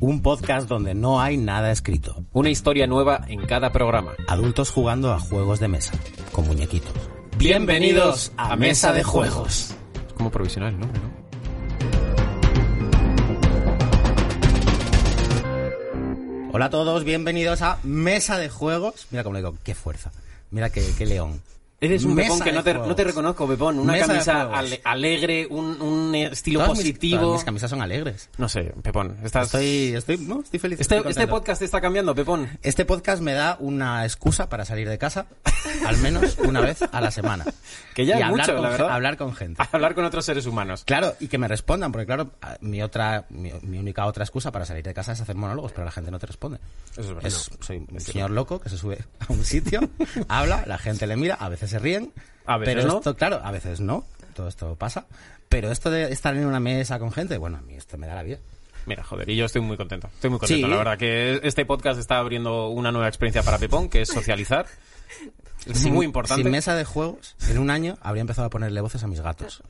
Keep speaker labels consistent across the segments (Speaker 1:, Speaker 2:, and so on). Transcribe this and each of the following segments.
Speaker 1: Un podcast donde no hay nada escrito.
Speaker 2: Una historia nueva en cada programa.
Speaker 1: Adultos jugando a juegos de mesa, con muñequitos.
Speaker 2: Bienvenidos a Mesa de Juegos.
Speaker 3: Es como provisional el nombre, ¿no?
Speaker 1: Hola a todos, bienvenidos a Mesa de Juegos. Mira cómo le digo, qué fuerza. Mira qué, qué león.
Speaker 2: Eres un
Speaker 1: Mesa
Speaker 2: Bepón que
Speaker 1: de
Speaker 2: no te,
Speaker 1: juegos.
Speaker 2: no te reconozco, Bepón. Una
Speaker 1: Mesa de
Speaker 2: camisa
Speaker 1: juegos.
Speaker 2: ale- alegre, un, un eh, estilo
Speaker 1: Todas mis- todas
Speaker 2: positivo.
Speaker 1: Mis, camisas son alegres.
Speaker 2: no sé, Pepón. Estás...
Speaker 1: Estoy, estoy, no, estoy feliz.
Speaker 2: Este,
Speaker 1: estoy
Speaker 2: este
Speaker 1: contento.
Speaker 2: podcast está cambiando, Pepón.
Speaker 1: Este podcast me da una excusa para salir de casa, al menos una vez a la semana.
Speaker 2: Que ya
Speaker 1: y
Speaker 2: es
Speaker 1: hablar
Speaker 2: mucho,
Speaker 1: con
Speaker 2: la
Speaker 1: gen-
Speaker 2: verdad.
Speaker 1: hablar con gente.
Speaker 2: A hablar con otros seres humanos.
Speaker 1: Claro, y que me respondan, porque claro, a- mi otra, mi, mi única otra excusa para salir de casa es hacer monólogos, pero la gente no te responde.
Speaker 2: Eso es verdad.
Speaker 1: Es- soy un señor loco que se sube a un sitio, habla, la gente le mira, a veces se ríen,
Speaker 2: A veces
Speaker 1: pero
Speaker 2: no.
Speaker 1: esto, claro, a veces no, todo esto pasa. Pero esto de estar en una mesa con gente, bueno, a mí esto me da la vida.
Speaker 2: Mira, joder, y yo estoy muy contento. Estoy muy contento.
Speaker 1: Sí.
Speaker 2: La verdad que este podcast está abriendo una nueva experiencia para Pepón, que es socializar. Es muy importante.
Speaker 1: Sin mesa de juegos, en un año habría empezado a ponerle voces a mis gatos.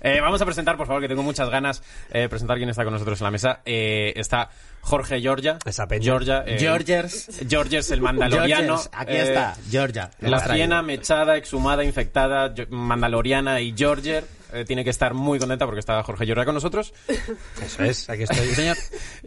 Speaker 2: Eh, vamos a presentar, por favor, que tengo muchas ganas eh, presentar quién está con nosotros en la mesa. Eh, está Jorge Georgia.
Speaker 4: Esa peña.
Speaker 2: Georgia. eh,
Speaker 1: Georgers.
Speaker 2: Georges, el mandaloriano.
Speaker 1: Georges, aquí
Speaker 2: Eh,
Speaker 1: está, Georgia. lo
Speaker 2: La
Speaker 1: hemos traído.
Speaker 2: hiena mechada, exhumada, infectada, yo- mandaloriana y Georger. eh, tiene que estar muy contenta porque está Jorge Georgia con nosotros.
Speaker 4: Eso es, aquí estoy. señor.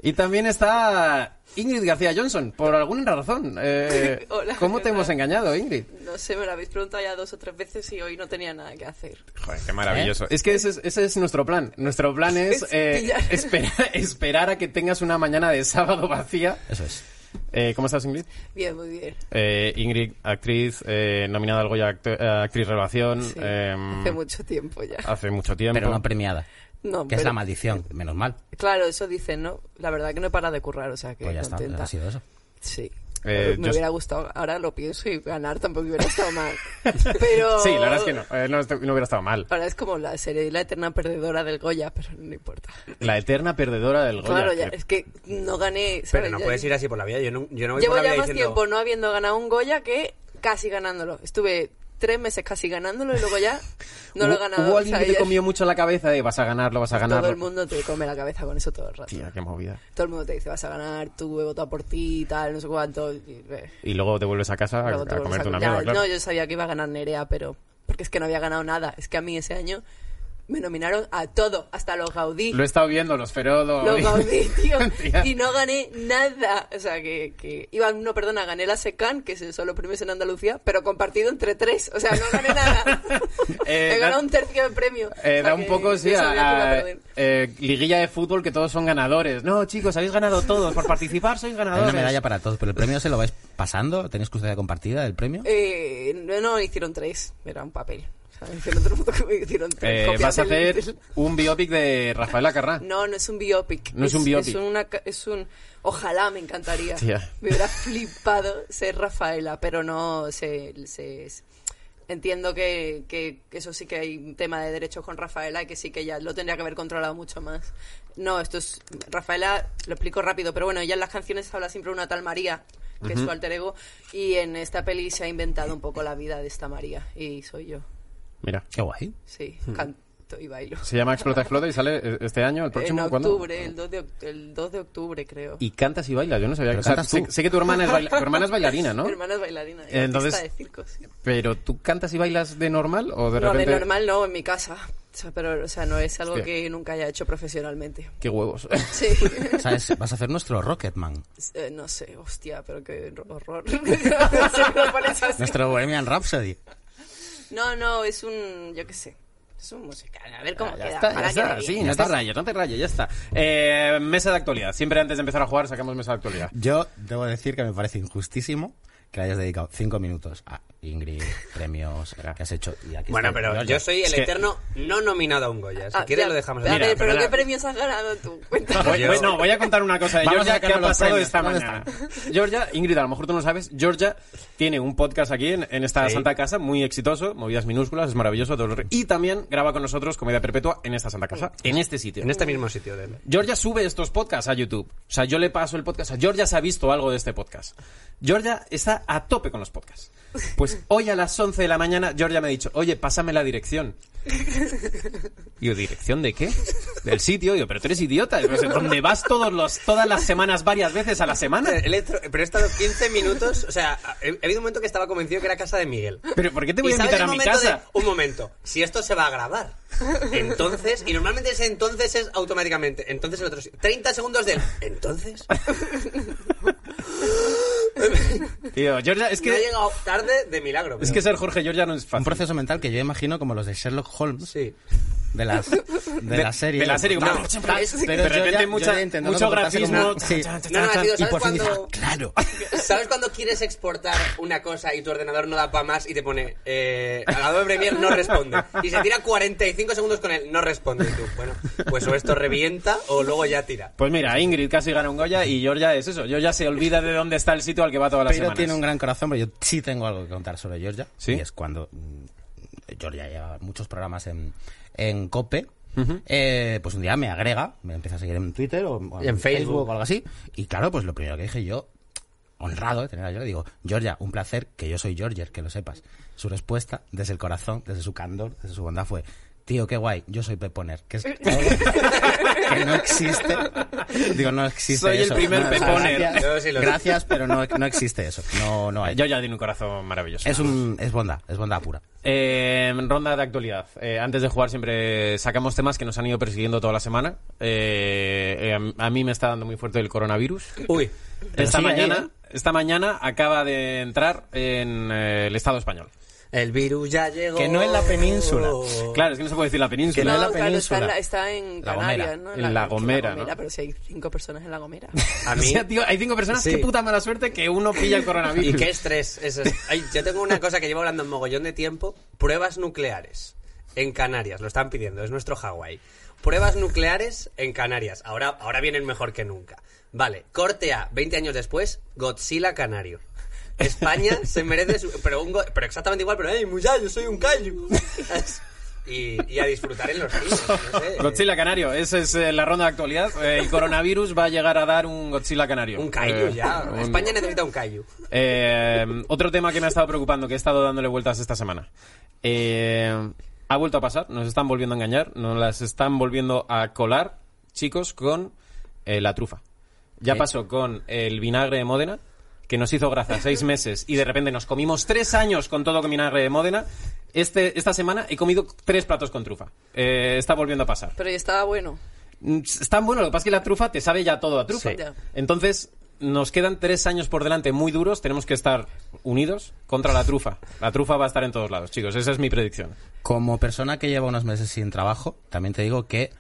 Speaker 2: Y también está Ingrid García Johnson, por alguna razón. Eh,
Speaker 5: Hola,
Speaker 2: ¿Cómo
Speaker 5: ¿qué
Speaker 2: te
Speaker 5: tal?
Speaker 2: hemos engañado, Ingrid?
Speaker 5: No sé, me lo habéis preguntado ya dos o tres veces y hoy no tenía nada que hacer.
Speaker 2: Joder, qué maravilloso. Es que ese es, ese es nuestro plan. Nuestro plan es,
Speaker 5: Es
Speaker 2: eh,
Speaker 5: pillar.
Speaker 2: espera- esperar a que tengas una mañana de sábado vacía.
Speaker 1: Eso es.
Speaker 2: Eh, ¿Cómo estás, Ingrid?
Speaker 5: Bien, muy bien.
Speaker 2: Eh, Ingrid, actriz, eh, nominada al Goya acto- eh, Actriz Revelación.
Speaker 5: Sí,
Speaker 2: eh,
Speaker 5: hace mucho tiempo ya.
Speaker 2: hace mucho tiempo.
Speaker 1: Pero no premiada,
Speaker 5: No,
Speaker 1: que es
Speaker 5: pero-
Speaker 1: la maldición, menos mal.
Speaker 5: Claro, eso dicen, ¿no? La verdad que no he parado de currar, o sea que
Speaker 1: Pues ya está,
Speaker 5: contenta.
Speaker 1: ha sido eso.
Speaker 5: Sí.
Speaker 2: Eh,
Speaker 5: me
Speaker 2: yo-
Speaker 5: hubiera gustado, ahora lo pienso y ganar tampoco hubiera estado mal. Pero...
Speaker 2: Sí, la verdad es que no. eh, no, est- no hubiera estado mal.
Speaker 5: Ahora es como la serie la eterna perdedora del Goya, pero no importa.
Speaker 2: La eterna perdedora del Goya.
Speaker 5: claro, ya,
Speaker 2: que-
Speaker 5: es que no gané. ¿sabes?
Speaker 4: Pero no
Speaker 5: Ya-
Speaker 4: puedes ir así por la vida. Yo no, yo no voy
Speaker 5: Llevo
Speaker 4: por la
Speaker 5: ya
Speaker 4: vida
Speaker 5: más
Speaker 4: diciendo...
Speaker 5: tiempo no habiendo ganado un Goya que casi ganándolo. Estuve tres meses casi ganándolo y luego ya no lo he
Speaker 2: Hubo-
Speaker 5: ganado.
Speaker 2: Hubo
Speaker 5: O
Speaker 2: alguien
Speaker 5: sea,
Speaker 2: que te
Speaker 5: ya-
Speaker 2: comió mucho la cabeza de vas a ganarlo, vas a ganarlo.
Speaker 5: Todo el mundo te come la cabeza con eso todo el rato.
Speaker 2: Tía, qué movida.
Speaker 5: Todo el mundo te dice, vas a ganar, tú he votado por ti, tal, no sé cuánto. y, eh,
Speaker 2: Y luego te vuelves a casa a,
Speaker 5: luego te
Speaker 2: Ah, a
Speaker 5: vuelves
Speaker 2: comerte
Speaker 5: a-
Speaker 2: una
Speaker 5: Ya,
Speaker 2: mierda, claro.
Speaker 5: No, yo sabía que iba a ganar Nerea, pero... Porque es que no había ganado nada. Es que a mí ese año me nominaron a todo, hasta los Gaudí.
Speaker 2: Lo he estado viendo, los Ferodo.
Speaker 5: Los Gaudí, tío.
Speaker 2: Tía.
Speaker 5: Y no gané nada. O sea, que, que... Iba, no, perdona, gané la SECAN, que son los premios en Andalucía, pero compartido entre tres. O sea, no gané nada.
Speaker 2: Eh,
Speaker 5: He ganado
Speaker 2: da-
Speaker 5: un tercio de premio. O
Speaker 2: Eh,
Speaker 5: sea,
Speaker 2: da un
Speaker 5: que
Speaker 2: poco,
Speaker 5: yo
Speaker 2: sí, a,
Speaker 5: sabía que iba a
Speaker 2: a-
Speaker 5: perder.
Speaker 2: eh, liguilla de fútbol que todos son ganadores. No, chicos, habéis ganado todos. Por participar sois
Speaker 1: Hay
Speaker 2: ganadores.
Speaker 1: una medalla para todos, pero el premio se lo vais pasando, tenéis custodia compartida del premio.
Speaker 5: Eh, no, no, hicieron tres. Era un papel. O sea, hicieron tres fotocop- hicieron tres
Speaker 2: Eh,
Speaker 5: copias
Speaker 2: vas a
Speaker 5: del-
Speaker 2: hacer
Speaker 5: del-
Speaker 2: un biopic de Rafael Carrá.
Speaker 5: No, no es un biopic.
Speaker 2: No es un biopic.
Speaker 5: Es, una ca- es un... Ojalá me encantaría.
Speaker 2: Tía.
Speaker 5: Me hubiera flipado ser Rafaela, pero no se... se- Entiendo que, que eso sí que hay un tema de derechos con Rafaela y que sí que ella lo tendría que haber controlado mucho más. No, esto es... Rafaela, lo explico rápido, pero bueno, ella en las canciones habla siempre de una tal María, que es su alter ego, y en esta peli se ha inventado un poco la vida de esta María, y soy yo.
Speaker 2: Mira,
Speaker 1: Qué guay.
Speaker 5: Sí, canto y bailo.
Speaker 2: se llama Explota, Explota y sale eh, este año, el próximo.
Speaker 5: en
Speaker 2: ¿cuándo?
Speaker 5: octubre, el 2, de, oct- el 2 de octubre, creo.
Speaker 2: Y cantas y bailas, yo no sabía que...
Speaker 1: Pero
Speaker 2: o sea,
Speaker 1: cantas
Speaker 2: sé,
Speaker 1: tú.
Speaker 2: sé que tu hermana es, baila- tu hermana es bailarina, ¿no? Eh,
Speaker 5: Mi hermana es bailarina. y
Speaker 2: Entonces-
Speaker 5: artista de circos.
Speaker 2: Pero tú cantas y bailas de normal o de
Speaker 5: no,
Speaker 2: repente...
Speaker 5: de normal no, en mi casa. O sea, pero, o sea, no es algo
Speaker 2: Hostia.
Speaker 5: que nunca haya hecho profesionalmente.
Speaker 2: Qué huevos.
Speaker 5: Sí.
Speaker 1: ¿Sabes? Vas a hacer nuestro Rocketman,
Speaker 5: Eh, no sé, hostia, pero qué horror. Siempre lo pones así.
Speaker 1: nuestro Bohemian Rhapsody.
Speaker 5: No, no, es un, yo qué sé, es un musical. A ver cómo
Speaker 2: Ah, Ya
Speaker 5: Ah, queda.
Speaker 2: está, ya
Speaker 5: para que
Speaker 2: está.
Speaker 5: quede
Speaker 2: Sí,
Speaker 5: bien.
Speaker 2: no te rayes, no te rayes, ya está. Eh, mesa de actualidad. Siempre antes de empezar a jugar sacamos mesa de actualidad.
Speaker 1: Yo debo decir que me parece injustísimo que le hayas dedicado cinco minutos a Ingrid, premios, que has hecho. y aquí
Speaker 4: Bueno,
Speaker 1: estoy,
Speaker 4: pero yo soy el
Speaker 2: que-
Speaker 4: eterno no nominado a un Goya. Si
Speaker 5: Ah,
Speaker 4: quieres
Speaker 5: ya.
Speaker 4: lo dejamos
Speaker 5: A
Speaker 4: así.
Speaker 5: ver, pero
Speaker 2: mira.
Speaker 5: ¿qué premios has ganado tú? Cuéntame.
Speaker 2: Voy-
Speaker 4: Yo-
Speaker 2: voy- no, voy a contar una cosa de
Speaker 1: Vamos a
Speaker 2: Georgia que ha
Speaker 1: sacarnos los
Speaker 2: pasado
Speaker 1: premios.
Speaker 2: esta
Speaker 1: ¿Dónde
Speaker 2: mañana. Georgia, Ingrid, a lo mejor tú no sabes, Georgia tiene un podcast aquí en, en esta
Speaker 4: Sí.
Speaker 2: santa casa, muy exitoso, movidas minúsculas, es maravilloso. todo lo re- Y también graba con nosotros Comedia Perpetua en esta santa casa, en este sitio.
Speaker 4: En este mismo sitio de
Speaker 2: Georgia sube estos podcasts a YouTube. O sea, yo le paso el podcast. A Georgia se ha visto algo de este podcast. Georgia está a tope con los podcasts. Pues hoy a las 11 de la mañana, Georgia me ha dicho, oye, pásame la dirección. Y yo, ¿dirección de qué? Del sitio. Y yo, pero tú eres idiota. Y yo, ¿Dónde vas todos los, todas las semanas, varias veces a la semana?
Speaker 4: Eh, Electro- pero he estado 15 minutos, o sea, he, he habido un momento que estaba convencido que era casa de Miguel.
Speaker 2: ¿Pero por qué te voy
Speaker 4: Y
Speaker 2: a
Speaker 4: ¿sabes
Speaker 2: invitar
Speaker 4: el
Speaker 2: a mi
Speaker 4: momento de-
Speaker 2: casa?
Speaker 4: un momento, si esto se va a grabar, entonces, y normalmente ese entonces es automáticamente, entonces el otro, sí. 30 segundos del, entonces,
Speaker 2: Tío, Georgia, es
Speaker 4: que ha
Speaker 2: que,
Speaker 4: llegado tarde de milagro.
Speaker 2: es que
Speaker 4: pero-
Speaker 2: ser Jorge Georgia no es
Speaker 1: Un
Speaker 2: fácil.
Speaker 1: proceso mental que yo imagino como los de Sherlock Holmes
Speaker 4: Sí.
Speaker 1: de, las, de, la serie.
Speaker 2: De la serie.
Speaker 1: No,
Speaker 2: como-
Speaker 1: pero
Speaker 2: de
Speaker 1: yo
Speaker 2: repente
Speaker 1: ya- yo
Speaker 2: mucha-
Speaker 1: ya intentando
Speaker 2: mucho
Speaker 1: comportarse como
Speaker 2: grafismo.
Speaker 1: una- sí.
Speaker 2: Chan, chan,
Speaker 4: No, no,
Speaker 2: chan,
Speaker 4: ha sido-
Speaker 1: Y
Speaker 4: ¿sabes
Speaker 1: por fin dije,
Speaker 4: cuando-
Speaker 1: "Ah, claro.
Speaker 4: ¿Sabes cuando quieres exportar una cosa y tu ordenador no da para más y te pone eh, Adobe Premiere no responde? Y se tira 45 segundos con él, no responde. Y tú, bueno, pues o esto revienta o luego ya tira.
Speaker 2: Pues mira, Ingrid casi gana un Goya y Georgia es eso. Georgia se olvida de dónde está el sitio al que va todas las
Speaker 1: Pero
Speaker 2: semanas.
Speaker 1: tiene un gran corazón, pero yo sí tengo algo que contar sobre Georgia.
Speaker 2: ¿Sí?
Speaker 1: Y es cuando mm, Georgia lleva muchos programas en, en COPE. eh, pues un día me agrega, me empieza a seguir en Twitter o, o
Speaker 4: Y en Facebook.
Speaker 1: o algo así. Y claro, pues lo primero que dije yo, honrado de tener a Georgia, digo, Georgia, un placer, que yo soy Georgia, que lo sepas. Su respuesta, desde el corazón, desde su candor, desde su bondad, fue, tío, qué guay, yo soy Peponer, que es algo que no existe. Digo, no existe
Speaker 2: Soy el
Speaker 1: eso.
Speaker 2: primer
Speaker 1: No, o sea,
Speaker 2: Peponer.
Speaker 1: gracias-
Speaker 4: Yo sí lo-
Speaker 1: Gracias, pero no, no existe eso. No, no hay.
Speaker 2: Eh, Georgia tiene un corazón maravilloso.
Speaker 1: Es, un, es bondad, es bondad pura.
Speaker 2: Eh, ronda de actualidad. Eh, antes de jugar siempre sacamos temas que nos han ido persiguiendo toda la semana. Eh, eh, a, a mí me está dando muy fuerte el coronavirus.
Speaker 4: Uy,
Speaker 2: Esta
Speaker 1: sigue ahí,
Speaker 2: mañana,
Speaker 1: ¿eh?
Speaker 2: esta mañana acaba de entrar en eh, el Estado español.
Speaker 4: el virus ya llegó.
Speaker 1: Que no en la península.
Speaker 2: Claro, es que no se puede decir la
Speaker 1: Que no
Speaker 2: península.
Speaker 1: es la
Speaker 5: claro, está, en
Speaker 1: península.
Speaker 5: la- está en
Speaker 1: La
Speaker 5: Canarias,
Speaker 1: Gomera.
Speaker 5: ¿no?
Speaker 2: En La Gomera, ¿no?
Speaker 5: Pero si hay cinco personas en La Gomera.
Speaker 4: A
Speaker 2: O
Speaker 4: mí.
Speaker 2: sea, tío, hay cinco personas,
Speaker 4: Sí.
Speaker 2: qué puta mala suerte que uno pilla el
Speaker 4: Y
Speaker 2: coronavirus.
Speaker 4: qué estrés. eso es. Ay, yo tengo una cosa que llevo hablando un mogollón de tiempo. Pruebas nucleares en Canarias. Lo están pidiendo. Es nuestro Hawái. Pruebas nucleares en Canarias. Ahora, ahora vienen mejor que nunca. Vale. Corte A. 20 años después. Godzilla canario. España se merece su- pero, un go- pero exactamente igual. Pero, hey, muchacho, yo soy un callo. Y, y a disfrutar en los cines. no sé. eh.
Speaker 2: Godzilla canario, esa es eh, la ronda de actualidad. Eh, el coronavirus va a llegar a dar un Godzilla canario.
Speaker 4: Un callo
Speaker 2: Eh,
Speaker 4: ya.
Speaker 2: un-
Speaker 4: España necesita un callo.
Speaker 2: Eh, otro tema que me ha estado preocupando, que he estado dándole vueltas esta semana. Eh, ha vuelto a pasar, nos están volviendo a engañar, nos las están volviendo a colar, chicos, con eh, la trufa. Ya
Speaker 1: Sí.
Speaker 2: pasó con el vinagre de Módena, que nos hizo gracia seis meses y de repente nos comimos tres años con todo con vinagre de Módena. Este, esta semana he comido tres platos con trufa. Eh, está volviendo a pasar.
Speaker 5: Pero ya estaba bueno.
Speaker 2: Mm, Es tan bueno, lo que pasa es que la trufa te sabe ya todo a trufa.
Speaker 5: Sí. Ya.
Speaker 2: Entonces, nos quedan tres años por delante muy duros, tenemos que estar unidos contra la trufa. La trufa va a estar en todos lados, chicos, esa es mi predicción.
Speaker 1: Como persona que lleva unos meses sin trabajo, también te digo que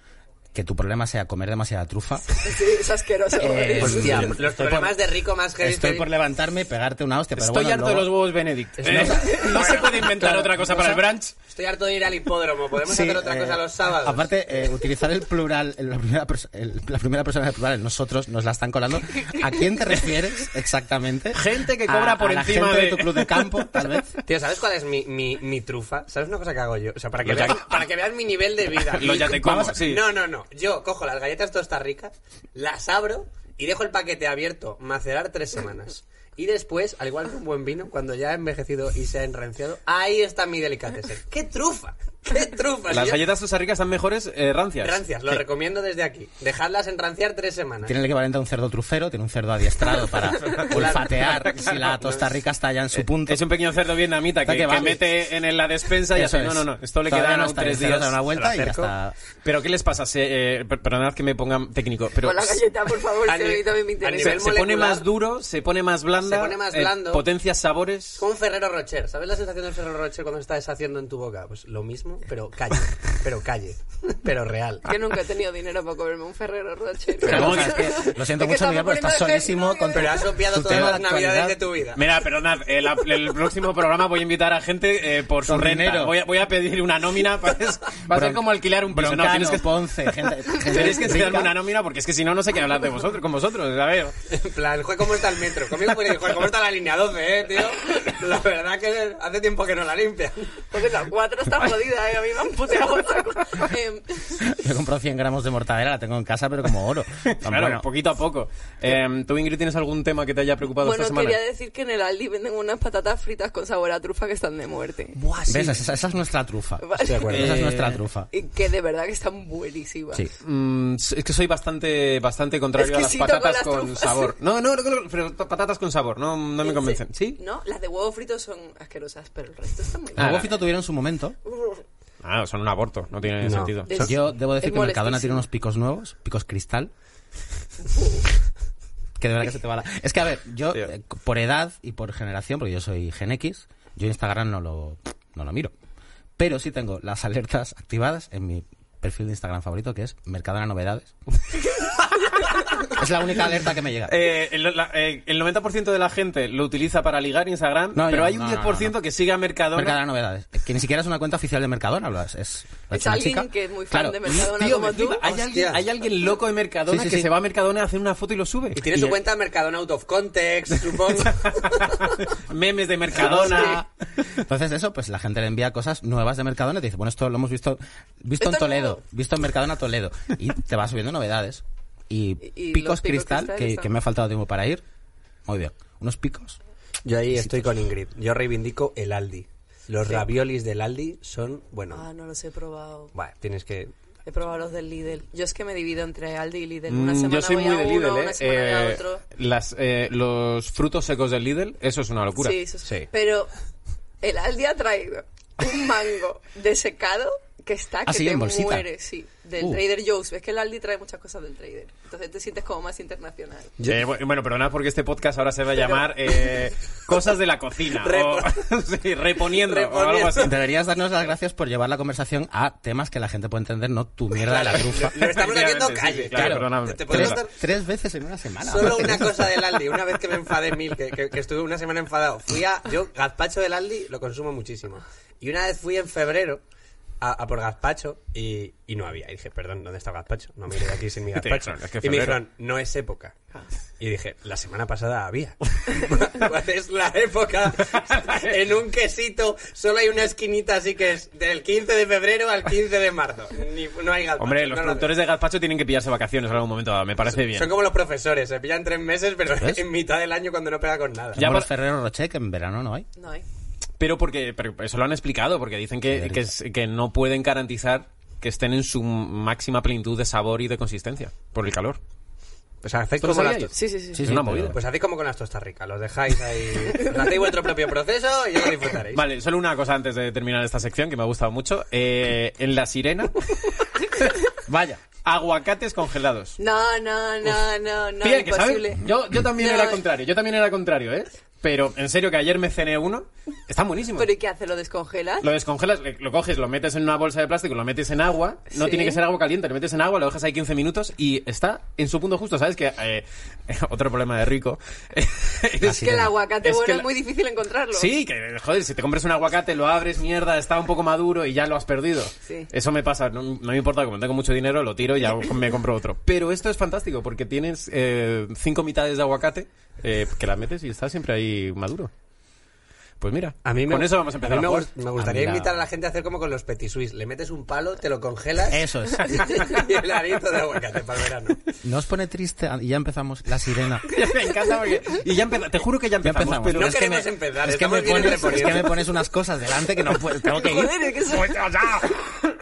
Speaker 1: que tu problema sea comer demasiada trufa.
Speaker 5: Sí, es asqueroso.
Speaker 1: Eh,
Speaker 4: Hostia,
Speaker 1: estoy
Speaker 4: los
Speaker 1: por-
Speaker 4: problemas de rico más heavy
Speaker 1: Estoy
Speaker 4: que-
Speaker 1: por levantarme y pegarte una hostia, pero
Speaker 2: Estoy
Speaker 1: bueno,
Speaker 2: harto
Speaker 1: luego-
Speaker 2: de los huevos Benedict. Eh, no se puede inventar
Speaker 1: Claro,
Speaker 2: otra cosa para el brunch.
Speaker 4: Estoy harto de ir al hipódromo. ¿Podemos
Speaker 1: Sí,
Speaker 4: hacer otra
Speaker 1: eh,
Speaker 4: cosa los sábados?
Speaker 1: Aparte, eh, utilizar el plural, el- la, primera perso- el- la primera persona del plural, el nosotros, nos la están colando. ¿A quién te refieres exactamente?
Speaker 2: Gente que cobra
Speaker 1: A-
Speaker 2: por
Speaker 1: a la
Speaker 2: encima
Speaker 1: gente
Speaker 2: de-
Speaker 1: tu club de campo, tal vez.
Speaker 4: Tío, ¿sabes cuál es mi, mi, mi trufa? ¿Sabes una cosa que hago yo? O sea, para que,
Speaker 2: Los
Speaker 4: veas,
Speaker 2: ya-
Speaker 4: para que veas mi nivel de vida.
Speaker 2: Los ya te como,
Speaker 4: Vamos a-
Speaker 2: sí.
Speaker 4: No, no, no. Yo cojo las galletas tostas ricas, las abro y dejo el paquete abierto, macerar tres semanas. Y después, al igual que un buen vino, cuando ya ha envejecido y se ha enranciado, ahí está mi delicatessen. ¡Qué trufa! ¡Qué trufa!
Speaker 2: Las
Speaker 4: Yo-
Speaker 2: galletas ricas están mejores eh, rancias.
Speaker 4: Rancias, lo recomiendo desde aquí. Dejadlas enranciar tres semanas.
Speaker 1: Tiene el equivalente a un cerdo trufero, tiene un cerdo adiestrado para olfatear si la tosta rica está ya en su punto.
Speaker 2: Es un pequeño cerdo vietnamita
Speaker 1: Está
Speaker 2: que,
Speaker 1: que
Speaker 2: que
Speaker 1: vale.
Speaker 2: mete en la despensa y
Speaker 1: Eso
Speaker 2: hace, no,
Speaker 1: es.
Speaker 2: no, no, esto le
Speaker 1: Todavía
Speaker 2: quedan
Speaker 1: no
Speaker 2: aún
Speaker 1: está
Speaker 2: tres
Speaker 1: bien, se lo da
Speaker 2: días.
Speaker 1: una vuelta
Speaker 2: Se lo
Speaker 1: y ya
Speaker 2: acerco.
Speaker 1: está.
Speaker 2: ¿Pero qué les pasa? Se, eh, per- perdonad que me pongan técnico, pero
Speaker 5: Con la galleta, por favor,
Speaker 4: A
Speaker 5: que a
Speaker 4: ni-
Speaker 5: mí también me
Speaker 4: a
Speaker 5: interesa.
Speaker 2: se,
Speaker 4: nivel
Speaker 2: se pone
Speaker 4: molecular.
Speaker 2: más duro, se pone más blanda,
Speaker 4: Se pone más
Speaker 2: eh,
Speaker 4: blando.
Speaker 2: potencia sabores.
Speaker 4: Con Ferrero Rocher. ¿Sabes la sensación del Ferrero Rocher cuando se está deshaciendo en tu boca? Pues lo mismo, pero calle. Pero calle. Pero real.
Speaker 5: Yo nunca he tenido dinero para comerme un Ferrero Rocher.
Speaker 1: Pero,
Speaker 2: ¿cómo
Speaker 1: o sea, es que- lo siento mucho,
Speaker 5: Es que
Speaker 1: Miguel,
Speaker 5: estamos
Speaker 1: pero estás
Speaker 5: poniendo
Speaker 1: solísimo
Speaker 5: ejemplo,
Speaker 1: con
Speaker 4: Pero has
Speaker 1: tu
Speaker 4: obviado todas
Speaker 1: tema
Speaker 4: las
Speaker 1: de
Speaker 4: navidades
Speaker 1: actualidad.
Speaker 4: de tu vida.
Speaker 2: Mira, perdonad, el, el próximo programa voy a invitar a gente eh, por su
Speaker 1: Con
Speaker 2: renta.
Speaker 1: dinero.
Speaker 2: Voy a, voy a pedir una nómina. para eso. Va a ser
Speaker 1: Bron-
Speaker 2: como alquilar un piso. No,
Speaker 1: Broncano,
Speaker 2: tienes que,
Speaker 1: Ponce, gente, gente
Speaker 2: tenéis que
Speaker 1: rica.
Speaker 2: enseñarme una nómina porque es que si no, no sé qué hablar de vosotros, con vosotros. A ver.
Speaker 4: En plan, joder, ¿cómo está el metro? Conmigo puede decir, joder, ¿cómo está la línea 12, eh, tío? La verdad que hace tiempo que no la limpian.
Speaker 5: Porque la cuatro está jodida publicidad, ¿eh? a mí me han puteado por saco. Em,
Speaker 1: Me compró 100 gramos de mortadela, la tengo en casa, pero como oro. Tan
Speaker 2: Claro,
Speaker 1: bueno.
Speaker 2: poquito a poco. Eh, ¿Tú, Ingrid, tienes algún tema que te haya preocupado
Speaker 5: bueno,
Speaker 2: esta semana?
Speaker 5: quería decir que en el Aldi venden unas patatas fritas con sabor a trufa que están de muerte.
Speaker 4: Buah, sí.
Speaker 1: ¿Ves? Esa, esa es nuestra trufa.
Speaker 5: Vale. Estoy de acuerdo.
Speaker 1: Esa es nuestra
Speaker 2: Eh,
Speaker 1: trufa.
Speaker 5: Y que de verdad que están buenísimas.
Speaker 1: Sí.
Speaker 2: Mm, es que soy bastante bastante contrario
Speaker 5: Exquisito
Speaker 2: a las patatas
Speaker 5: con las
Speaker 2: con,
Speaker 5: trufas.
Speaker 2: sabor. No, no, no, no, pero patatas con sabor, no, no me convencen. ¿Sí?
Speaker 5: No, las de huevo frito son asquerosas, pero el resto están muy
Speaker 1: Los
Speaker 2: Ah.
Speaker 5: bien.
Speaker 1: Bofito tuvieron su momento.
Speaker 2: Ah, son un aborto, no tiene
Speaker 4: No.
Speaker 2: sentido.
Speaker 5: De- Es-
Speaker 1: Yo debo decir
Speaker 5: es
Speaker 1: que Mercadona
Speaker 5: molestísimo.
Speaker 1: tiene unos picos nuevos, picos cristal. que de verdad que se te va la... Es que, a ver, yo
Speaker 2: Tío.
Speaker 1: eh, por edad y por generación, porque yo soy Gen X, yo Instagram no lo, no lo miro. Pero sí tengo las alertas activadas en mi perfil de Instagram favorito, que es Mercadona Novedades. es la única alerta que me llega.
Speaker 2: Eh, el, la- eh, el 90% de la gente lo utiliza para ligar Instagram,
Speaker 1: No, yo
Speaker 2: pero
Speaker 1: no,
Speaker 2: hay un
Speaker 1: no, no,
Speaker 2: 10%
Speaker 1: no, no.
Speaker 2: que sigue a Mercadona.
Speaker 1: Mercadona Novedades. Que ni siquiera es una cuenta oficial de Mercadona, lo es. Es, lo ha
Speaker 5: Es
Speaker 1: hecho una
Speaker 5: alguien
Speaker 1: chica.
Speaker 5: que es muy fan de Mercadona
Speaker 2: Tío,
Speaker 5: como
Speaker 2: me
Speaker 5: tú.
Speaker 2: flipa. hay,
Speaker 4: Hostia.
Speaker 2: alguien, hay alguien loco de Mercadona
Speaker 1: Sí, sí,
Speaker 2: que
Speaker 1: sí.
Speaker 2: se va a Mercadona a hacer una foto y lo sube.
Speaker 4: Y tiene su cuenta Mercadona Out of Context, supongo.
Speaker 2: Memes de Mercadona.
Speaker 1: Entonces eso, pues la gente le envía cosas nuevas de Mercadona y te dice, bueno, esto lo hemos visto, visto
Speaker 5: Esto
Speaker 1: en
Speaker 5: es
Speaker 1: Toledo,
Speaker 5: nuevo.
Speaker 1: visto en Mercadona Toledo. Y te va subiendo novedades. Y,
Speaker 5: Y-
Speaker 1: picos
Speaker 5: y los picos
Speaker 1: cristal,
Speaker 5: cristal
Speaker 1: que,
Speaker 5: están-
Speaker 1: que me ha faltado tiempo para ir. Muy bien. Unos picos.
Speaker 4: Yo ahí estoy con Ingrid. Yo reivindico el Aldi. Los raviolis del Aldi son, bueno,
Speaker 5: Ah, no los he probado.
Speaker 4: bueno, tienes que...
Speaker 5: He probado los del Lidl. Yo es que me divido entre Aldi y Lidl.
Speaker 2: Mm,
Speaker 5: Una semana
Speaker 2: Yo soy
Speaker 5: voy
Speaker 2: muy
Speaker 5: a
Speaker 2: de
Speaker 5: uno,
Speaker 2: Lidl, ¿eh?
Speaker 5: una semana voy a
Speaker 2: Eh,
Speaker 5: otro.
Speaker 2: las, eh, los frutos secos del Lidl, eso es una locura.
Speaker 5: Sí, eso sí.
Speaker 4: Sí.
Speaker 5: Pero el Aldi ha traído un mango desecado que
Speaker 2: Ah,
Speaker 5: está que
Speaker 1: sí,
Speaker 5: te
Speaker 1: en bolsita.
Speaker 5: muere, sí, del
Speaker 1: Uh.
Speaker 5: Trader Joe's. Es que el Aldi trae muchas cosas del Trader. Entonces te sientes como más internacional.
Speaker 2: Eh, bu- bueno, perdonad porque este podcast ahora se va a llamar eh, Cosas de la cocina.
Speaker 4: Repo-
Speaker 2: o- sí, reponiendo, o
Speaker 4: Reponiendo.
Speaker 2: algo así.
Speaker 1: Deberías darnos las gracias por llevar la conversación a temas que la gente puede entender, no tu mierda de la trufa.
Speaker 4: Lo estamos haciendo
Speaker 2: Efectivamente, sí,
Speaker 4: calle.
Speaker 2: sí, claro, perdóname.
Speaker 4: Te puedo
Speaker 1: Tres,
Speaker 4: dar
Speaker 1: tres veces en una semana.
Speaker 4: solo una cosa del Aldi. Una vez que me enfadé mil, que, que- que estuve una semana enfadado. Fui a... Yo, gazpacho del Aldi lo consumo muchísimo. Y una vez fui en febrero a, a por gazpacho y, y no había. Y dije, perdón, ¿dónde está el gazpacho? No me iré de aquí sin mi gazpacho.
Speaker 2: Tío, es que
Speaker 4: y me
Speaker 2: febrero.
Speaker 4: dijeron, no es época. Y dije, la semana pasada había. Pues es la época. En un quesito solo hay una esquinita, así que es del 15 de febrero al 15 de marzo. Ni- no hay gazpacho.
Speaker 2: Hombre, los
Speaker 4: no lo
Speaker 2: productores de gazpacho tienen que pillarse vacaciones en algún momento dado, me parece bien.
Speaker 4: son como los profesores, se pillan tres meses, pero
Speaker 1: ¿Ves?
Speaker 4: en mitad del año cuando no pega con nada.
Speaker 2: Ya
Speaker 1: Ya por
Speaker 2: para-
Speaker 1: Ferrero Rocher, que en verano no hay.
Speaker 5: No hay.
Speaker 2: Pero porque pero eso lo han explicado, porque dicen que, que, es- que no pueden garantizar que estén en su máxima plenitud de sabor y de consistencia por el calor.
Speaker 4: Pues hacéis
Speaker 2: ¿Tú lo
Speaker 4: como, las
Speaker 2: sabíais?
Speaker 4: to-
Speaker 5: Sí, sí, sí.
Speaker 1: Sí,
Speaker 2: Es
Speaker 1: sí,
Speaker 2: una
Speaker 1: pero-
Speaker 2: movida.
Speaker 4: pues hacéis como con las tostas ricas, los dejáis ahí, os hacéis vuestro propio proceso y ya lo disfrutaréis.
Speaker 2: Vale, solo una cosa antes de terminar esta sección que me ha gustado mucho. Eh, en La Sirena,
Speaker 1: Vaya.
Speaker 2: aguacates congelados.
Speaker 5: No, no, no, no, no.
Speaker 2: Bien, que
Speaker 5: imposible.
Speaker 2: ¿sabes? Yo, yo también
Speaker 5: No,
Speaker 2: era contrario, yo también era contrario, ¿eh? Pero en serio que ayer me cené uno, están buenísimos.
Speaker 5: ¿Pero y qué hace? ¿Lo descongelas?
Speaker 2: Lo descongelas, le- lo coges, lo metes en una bolsa de plástico, lo metes en agua, no
Speaker 5: Sí.
Speaker 2: tiene que ser agua caliente, lo metes en agua, lo dejas ahí 15 minutos y está en su punto justo, ¿sabes? Que eh, otro problema de rico.
Speaker 5: Es que el aguacate
Speaker 2: Es que
Speaker 5: bueno
Speaker 2: la-
Speaker 5: es muy difícil encontrarlo.
Speaker 2: Sí, que joder, si te compras un aguacate, lo abres, mierda, está un poco maduro y ya lo has perdido.
Speaker 5: Sí.
Speaker 2: Eso me pasa, no, no me importa, como tengo mucho dinero, lo tiro y ya me compro otro. Pero esto es fantástico porque tienes eh, cinco mitades de aguacate eh, que las metes y está siempre ahí maduro. Pues mira,
Speaker 4: A mí me,
Speaker 2: con eso vamos a empezar.
Speaker 4: mí
Speaker 2: a
Speaker 4: me,
Speaker 2: jugar.
Speaker 4: gust- me
Speaker 1: A
Speaker 4: gustaría
Speaker 1: mí la-
Speaker 4: invitar a la gente a hacer como con los petit suisse. Le metes un palo, te lo congelas
Speaker 1: Eso es.
Speaker 4: y el arito de aguacate para el verano.
Speaker 1: ¿No os pone triste? Y ya empezamos. La sirena.
Speaker 2: me encanta porque... Y ya empeza- te juro que ya
Speaker 1: Ya
Speaker 2: empezamos,
Speaker 1: empezamos.
Speaker 2: pero
Speaker 4: No
Speaker 2: es que
Speaker 4: queremos
Speaker 2: me-
Speaker 4: empezar,
Speaker 1: es que,
Speaker 4: estamos
Speaker 1: me
Speaker 4: bien
Speaker 1: pones, es
Speaker 4: entretenidos.
Speaker 1: que me pones unas cosas delante que no puedo, tengo
Speaker 2: Eh,
Speaker 1: que ir.
Speaker 5: Joder, es que eso-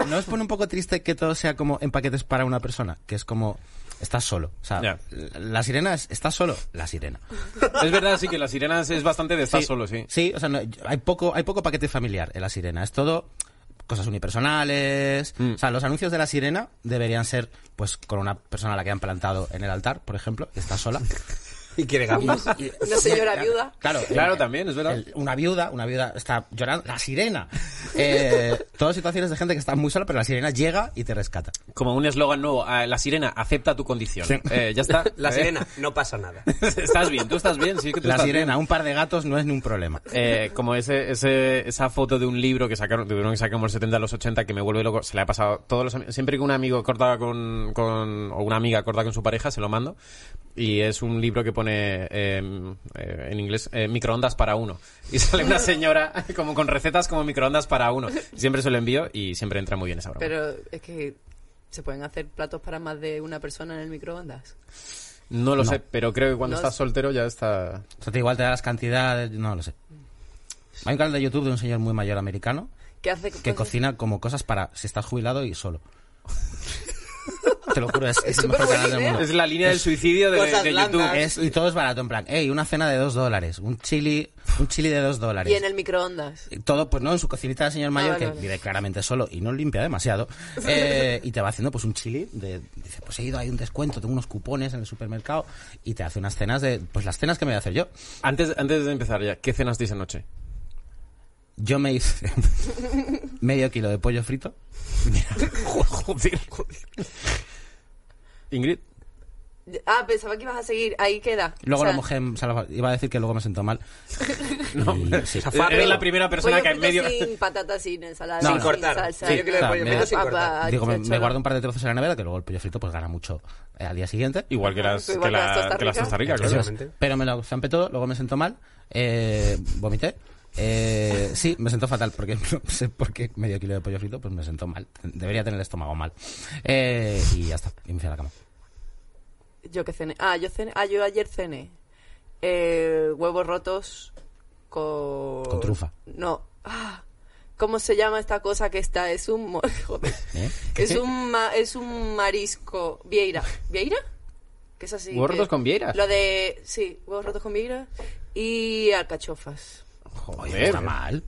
Speaker 1: ¿No os pone un poco triste que todo sea como en paquetes para una persona? Que es como, estás solo. O sea,
Speaker 2: Ya.
Speaker 1: la- la sirena es, estás solo, la sirena.
Speaker 2: Es verdad, sí, que las sirenas es bastante de estar solo, sí.
Speaker 1: Sí, o sea, no- yo- hay, poco, hay poco paquete familiar en la sirena. Es todo cosas unipersonales.
Speaker 2: Mm.
Speaker 1: O sea, los anuncios de la sirena deberían ser, pues, con una persona a la que han plantado en el altar, por ejemplo, que está sola.
Speaker 4: Y quiere gambas.
Speaker 1: Y-
Speaker 5: Una señora viuda.
Speaker 1: Claro,
Speaker 2: Claro, también, es verdad.
Speaker 1: el- una viuda, una viuda está llorando, la sirena. Eh, todas situaciones de gente que está muy sola, pero la sirena llega y te rescata.
Speaker 2: Como un eslogan nuevo, eh, la sirena acepta tu condición.
Speaker 1: Sí.
Speaker 2: Eh, ya está.
Speaker 4: La
Speaker 2: Eh,
Speaker 4: sirena, no pasa nada.
Speaker 2: estás bien, tú estás bien, sí que tú
Speaker 1: La
Speaker 2: estás bien.
Speaker 1: sirena, un par de gatos no es ni un problema.
Speaker 2: Eh, como ese, ese- esa foto de un libro que sacaron, tuvieron que sacar como los 70 a los 80, que me vuelve loco, se le ha pasado a todos los ami- Siempre que un amigo corta con, con- o una amiga corta con su pareja, se lo mando. Y es un libro que pone eh, eh, en inglés eh, microondas para uno. Y sale una señora como con recetas como microondas para uno. Siempre se lo envío y siempre entra muy bien esa broma.
Speaker 5: Pero es que se pueden hacer platos para más de una persona en el microondas.
Speaker 2: no lo sé, pero creo que cuando
Speaker 5: No
Speaker 2: estás
Speaker 5: es-
Speaker 2: soltero ya está...
Speaker 1: O sea, te igual te da las cantidades, no lo sé. Hay un canal de YouTube de un señor muy mayor americano
Speaker 5: ¿Qué hace
Speaker 1: que cocina como cosas para si estás jubilado y solo. Te lo juro, es, es el mejor
Speaker 5: superbuena
Speaker 1: canal del
Speaker 5: idea.
Speaker 1: mundo.
Speaker 2: Es la línea del suicidio de,
Speaker 4: Cosas
Speaker 2: de
Speaker 4: blandas.
Speaker 2: YouTube.
Speaker 1: Es- y todo es barato, en plan, hey, una cena de dos dólares, un chili, un chili de dos dólares.
Speaker 5: Y en el microondas.
Speaker 1: Y todo, pues no, en su cocinita del señor mayor,
Speaker 5: Ah, vale,
Speaker 1: que
Speaker 5: vale.
Speaker 1: vive claramente solo y no limpia demasiado, eh, y te va haciendo pues un chili, de, dice, pues he ido, hay un descuento, tengo unos cupones en el supermercado, y te hace unas cenas de, pues las cenas que me voy a hacer yo.
Speaker 2: Antes, antes de empezar ya, ¿qué cenasteis anoche?
Speaker 1: Yo me hice medio kilo de pollo frito,
Speaker 2: Joder. Ingrid,
Speaker 5: Ah, pensaba que ibas a seguir. Ahí queda.
Speaker 1: luego
Speaker 5: O sea,
Speaker 1: lo mojé en salva- iba a decir que luego me sentó mal.
Speaker 2: no,
Speaker 1: Y- sí.
Speaker 4: Eh,
Speaker 2: eres la primera persona
Speaker 5: pollo
Speaker 2: que en
Speaker 5: frito
Speaker 2: medio...
Speaker 5: sin patatas, sin ensalada,
Speaker 1: No,
Speaker 5: sin
Speaker 1: no.
Speaker 4: cortar.
Speaker 5: salsa.
Speaker 4: Sí, Yo creo que
Speaker 1: o sea,
Speaker 4: pollo
Speaker 1: me-
Speaker 4: frito sin
Speaker 5: Ah,
Speaker 4: cortar.
Speaker 5: ah,
Speaker 1: Digo, me,
Speaker 5: chocho,
Speaker 1: me
Speaker 5: ¿no?
Speaker 1: guardo un par de trozos en la nevera, que luego el pollo frito pues gana mucho eh, al día siguiente.
Speaker 2: Igual que las,
Speaker 5: Ah, Igual
Speaker 2: que
Speaker 5: que las
Speaker 2: la-
Speaker 5: tostas
Speaker 2: que las
Speaker 5: ricas.
Speaker 2: tostas ricas,
Speaker 1: Eso es.
Speaker 2: claro.
Speaker 4: Obviamente.
Speaker 1: Pero me lo zampé todo, luego me sentó mal, eh, vomité. Eh, sí, me sentó fatal, porque no sé por qué medio kilo de pollo frito, pues me sentó mal. Debería tener el estómago mal. Eh, y ya está, y me fui a la cama.
Speaker 5: Yo que cené. Ah, yo cené. Ah, yo ayer cené. Eh, huevos rotos con.
Speaker 1: Con trufa.
Speaker 5: No. Ah, ¿Cómo se llama esta cosa que está? Es un. mo- Joder.
Speaker 1: ¿Eh?
Speaker 5: Es un, ma- es un marisco. Vieira. ¿Vieira? Que es así.
Speaker 2: ¿Huevos
Speaker 5: que-
Speaker 2: rotos con vieira?
Speaker 5: Lo de. Sí, huevos rotos con vieira. Y alcachofas.
Speaker 1: Oye,
Speaker 2: Joder.
Speaker 1: no está mal.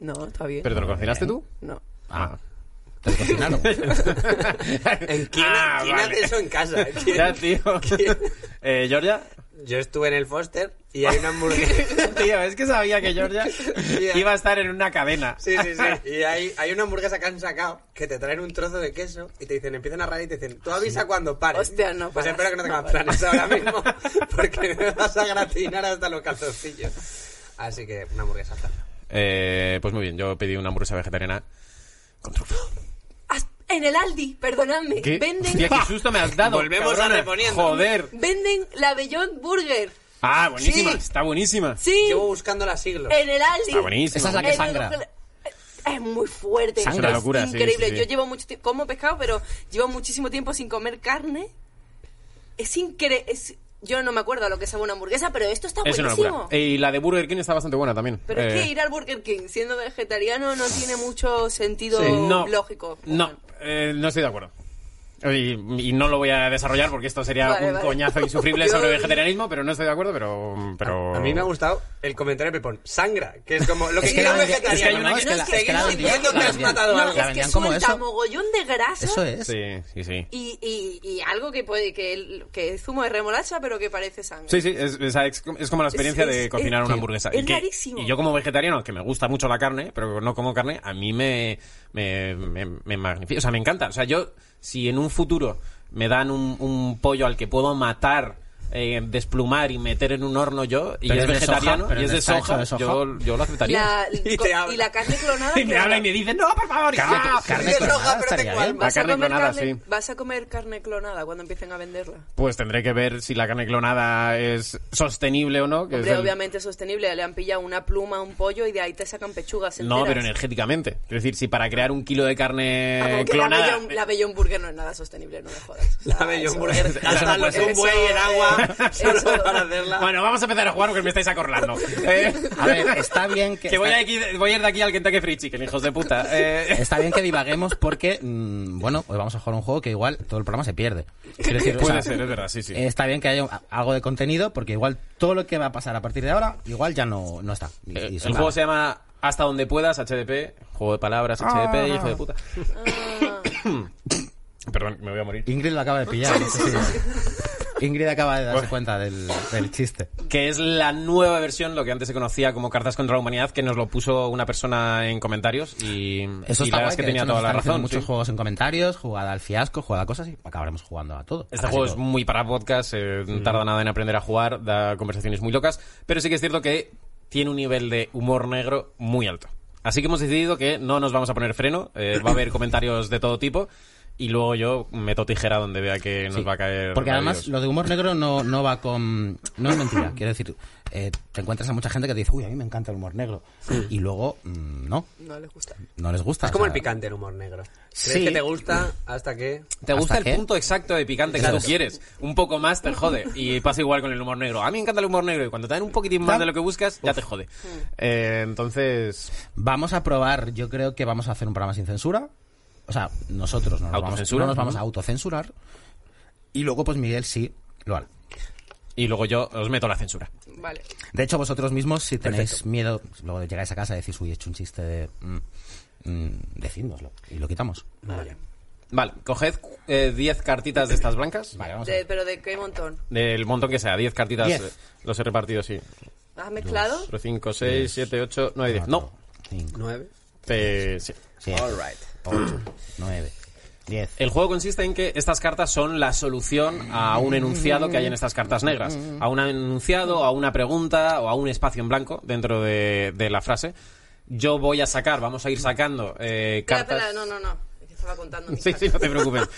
Speaker 5: No, está bien.
Speaker 2: ¿Pero te lo cocinaste tú?
Speaker 5: No.
Speaker 1: Ah, te lo cocinaron.
Speaker 4: ¿En quién,
Speaker 2: Ah,
Speaker 4: quién
Speaker 2: vale.
Speaker 4: hace eso en casa? eh. ¿Quién-
Speaker 2: Ya, tío.
Speaker 4: quién?
Speaker 2: Eh, ¿Georgia?
Speaker 4: Yo estuve en el Foster y hay una hamburguesa.
Speaker 2: Tío, es que sabía que Georgia
Speaker 4: Ya.
Speaker 2: iba a estar en una cadena.
Speaker 4: Sí, sí, sí. Y hay, hay una hamburguesa que han sacado que te traen un trozo de queso y te dicen, empiezan a rayar y te dicen, tú avisa cuando pares.
Speaker 5: Hostia, no
Speaker 4: Pues
Speaker 5: paras,
Speaker 4: espero que no
Speaker 5: no
Speaker 4: tengas
Speaker 5: paras.
Speaker 4: planes ahora mismo porque me vas a gratinar hasta los calzoncillos. Así que una hamburguesa tal.
Speaker 2: Eh, pues muy bien, yo pedí una hamburguesa vegetariana.
Speaker 5: As- En el Aldi, perdonadme.
Speaker 2: ¿Qué?
Speaker 5: Venden.
Speaker 2: Hostia, qué susto me has dado.
Speaker 4: Volvemos a
Speaker 2: cabrona.
Speaker 4: reponiendo.
Speaker 2: Joder.
Speaker 5: Venden la Bellón Burger.
Speaker 2: Ah, buenísima.
Speaker 4: Sí.
Speaker 2: Está buenísima.
Speaker 5: Sí.
Speaker 4: Llevo buscándola siglos.
Speaker 5: En el Aldi.
Speaker 2: Está buenísima.
Speaker 1: Esa es la que
Speaker 5: Es
Speaker 1: sangra.
Speaker 5: muy- Es muy fuerte.
Speaker 2: Es una locura,
Speaker 5: es
Speaker 2: sí,
Speaker 5: increíble.
Speaker 2: sí, sí.
Speaker 5: Yo llevo mucho tiempo, como pescado, pero llevo muchísimo tiempo sin comer carne. Es increíble. yo no me acuerdo a lo que sabe una hamburguesa, pero esto está
Speaker 2: Es una
Speaker 5: buenísimo.
Speaker 2: locura. Y la de Burger King está bastante buena también.
Speaker 5: Pero es
Speaker 2: Eh,
Speaker 5: que ir al Burger King siendo vegetariano no tiene mucho sentido
Speaker 2: Sí. eh, No,
Speaker 5: lógico.
Speaker 2: No, eh, no estoy de acuerdo. Y, y no lo voy a desarrollar porque esto sería
Speaker 5: Vale,
Speaker 2: un
Speaker 5: vale.
Speaker 2: coñazo insufrible
Speaker 5: Yo-
Speaker 2: sobre vegetarianismo, pero no estoy de acuerdo, pero... pero...
Speaker 4: A mí me ha gustado el comentario de Pepón, sangra, que es como lo que
Speaker 1: Es que
Speaker 4: quiere
Speaker 1: la-
Speaker 4: un
Speaker 1: es que-
Speaker 4: vegetariano.
Speaker 1: es que hay una-
Speaker 4: ¿no?
Speaker 1: es que la- es que la
Speaker 4: Seguimos
Speaker 1: vendían-
Speaker 4: diciendo que
Speaker 1: la
Speaker 4: has
Speaker 1: vendían-
Speaker 4: matado
Speaker 5: No,
Speaker 4: algo.
Speaker 1: La
Speaker 5: es que
Speaker 1: vendían como
Speaker 5: suelta
Speaker 1: eso.
Speaker 5: mogollón de grasa.
Speaker 1: Eso es.
Speaker 2: Sí, sí, sí.
Speaker 5: Y, y- y algo que puede que, que es zumo de remolacha, pero que parece sangre.
Speaker 2: Sí, sí, es, es- es como- es como la experiencia
Speaker 5: Es-
Speaker 2: de
Speaker 5: es-
Speaker 2: cocinar
Speaker 5: es-
Speaker 2: una hamburguesa.
Speaker 5: es
Speaker 2: y, que-
Speaker 5: rarísimo.
Speaker 2: y yo como vegetariano, que me gusta mucho la carne, pero no como carne, a mí me, me, me, me magnifica. O sea, me encanta. O sea, yo, si en un futuro me dan un, un pollo al que puedo matar, eh, desplumar y meter en un horno yo, y
Speaker 1: Pero
Speaker 2: es
Speaker 1: es de soja,
Speaker 2: vegetariano,
Speaker 1: pero
Speaker 2: y es de
Speaker 1: está hecho
Speaker 2: soja,
Speaker 1: de soja.
Speaker 2: Yo, yo lo aceptaría.
Speaker 5: La,
Speaker 4: Y
Speaker 5: co-
Speaker 4: te habla.
Speaker 5: y la carne clonada.
Speaker 2: Y me
Speaker 5: que-
Speaker 2: habla y me dice, no, por favor,
Speaker 1: Carne,
Speaker 2: ya".
Speaker 1: carne
Speaker 4: Sí,
Speaker 1: clonada
Speaker 4: soja, pero te
Speaker 1: estaría
Speaker 4: cual-
Speaker 1: bien.
Speaker 2: La
Speaker 5: ¿Vas a,
Speaker 2: carne
Speaker 5: comer
Speaker 2: clonada,
Speaker 5: carne,
Speaker 2: sí.
Speaker 5: vas a comer carne clonada cuando empiecen a venderla.
Speaker 2: Pues tendré que ver si la carne clonada es sostenible o no. Que es
Speaker 5: Hombre,
Speaker 2: Pues el-
Speaker 5: obviamente es sostenible. Le han pillado una pluma, un pollo y de ahí te sacan pechugas enteras.
Speaker 2: No, pero energéticamente. Es decir, si para crear un kilo de
Speaker 5: Ah,
Speaker 2: carne
Speaker 5: porque
Speaker 2: eh, clonada...
Speaker 5: La Bellon, la Bellon Burger no es nada sostenible, no me jodas. O sea,
Speaker 4: La Bellon
Speaker 5: eso-
Speaker 4: Burger,
Speaker 5: eso-
Speaker 4: hasta lo que un
Speaker 5: eso-
Speaker 4: buey en agua, solo
Speaker 5: eso-
Speaker 4: para hacerla.
Speaker 2: Bueno, vamos a empezar a jugar porque me estáis acorralando. Eh,
Speaker 1: A ver, está bien que...
Speaker 2: que voy,
Speaker 1: está-
Speaker 2: a aquí- voy a ir de aquí al Kentucky Fried Chicken, hijos de puta. Eh,
Speaker 1: Está bien que divaguemos porque, mm, bueno, hoy vamos a jugar un juego que igual todo el programa se pierde. Quiero decir, o
Speaker 2: puede
Speaker 1: sea,
Speaker 2: ser, es verdad, sí, sí.
Speaker 1: Eh, Está bien que haya un- algo de contenido, porque igual todo lo que va a pasar a partir de ahora, igual ya no, no está. Y-
Speaker 2: Eh,
Speaker 1: y
Speaker 2: el
Speaker 1: se va.
Speaker 2: juego se llama Hasta donde puedas, HDP, juego de palabras, HDP,
Speaker 4: Ah.
Speaker 2: hijo de puta. Perdón, me voy a morir.
Speaker 1: Ingrid lo acaba de pillar. no sé si- Ingrid acaba de darse cuenta del, del chiste.
Speaker 2: que es la nueva versión, lo que antes se conocía como Cartas contra la Humanidad, que nos lo puso una persona en comentarios y,
Speaker 1: Eso está
Speaker 2: y la verdad
Speaker 1: guay,
Speaker 2: es que
Speaker 1: de
Speaker 2: tenía
Speaker 1: hecho nos
Speaker 2: toda la
Speaker 1: están haciendo
Speaker 2: razón.
Speaker 1: Muchos
Speaker 2: sí.
Speaker 1: juegos en comentarios, jugada al fiasco, jugada a cosas y acabaremos jugando a todo.
Speaker 2: Este
Speaker 1: A
Speaker 2: juego
Speaker 1: casi
Speaker 2: es
Speaker 1: todo.
Speaker 2: muy para podcast, eh, no tarda nada en aprender a jugar, da conversaciones muy locas, pero sí que es cierto que tiene un nivel de humor negro muy alto. Así que hemos decidido que no nos vamos a poner freno, eh, va a haber comentarios de todo tipo y luego yo meto tijera donde vea que nos
Speaker 1: Sí.
Speaker 2: va a caer.
Speaker 1: Porque además
Speaker 2: rayos.
Speaker 1: lo de humor negro no, no va con... No es mentira. Quiero decir, eh, te encuentras a mucha gente que te dice, uy, a mí me encanta el humor negro. Y luego, mm, no,
Speaker 5: No les gusta.
Speaker 1: no les gusta.
Speaker 4: Es como
Speaker 1: o
Speaker 4: el
Speaker 1: sea,
Speaker 4: picante el humor negro. ¿Crees
Speaker 1: Sí.
Speaker 4: que te gusta hasta que...?
Speaker 2: Te gusta
Speaker 1: ¿Hasta
Speaker 2: el
Speaker 1: qué?
Speaker 2: punto exacto de picante que
Speaker 1: Claro.
Speaker 2: tú quieres. Un poco más te jode. Y pasa igual con el humor negro. A mí me encanta el humor negro y cuando te dan un poquitín más
Speaker 1: Tan-
Speaker 2: de lo que buscas, ya te jode. Eh, entonces,
Speaker 1: Vamos a probar, yo creo que vamos a hacer un programa sin censura. O sea, nosotros no nos, vamos,
Speaker 2: Autocensura,
Speaker 1: no nos vamos
Speaker 2: ¿no?
Speaker 1: a autocensurar. Y luego, pues Miguel sí lo hará.
Speaker 2: y luego yo os meto la censura.
Speaker 5: Vale.
Speaker 1: De hecho, vosotros mismos, si tenéis miedo, luego llegáis a casa y decís, uy, he hecho un chiste de... mm, mm, decídnoslo y lo quitamos.
Speaker 4: Vale.
Speaker 2: Vale, coged eh, 10 cartitas de estas blancas.
Speaker 1: Vale, vamos a
Speaker 5: De-
Speaker 1: ver.
Speaker 5: pero de qué montón.
Speaker 2: Del montón que sea, 10 cartitas.
Speaker 1: Diez.
Speaker 2: eh, los he repartido, sí.
Speaker 5: ¿Has mezclado?
Speaker 2: 5, 6, 7, 8, 9, 10. No.
Speaker 1: Cuatro, cinco,
Speaker 4: ¿Nueve?
Speaker 2: Eh, sí.
Speaker 1: siete,
Speaker 4: All right.
Speaker 1: ocho, nueve, diez.
Speaker 2: El juego consiste en que estas cartas son la solución a un enunciado que hay en estas cartas negras. A un enunciado, a una pregunta o a un espacio en blanco dentro de, de la frase. Yo voy a sacar, vamos a ir sacando eh,
Speaker 5: Espera,
Speaker 2: cartas.
Speaker 5: espera, no, no, no. Es que Estaba contando. mis
Speaker 2: Sí, sí, no
Speaker 5: cartas.
Speaker 2: te preocupes.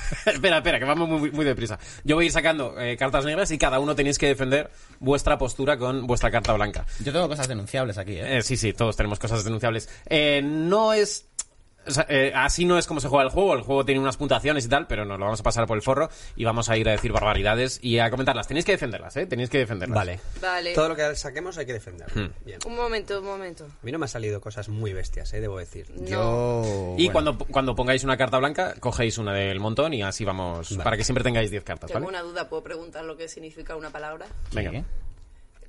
Speaker 2: espera, espera, que vamos muy, muy deprisa. Yo voy a ir sacando eh, cartas negras y cada uno tenéis que defender vuestra postura con vuestra carta blanca.
Speaker 1: Yo tengo cosas denunciables aquí, ¿eh?
Speaker 2: Eh, sí, sí, todos tenemos cosas denunciables. Eh, no es... o sea, eh, así no es como se juega el juego. El juego tiene unas puntuaciones y tal, pero nos lo vamos a pasar por el forro y vamos a ir a decir barbaridades y a comentarlas. Tenéis que defenderlas, ¿eh? Tenéis que defenderlas. Vale.
Speaker 5: Vale.
Speaker 4: Todo lo que saquemos hay que defenderlo.
Speaker 2: Hmm.
Speaker 4: Bien.
Speaker 5: Un momento, un momento.
Speaker 4: A mí no me han salido cosas muy bestias, eh, debo decir.
Speaker 1: Yo...
Speaker 2: Y
Speaker 1: bueno.
Speaker 2: cuando, cuando pongáis una carta blanca, cogéis una del montón y así vamos, para que siempre tengáis 10 cartas,
Speaker 5: Tengo
Speaker 2: ¿vale?
Speaker 5: una duda, ¿puedo preguntar lo que significa una palabra?
Speaker 2: Venga.
Speaker 1: Sí.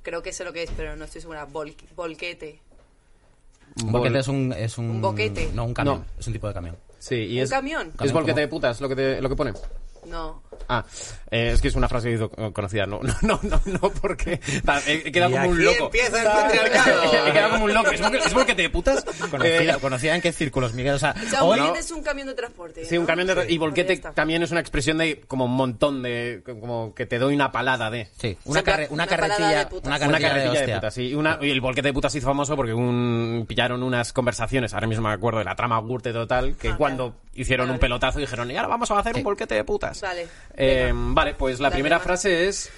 Speaker 5: Creo que sé lo que es, pero no estoy segura. Vol- volquete.
Speaker 1: Un boquete es un... Es un,
Speaker 5: Un boquete.
Speaker 1: No, un camión.
Speaker 2: No.
Speaker 1: Es un tipo de camión.
Speaker 2: Sí, y
Speaker 5: ¿Un
Speaker 2: es,
Speaker 5: camión?
Speaker 2: Es
Speaker 1: Camión,
Speaker 2: volquete
Speaker 1: ¿cómo?
Speaker 2: de putas lo que, te- lo que pone.
Speaker 5: No.
Speaker 2: Ah, eh, es que es una frase conocida. No, no, no, no, no, porque ta- eh, he, he quedado
Speaker 4: Y
Speaker 2: como un
Speaker 4: aquí
Speaker 2: loco.
Speaker 4: empieza el
Speaker 2: Ta-
Speaker 4: patriarcado.
Speaker 2: he quedado como un loco. ¿Es volquete, es volquete de putas?
Speaker 1: Conocida,
Speaker 2: Eh,
Speaker 1: conocida en qué círculos, Miguel. O sea,
Speaker 5: O sea, un
Speaker 1: hoy-
Speaker 5: volquete es un camión de transporte.
Speaker 2: Oh, Sí, un
Speaker 5: ¿no?
Speaker 2: camión de...
Speaker 5: Sí.
Speaker 2: Y volquete
Speaker 5: Vale, ya está.
Speaker 2: también es una expresión de como un montón de... Como que te doy una palada de...
Speaker 1: Sí,
Speaker 5: una
Speaker 1: una,
Speaker 5: carre- una
Speaker 1: una,
Speaker 5: palada de
Speaker 1: carretilla,
Speaker 5: putas.
Speaker 1: una carretilla,
Speaker 2: Una carretilla de,
Speaker 1: hostia.
Speaker 2: putas, sí. Y, una- y el volquete de putas se hizo famoso porque un, pillaron unas conversaciones, ahora mismo me acuerdo, de la trama Gurte Total, que
Speaker 5: Ah,
Speaker 2: cuando
Speaker 5: claro.
Speaker 2: hicieron
Speaker 5: Vale.
Speaker 2: un pelotazo dijeron, y ahora vamos a hacer un volquete de putas.
Speaker 5: Vale,
Speaker 2: Eh,
Speaker 5: venga.
Speaker 2: vale, pues la
Speaker 5: Dale,
Speaker 2: primera
Speaker 5: va.
Speaker 2: frase es,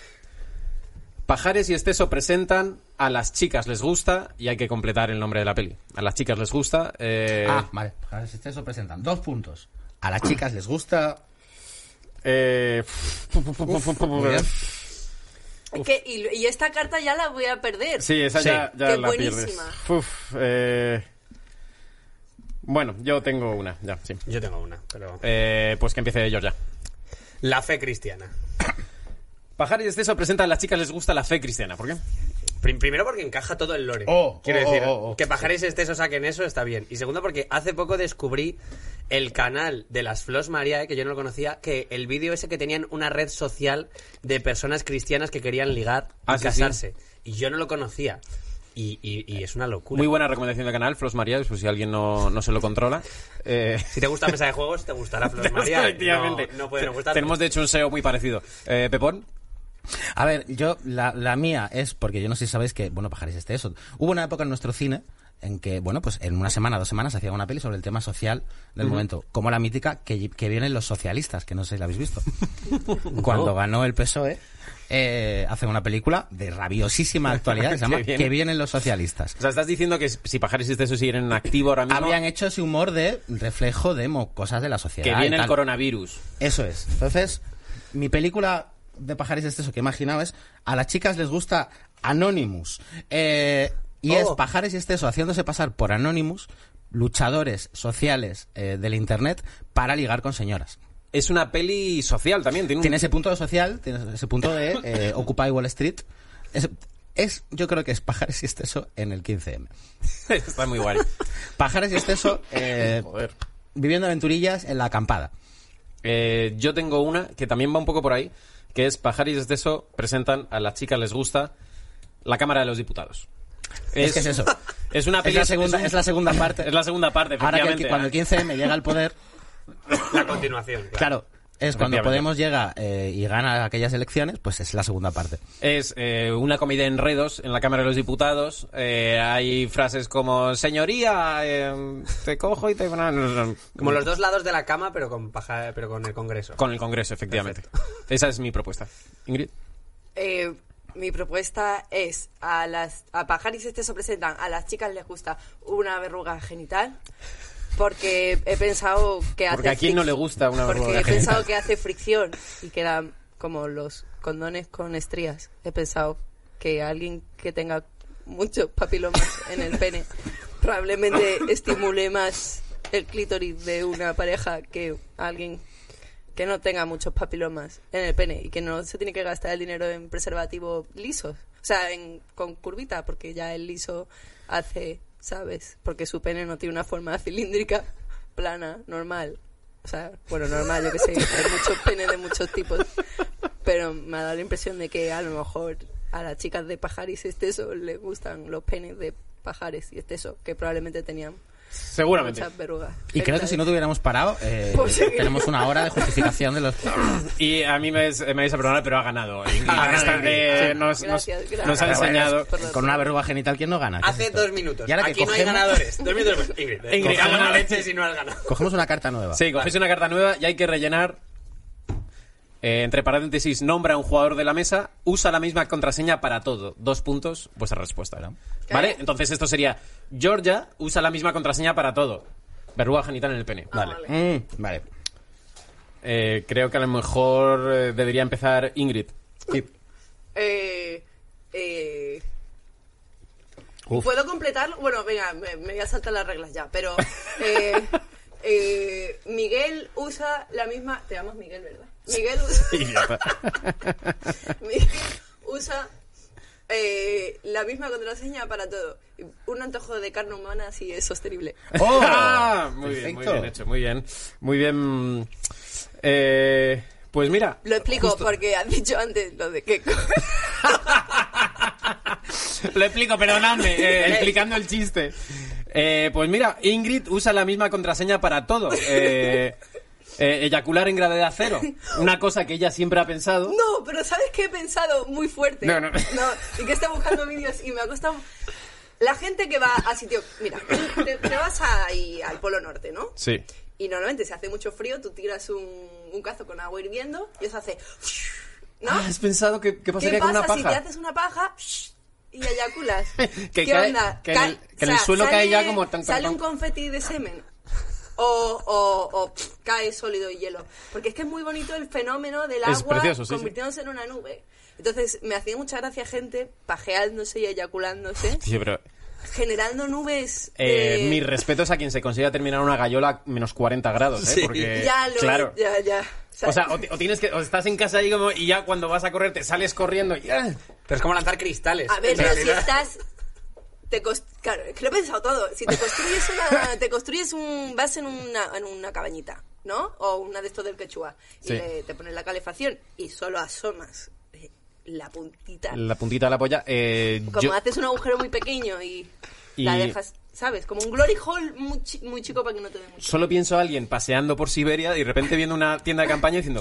Speaker 2: Pajares y Esteso presentan, a las chicas les gusta, y hay que completar el nombre de la peli. A las chicas les gusta... eh,
Speaker 1: Ah, vale. Ahora si ustedes lo presentan. Dos puntos. A las chicas les gusta...
Speaker 2: eh,
Speaker 1: Muy bien.
Speaker 5: Es que- y, y esta carta ya la voy a perder.
Speaker 2: Sí, esa
Speaker 1: Sí.
Speaker 2: ya, ya
Speaker 5: Qué
Speaker 2: la
Speaker 5: buenísima.
Speaker 2: pierdes. Uf, eh, Bueno, yo tengo una, ya, sí.
Speaker 4: Yo tengo una, pero...
Speaker 2: Eh, pues que empiece Georgia.
Speaker 4: La fe cristiana.
Speaker 2: Pajares y Esteso presentan a las chicas les gusta la fe cristiana. ¿Por qué?
Speaker 4: Prim- Primero porque encaja todo el lore.
Speaker 1: Oh,
Speaker 4: Quiero
Speaker 1: oh,
Speaker 4: decir,
Speaker 1: oh, oh, oh.
Speaker 4: que pajares estesos saquen eso está bien. Y segundo porque hace poco descubrí el canal de las Flos Mariae, que yo no lo conocía, que el vídeo ese que tenían una red social de personas cristianas que querían ligar y
Speaker 2: Ah, sí, sí.
Speaker 4: casarse. Y yo no lo conocía. Y, y- y es una locura.
Speaker 2: Muy buena recomendación del canal, Flos María, pues si alguien no, no se lo controla. Eh,
Speaker 4: Si te gusta Mesa de Juegos, te gustará Flos Mariae.
Speaker 2: efectivamente.
Speaker 4: No, no puede no gustar.
Speaker 2: Tenemos de hecho un SEO muy parecido. Eh, Pepón,
Speaker 1: A ver, yo, la, la mía es, porque yo no sé si sabéis que, bueno, pajares este eso. Hubo una época en nuestro cine en que, bueno, pues en una semana, dos semanas, hacía una peli sobre el tema social del momento, como la mítica que, que vienen los socialistas, que no sé si la habéis visto. Cuando ganó el PSOE, E, eh, hacen una película de rabiosísima actualidad que se llama
Speaker 2: Que viene-
Speaker 1: Que vienen los socialistas.
Speaker 2: o sea, estás diciendo que si Pajares y Esteso siguen en activo ahora mismo,
Speaker 1: Habían hecho ese humor de reflejo de mo- cosas de la sociedad.
Speaker 2: que
Speaker 1: y
Speaker 2: viene el
Speaker 1: tal.
Speaker 2: coronavirus.
Speaker 1: Eso es. Entonces, mi película de pajares es eso que he imaginado es a las chicas les gusta Anonymous. Eh, y
Speaker 4: Oh.
Speaker 1: es pajares y esteso haciéndose pasar por Anonymous, luchadores sociales eh, del internet para ligar con señoras.
Speaker 2: Es una peli social también, tiene un
Speaker 1: Tiene ese punto de social, tiene ese punto de eh, Occupy Wall Street. Es, es- yo creo que es pajares y esteso en el 15M.
Speaker 2: Está muy guay.
Speaker 1: Pajares y esteso eh,
Speaker 2: Joder.
Speaker 1: viviendo aventurillas en la acampada.
Speaker 2: Eh, yo tengo una que también va un poco por ahí, que es Pajares de eso presentan a las chicas les gusta la Cámara de los Diputados.
Speaker 1: Es que es eso.
Speaker 2: Es una
Speaker 1: Es
Speaker 2: peli-
Speaker 1: la segunda,
Speaker 2: un-
Speaker 1: es la segunda parte.
Speaker 2: es la segunda parte,
Speaker 1: Ahora que el-
Speaker 2: efectivamente.
Speaker 1: cuando el 15M llega al poder,
Speaker 4: La continuación. claro.
Speaker 1: claro, es cuando
Speaker 2: Efectivamente.
Speaker 1: Podemos llega eh, y gana aquellas elecciones, pues es la segunda parte.
Speaker 2: Es eh, una comida de enredos en la Cámara de los Diputados. Eh, hay frases como, señoría, eh, te cojo y te...
Speaker 4: Como los dos lados de la cama, pero con, paja, pero con el Congreso.
Speaker 2: Con el Congreso, efectivamente. Esa es mi propuesta. Ingrid.
Speaker 5: Eh, mi propuesta es a las a Pajaris este se presentan, a las chicas les gusta una verruga genital. Porque he pensado que hace
Speaker 2: Porque a quién no
Speaker 5: fric-
Speaker 2: le gusta una
Speaker 5: Porque
Speaker 2: verruga
Speaker 5: he
Speaker 2: genital.
Speaker 5: pensado que hace fricción y quedan como los condones con estrías. He pensado que alguien que tenga muchos papilomas en el pene probablemente estimule más el clítoris de una pareja que alguien que no tenga muchos papilomas en el pene y que no se tiene que gastar el dinero en preservativos lisos, o sea, en, con curvita, porque ya el liso hace, ¿sabes? Porque su pene no tiene una forma cilíndrica, plana, normal. O sea, bueno, normal, yo que sé, hay muchos penes de muchos tipos. Pero me ha dado la impresión de que a lo mejor a las chicas de pajares y esteso les gustan los penes de pajares y esteso, que probablemente tenían
Speaker 2: Seguramente.
Speaker 5: muchas verrugas.
Speaker 1: Y creo que si no tuviéramos parado, eh,
Speaker 5: Pues sí.
Speaker 1: tenemos una hora de justificación de los...
Speaker 2: Y a mí me, me vais a perdonar, pero ha ganado. Ingrid. Esta- eh, nos, nos-
Speaker 5: Gracias, gracias.
Speaker 2: nos ha enseñado...
Speaker 5: Por lo
Speaker 1: Con una verruga genital, ¿quién no gana? ¿Qué es
Speaker 4: Hace
Speaker 1: esto?
Speaker 4: dos minutos.
Speaker 1: Y ahora que
Speaker 4: Aquí no hay
Speaker 1: cogemos-
Speaker 4: ganadores. Dos minutos después. Ingrid,
Speaker 2: Ingrid,
Speaker 4: coge
Speaker 2: ha ganado.
Speaker 4: una leche si no has ganado.
Speaker 1: Cogemos una carta nueva.
Speaker 2: Sí, cogéis una carta nueva y hay que rellenar. eh, entre paréntesis, nombra a un jugador de la mesa, usa la misma contraseña para todo. Dos puntos, vuestra respuesta. ¿Vale? Entonces esto sería: Georgia usa la misma contraseña para todo. Verruga genital en el pene.
Speaker 5: Vale.
Speaker 1: Mm, vale.
Speaker 2: Eh, creo que a lo mejor eh, debería empezar Ingrid.
Speaker 5: Eh, eh,
Speaker 1: Uf.
Speaker 5: ¿Puedo completarlo? Bueno, venga, me, me voy a saltar las reglas ya, pero eh, eh, Miguel usa la misma... Te llamas Miguel, ¿verdad? Miguel usa...
Speaker 2: Idiota.
Speaker 5: Miguel usa eh, la misma contraseña para todo. Un antojo de carne humana así es sostenible.
Speaker 1: ¡Oh!
Speaker 2: Ah, muy bien, muy
Speaker 1: Perfecto.
Speaker 2: bien hecho, muy bien. Muy bien. Eh, pues mira,
Speaker 5: Lo explico porque has dicho antes lo de que...
Speaker 2: Lo explico, perdonadme, eh, explicando el chiste. Eh, pues mira, Ingrid usa la misma contraseña para todo. Eh, eh, eyacular en gravedad cero. Una cosa que ella siempre ha pensado.
Speaker 5: No, pero ¿sabes qué he pensado muy fuerte?
Speaker 2: No, no.
Speaker 5: y que está buscando vídeos y me ha costado... La gente que va a sitios... Mira, te, te vas ahí al Polo Norte, ¿no?
Speaker 2: Sí.
Speaker 5: Y normalmente si hace mucho frío, tú tiras un, un cazo con agua hirviendo y eso hace... ¿No?
Speaker 2: Ah, ¿Has pensado que, qué
Speaker 5: ¿Qué
Speaker 2: pasaría
Speaker 5: pasa
Speaker 2: con una
Speaker 5: si te
Speaker 2: paja?
Speaker 5: haces una paja y eyaculas?
Speaker 2: Que
Speaker 5: ¿Qué
Speaker 2: cae-
Speaker 5: onda?
Speaker 2: que en
Speaker 5: Ca-
Speaker 2: el- que en el suelo
Speaker 5: sale-
Speaker 2: cae ya como tan- tan-
Speaker 5: Sale
Speaker 2: tan-
Speaker 5: un confeti de semen. O, o, o pff, cae sólido y hielo. Porque es que es muy bonito el fenómeno del
Speaker 2: Es
Speaker 5: agua
Speaker 2: precioso, sí, sí.
Speaker 5: convirtiéndose en una nube. Entonces me hacía mucha gracia gente pajeándose y eyaculándose,
Speaker 2: Sí, pero.
Speaker 5: generando nubes.
Speaker 2: eh,
Speaker 5: de-
Speaker 2: Mis respetos a quien se consiga terminar una gallola a menos 40 grados, ¿eh?
Speaker 4: Sí.
Speaker 2: Porque.
Speaker 5: Ya lo.
Speaker 2: claro.
Speaker 5: Ya, ya. O sea,
Speaker 2: O sea, o, ti- o tienes que. O estás en casa ahí como. Y ya cuando vas a correr te sales corriendo. Y, ¡ah!
Speaker 4: Pero es como lanzar cristales.
Speaker 5: A ver,
Speaker 4: En
Speaker 5: pero si
Speaker 4: realidad-
Speaker 5: estás. Te cos- claro, es que lo he pensado todo. Si te construyes una. Te construyes un. Vas en una, en una cabañita, ¿no? O una de estos del quechua. Y
Speaker 2: Sí.
Speaker 5: le- te pones la calefacción y solo asomas eh, la puntita.
Speaker 2: La puntita de la polla. eh,
Speaker 5: Como
Speaker 2: yo-
Speaker 5: haces un agujero muy pequeño y,
Speaker 2: Y-
Speaker 5: La dejas, ¿sabes? Como un glory hole muy, chi- muy chico para que no te dé mucho.
Speaker 2: Solo pienso a alguien paseando por Siberia y de repente viendo una tienda de campaña diciendo,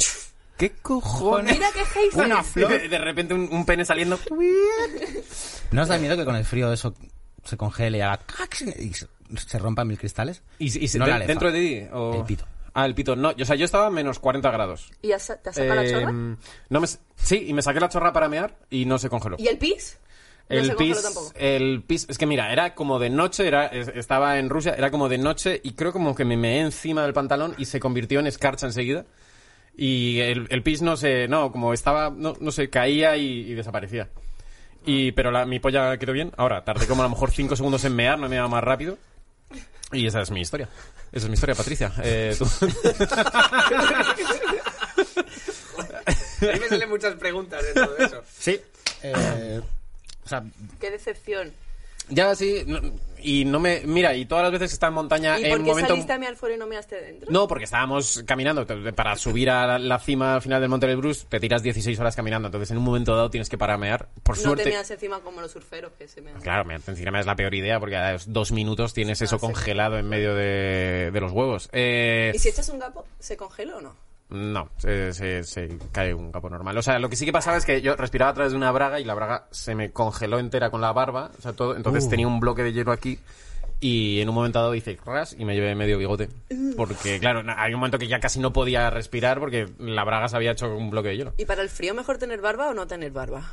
Speaker 2: ¿qué cojones?
Speaker 5: Mira qué heifer.
Speaker 1: Una
Speaker 2: Y
Speaker 1: flor.
Speaker 2: de, de repente un, un pene saliendo.
Speaker 1: ¿No os da miedo que con el frío eso se congele y haga... y se- se rompan mil cristales?
Speaker 2: Y, y se-
Speaker 1: No
Speaker 2: de-
Speaker 1: la lefa.
Speaker 2: dentro de ti. o-
Speaker 1: El pito.
Speaker 2: Ah, el pito. No, yo- o sea, yo estaba a menos 40 grados.
Speaker 5: ¿Y ya sa- te has sacado la
Speaker 2: Eh,
Speaker 5: chorra?
Speaker 2: no me, s- sí, y me saqué la chorra para mear y no se congeló.
Speaker 5: ¿Y el pis? No
Speaker 2: el
Speaker 5: se congeló
Speaker 2: pis,
Speaker 5: tampoco.
Speaker 2: el pis, es que mira, era como de noche, era, es- estaba en Rusia, era como de noche y creo como que me meé encima del pantalón y se convirtió en escarcha enseguida. Y el, el pis no sé, no, como estaba, no, no sé, caía y, y desaparecía. Y, pero la, mi polla quedó bien. Ahora, tardé como a lo mejor 5 segundos en mear, no me iba más rápido. Y esa es mi historia. Esa es mi historia, Patricia. Eh, tú-
Speaker 4: A mí me salen muchas preguntas de todo eso.
Speaker 1: Sí. Eh, o sea,
Speaker 5: Qué decepción.
Speaker 2: ya sí, no- y no me, mira, y todas las veces que estaba en montaña
Speaker 5: ¿Y
Speaker 2: eh, en
Speaker 5: por
Speaker 2: un
Speaker 5: qué
Speaker 2: momento...
Speaker 5: saliste a mi alforo y no measte dentro?
Speaker 2: No, porque estábamos caminando. te- eh, Para subir a la, la cima al final del Monte Bruce te tiras 16 horas caminando. Entonces, en un momento dado tienes que paramear. Por
Speaker 5: No
Speaker 2: suerte.
Speaker 5: te meas encima como los surferos que se me
Speaker 2: Claro, me- encima es la peor idea porque a los dos minutos tienes eso congelado en medio de, de los huevos. Eh,
Speaker 5: ¿Y si echas un gapo, se congela o no?
Speaker 2: No, se, se- se cae un capo normal. O sea, lo que sí que pasaba es que yo respiraba a través de una braga y la braga se me congeló entera con la barba. O sea, todo, entonces
Speaker 1: Uh.
Speaker 2: tenía un bloque de hielo aquí y en un momento dado hice ras y me llevé medio bigote. Porque, claro, na- había un momento que ya casi no podía respirar porque la braga se había hecho un bloque de hielo.
Speaker 5: ¿Y para el frío mejor tener barba o no tener barba?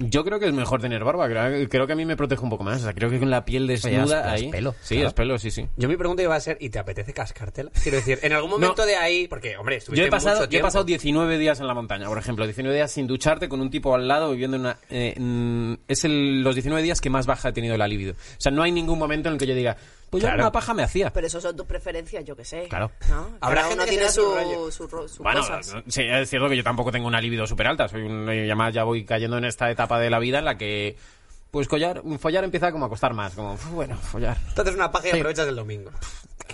Speaker 2: Yo creo que es mejor tener barba. Creo, creo que a mí me protege un poco más. O sea, creo que con la piel desnuda
Speaker 1: haz- haz
Speaker 2: ahí...
Speaker 1: pelo,
Speaker 2: Sí,
Speaker 1: claro.
Speaker 2: es pelo, sí, sí.
Speaker 4: Yo mi pregunta iba a ser, ¿y te apetece cascártela? Quiero decir, en algún momento de ahí, porque, hombre, estuviste
Speaker 2: Yo he, pasado,
Speaker 4: mucho
Speaker 2: yo he
Speaker 4: tiempo.
Speaker 2: pasado 19 días en la montaña, por ejemplo. 19 días sin ducharte con un tipo al lado viviendo en una... eh, mm, es el- los 19 días que más baja he tenido la libido. O sea, no hay ningún momento en el que yo diga, pues yo
Speaker 1: Claro.
Speaker 2: una paja me hacía.
Speaker 5: Pero eso son tus preferencias, yo qué sé.
Speaker 1: Claro.
Speaker 5: ¿no?
Speaker 4: Habrá
Speaker 5: Cada
Speaker 4: gente
Speaker 5: uno
Speaker 4: que
Speaker 5: tiene
Speaker 4: sea su rollo.
Speaker 5: su, su, ro- sus
Speaker 2: Bueno,
Speaker 5: cosas.
Speaker 2: no- sí, es cierto que yo tampoco tengo una libido súper alta. Soy un, y además ya voy cayendo en esta etapa de la vida en la que... Pues collar, follar empieza como a costar más. Como, "Uf, bueno, follar.
Speaker 4: Entonces una paja y aprovechas el domingo.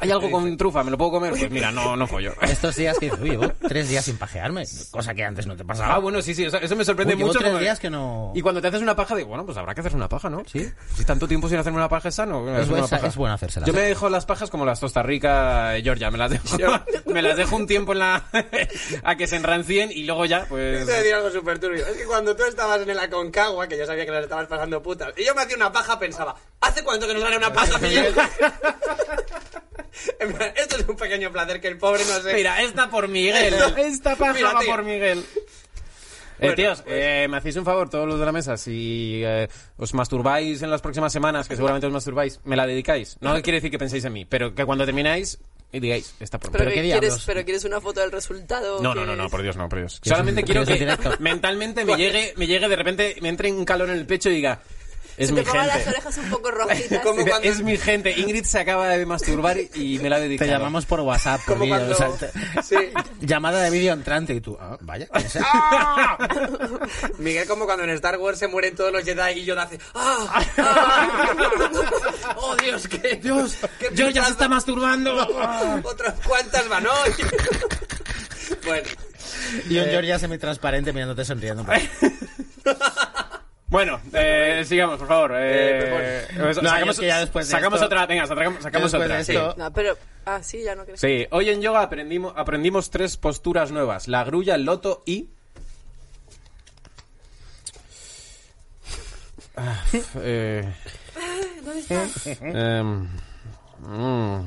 Speaker 2: ¿Hay algo con trufa? ¿Me lo puedo comer? Pues mira, no, no follo.
Speaker 1: Estos días que dices, uy, llevo tres días sin pajearme, cosa que antes no te pasaba.
Speaker 2: Ah, bueno, sí, sí, o sea, eso me sorprende
Speaker 1: Uy, llevo
Speaker 2: mucho.
Speaker 1: tres
Speaker 2: como-
Speaker 1: días que no-
Speaker 2: Y cuando te haces una paja, digo, bueno, pues habrá que hacerse una paja, ¿no? Sí. Si tanto tiempo sin hacerme una paja es sano.
Speaker 1: Es,
Speaker 2: hacerme una
Speaker 1: buena-
Speaker 2: paja.
Speaker 1: es bueno hacérsela.
Speaker 2: Yo me dejo las pajas como las Costa Rica, eh, Georgia, me las dejo, me las dejo un tiempo en la, a que se enrancien y luego ya,
Speaker 4: Te
Speaker 2: pues.
Speaker 4: voy a decir algo súper turbio. Es que cuando tú estabas en el Aconcagua, que yo sabía que las estabas pasando putas, y yo me hacía una paja, pensaba, ¿hace cuánto que nos haré una paja, Miguel? En plan, Esto es un pequeño placer que el pobre no se...
Speaker 2: Mira, esta por Miguel. Esta paja
Speaker 4: Mira,
Speaker 2: va
Speaker 4: tío.
Speaker 2: por Miguel. Eh,
Speaker 4: Bueno,
Speaker 2: tíos, eh, me hacéis un favor, todos los de la mesa, si eh, os masturbáis en las próximas semanas, que seguramente os masturbáis, me la dedicáis. No quiere decir que penséis en mí, pero que cuando termináis, digáis, esta por mí.
Speaker 5: pero,
Speaker 1: ¿pero
Speaker 5: que
Speaker 1: qué
Speaker 5: quieres,
Speaker 1: diablos?
Speaker 5: pero quieres una foto del resultado.
Speaker 2: No, no,
Speaker 5: ¿Quieres-
Speaker 2: no, no, por Dios, no, por Dios.
Speaker 1: ¿Quieres
Speaker 2: Solamente
Speaker 1: un-
Speaker 2: quiero que
Speaker 1: quieres un directo?
Speaker 2: mentalmente me llegue, me llegue de repente, me entre un calor en el pecho y diga, es
Speaker 5: Se
Speaker 2: mi
Speaker 5: te pongan las
Speaker 2: gente.
Speaker 5: orejas un poco rojitas.
Speaker 4: Como
Speaker 2: Diga,
Speaker 4: cuando-
Speaker 2: Es mi gente. Ingrid se acaba de masturbar y me la dedica.
Speaker 1: Te llamamos por WhatsApp, por
Speaker 4: Como
Speaker 1: vídeo,
Speaker 4: cuando-
Speaker 1: o sea, te-
Speaker 4: Sí.
Speaker 1: llamada de vídeo entrante y tú, ah, vaya. o sea,
Speaker 4: Miguel como cuando en Star Wars se mueren todos los Jedi y Yoda hace... ¡Ah! ¡Ah! ¡Oh, Dios, qué... Dios,
Speaker 2: Yo ya se está masturbando.
Speaker 4: Otras cuantas van hoy. bueno,
Speaker 1: y
Speaker 2: Eh.
Speaker 1: un Georgia semitransparente mirándote sonriendo.
Speaker 2: Bueno, eh, sigamos, por favor. Eh,
Speaker 4: Eh,
Speaker 2: pues,
Speaker 1: No,
Speaker 2: sacamos
Speaker 1: es que ya después de
Speaker 2: sacamos
Speaker 1: esto-
Speaker 2: otra, venga, sacamos, sacamos
Speaker 1: después
Speaker 2: otra.
Speaker 1: de
Speaker 2: sí.
Speaker 1: esto-
Speaker 5: No, pero... Ah, sí, ya no crees.
Speaker 2: Sí, hoy en yoga aprendimos, aprendimos tres posturas nuevas: la grulla, el loto y. Ah, f- eh, em, mm.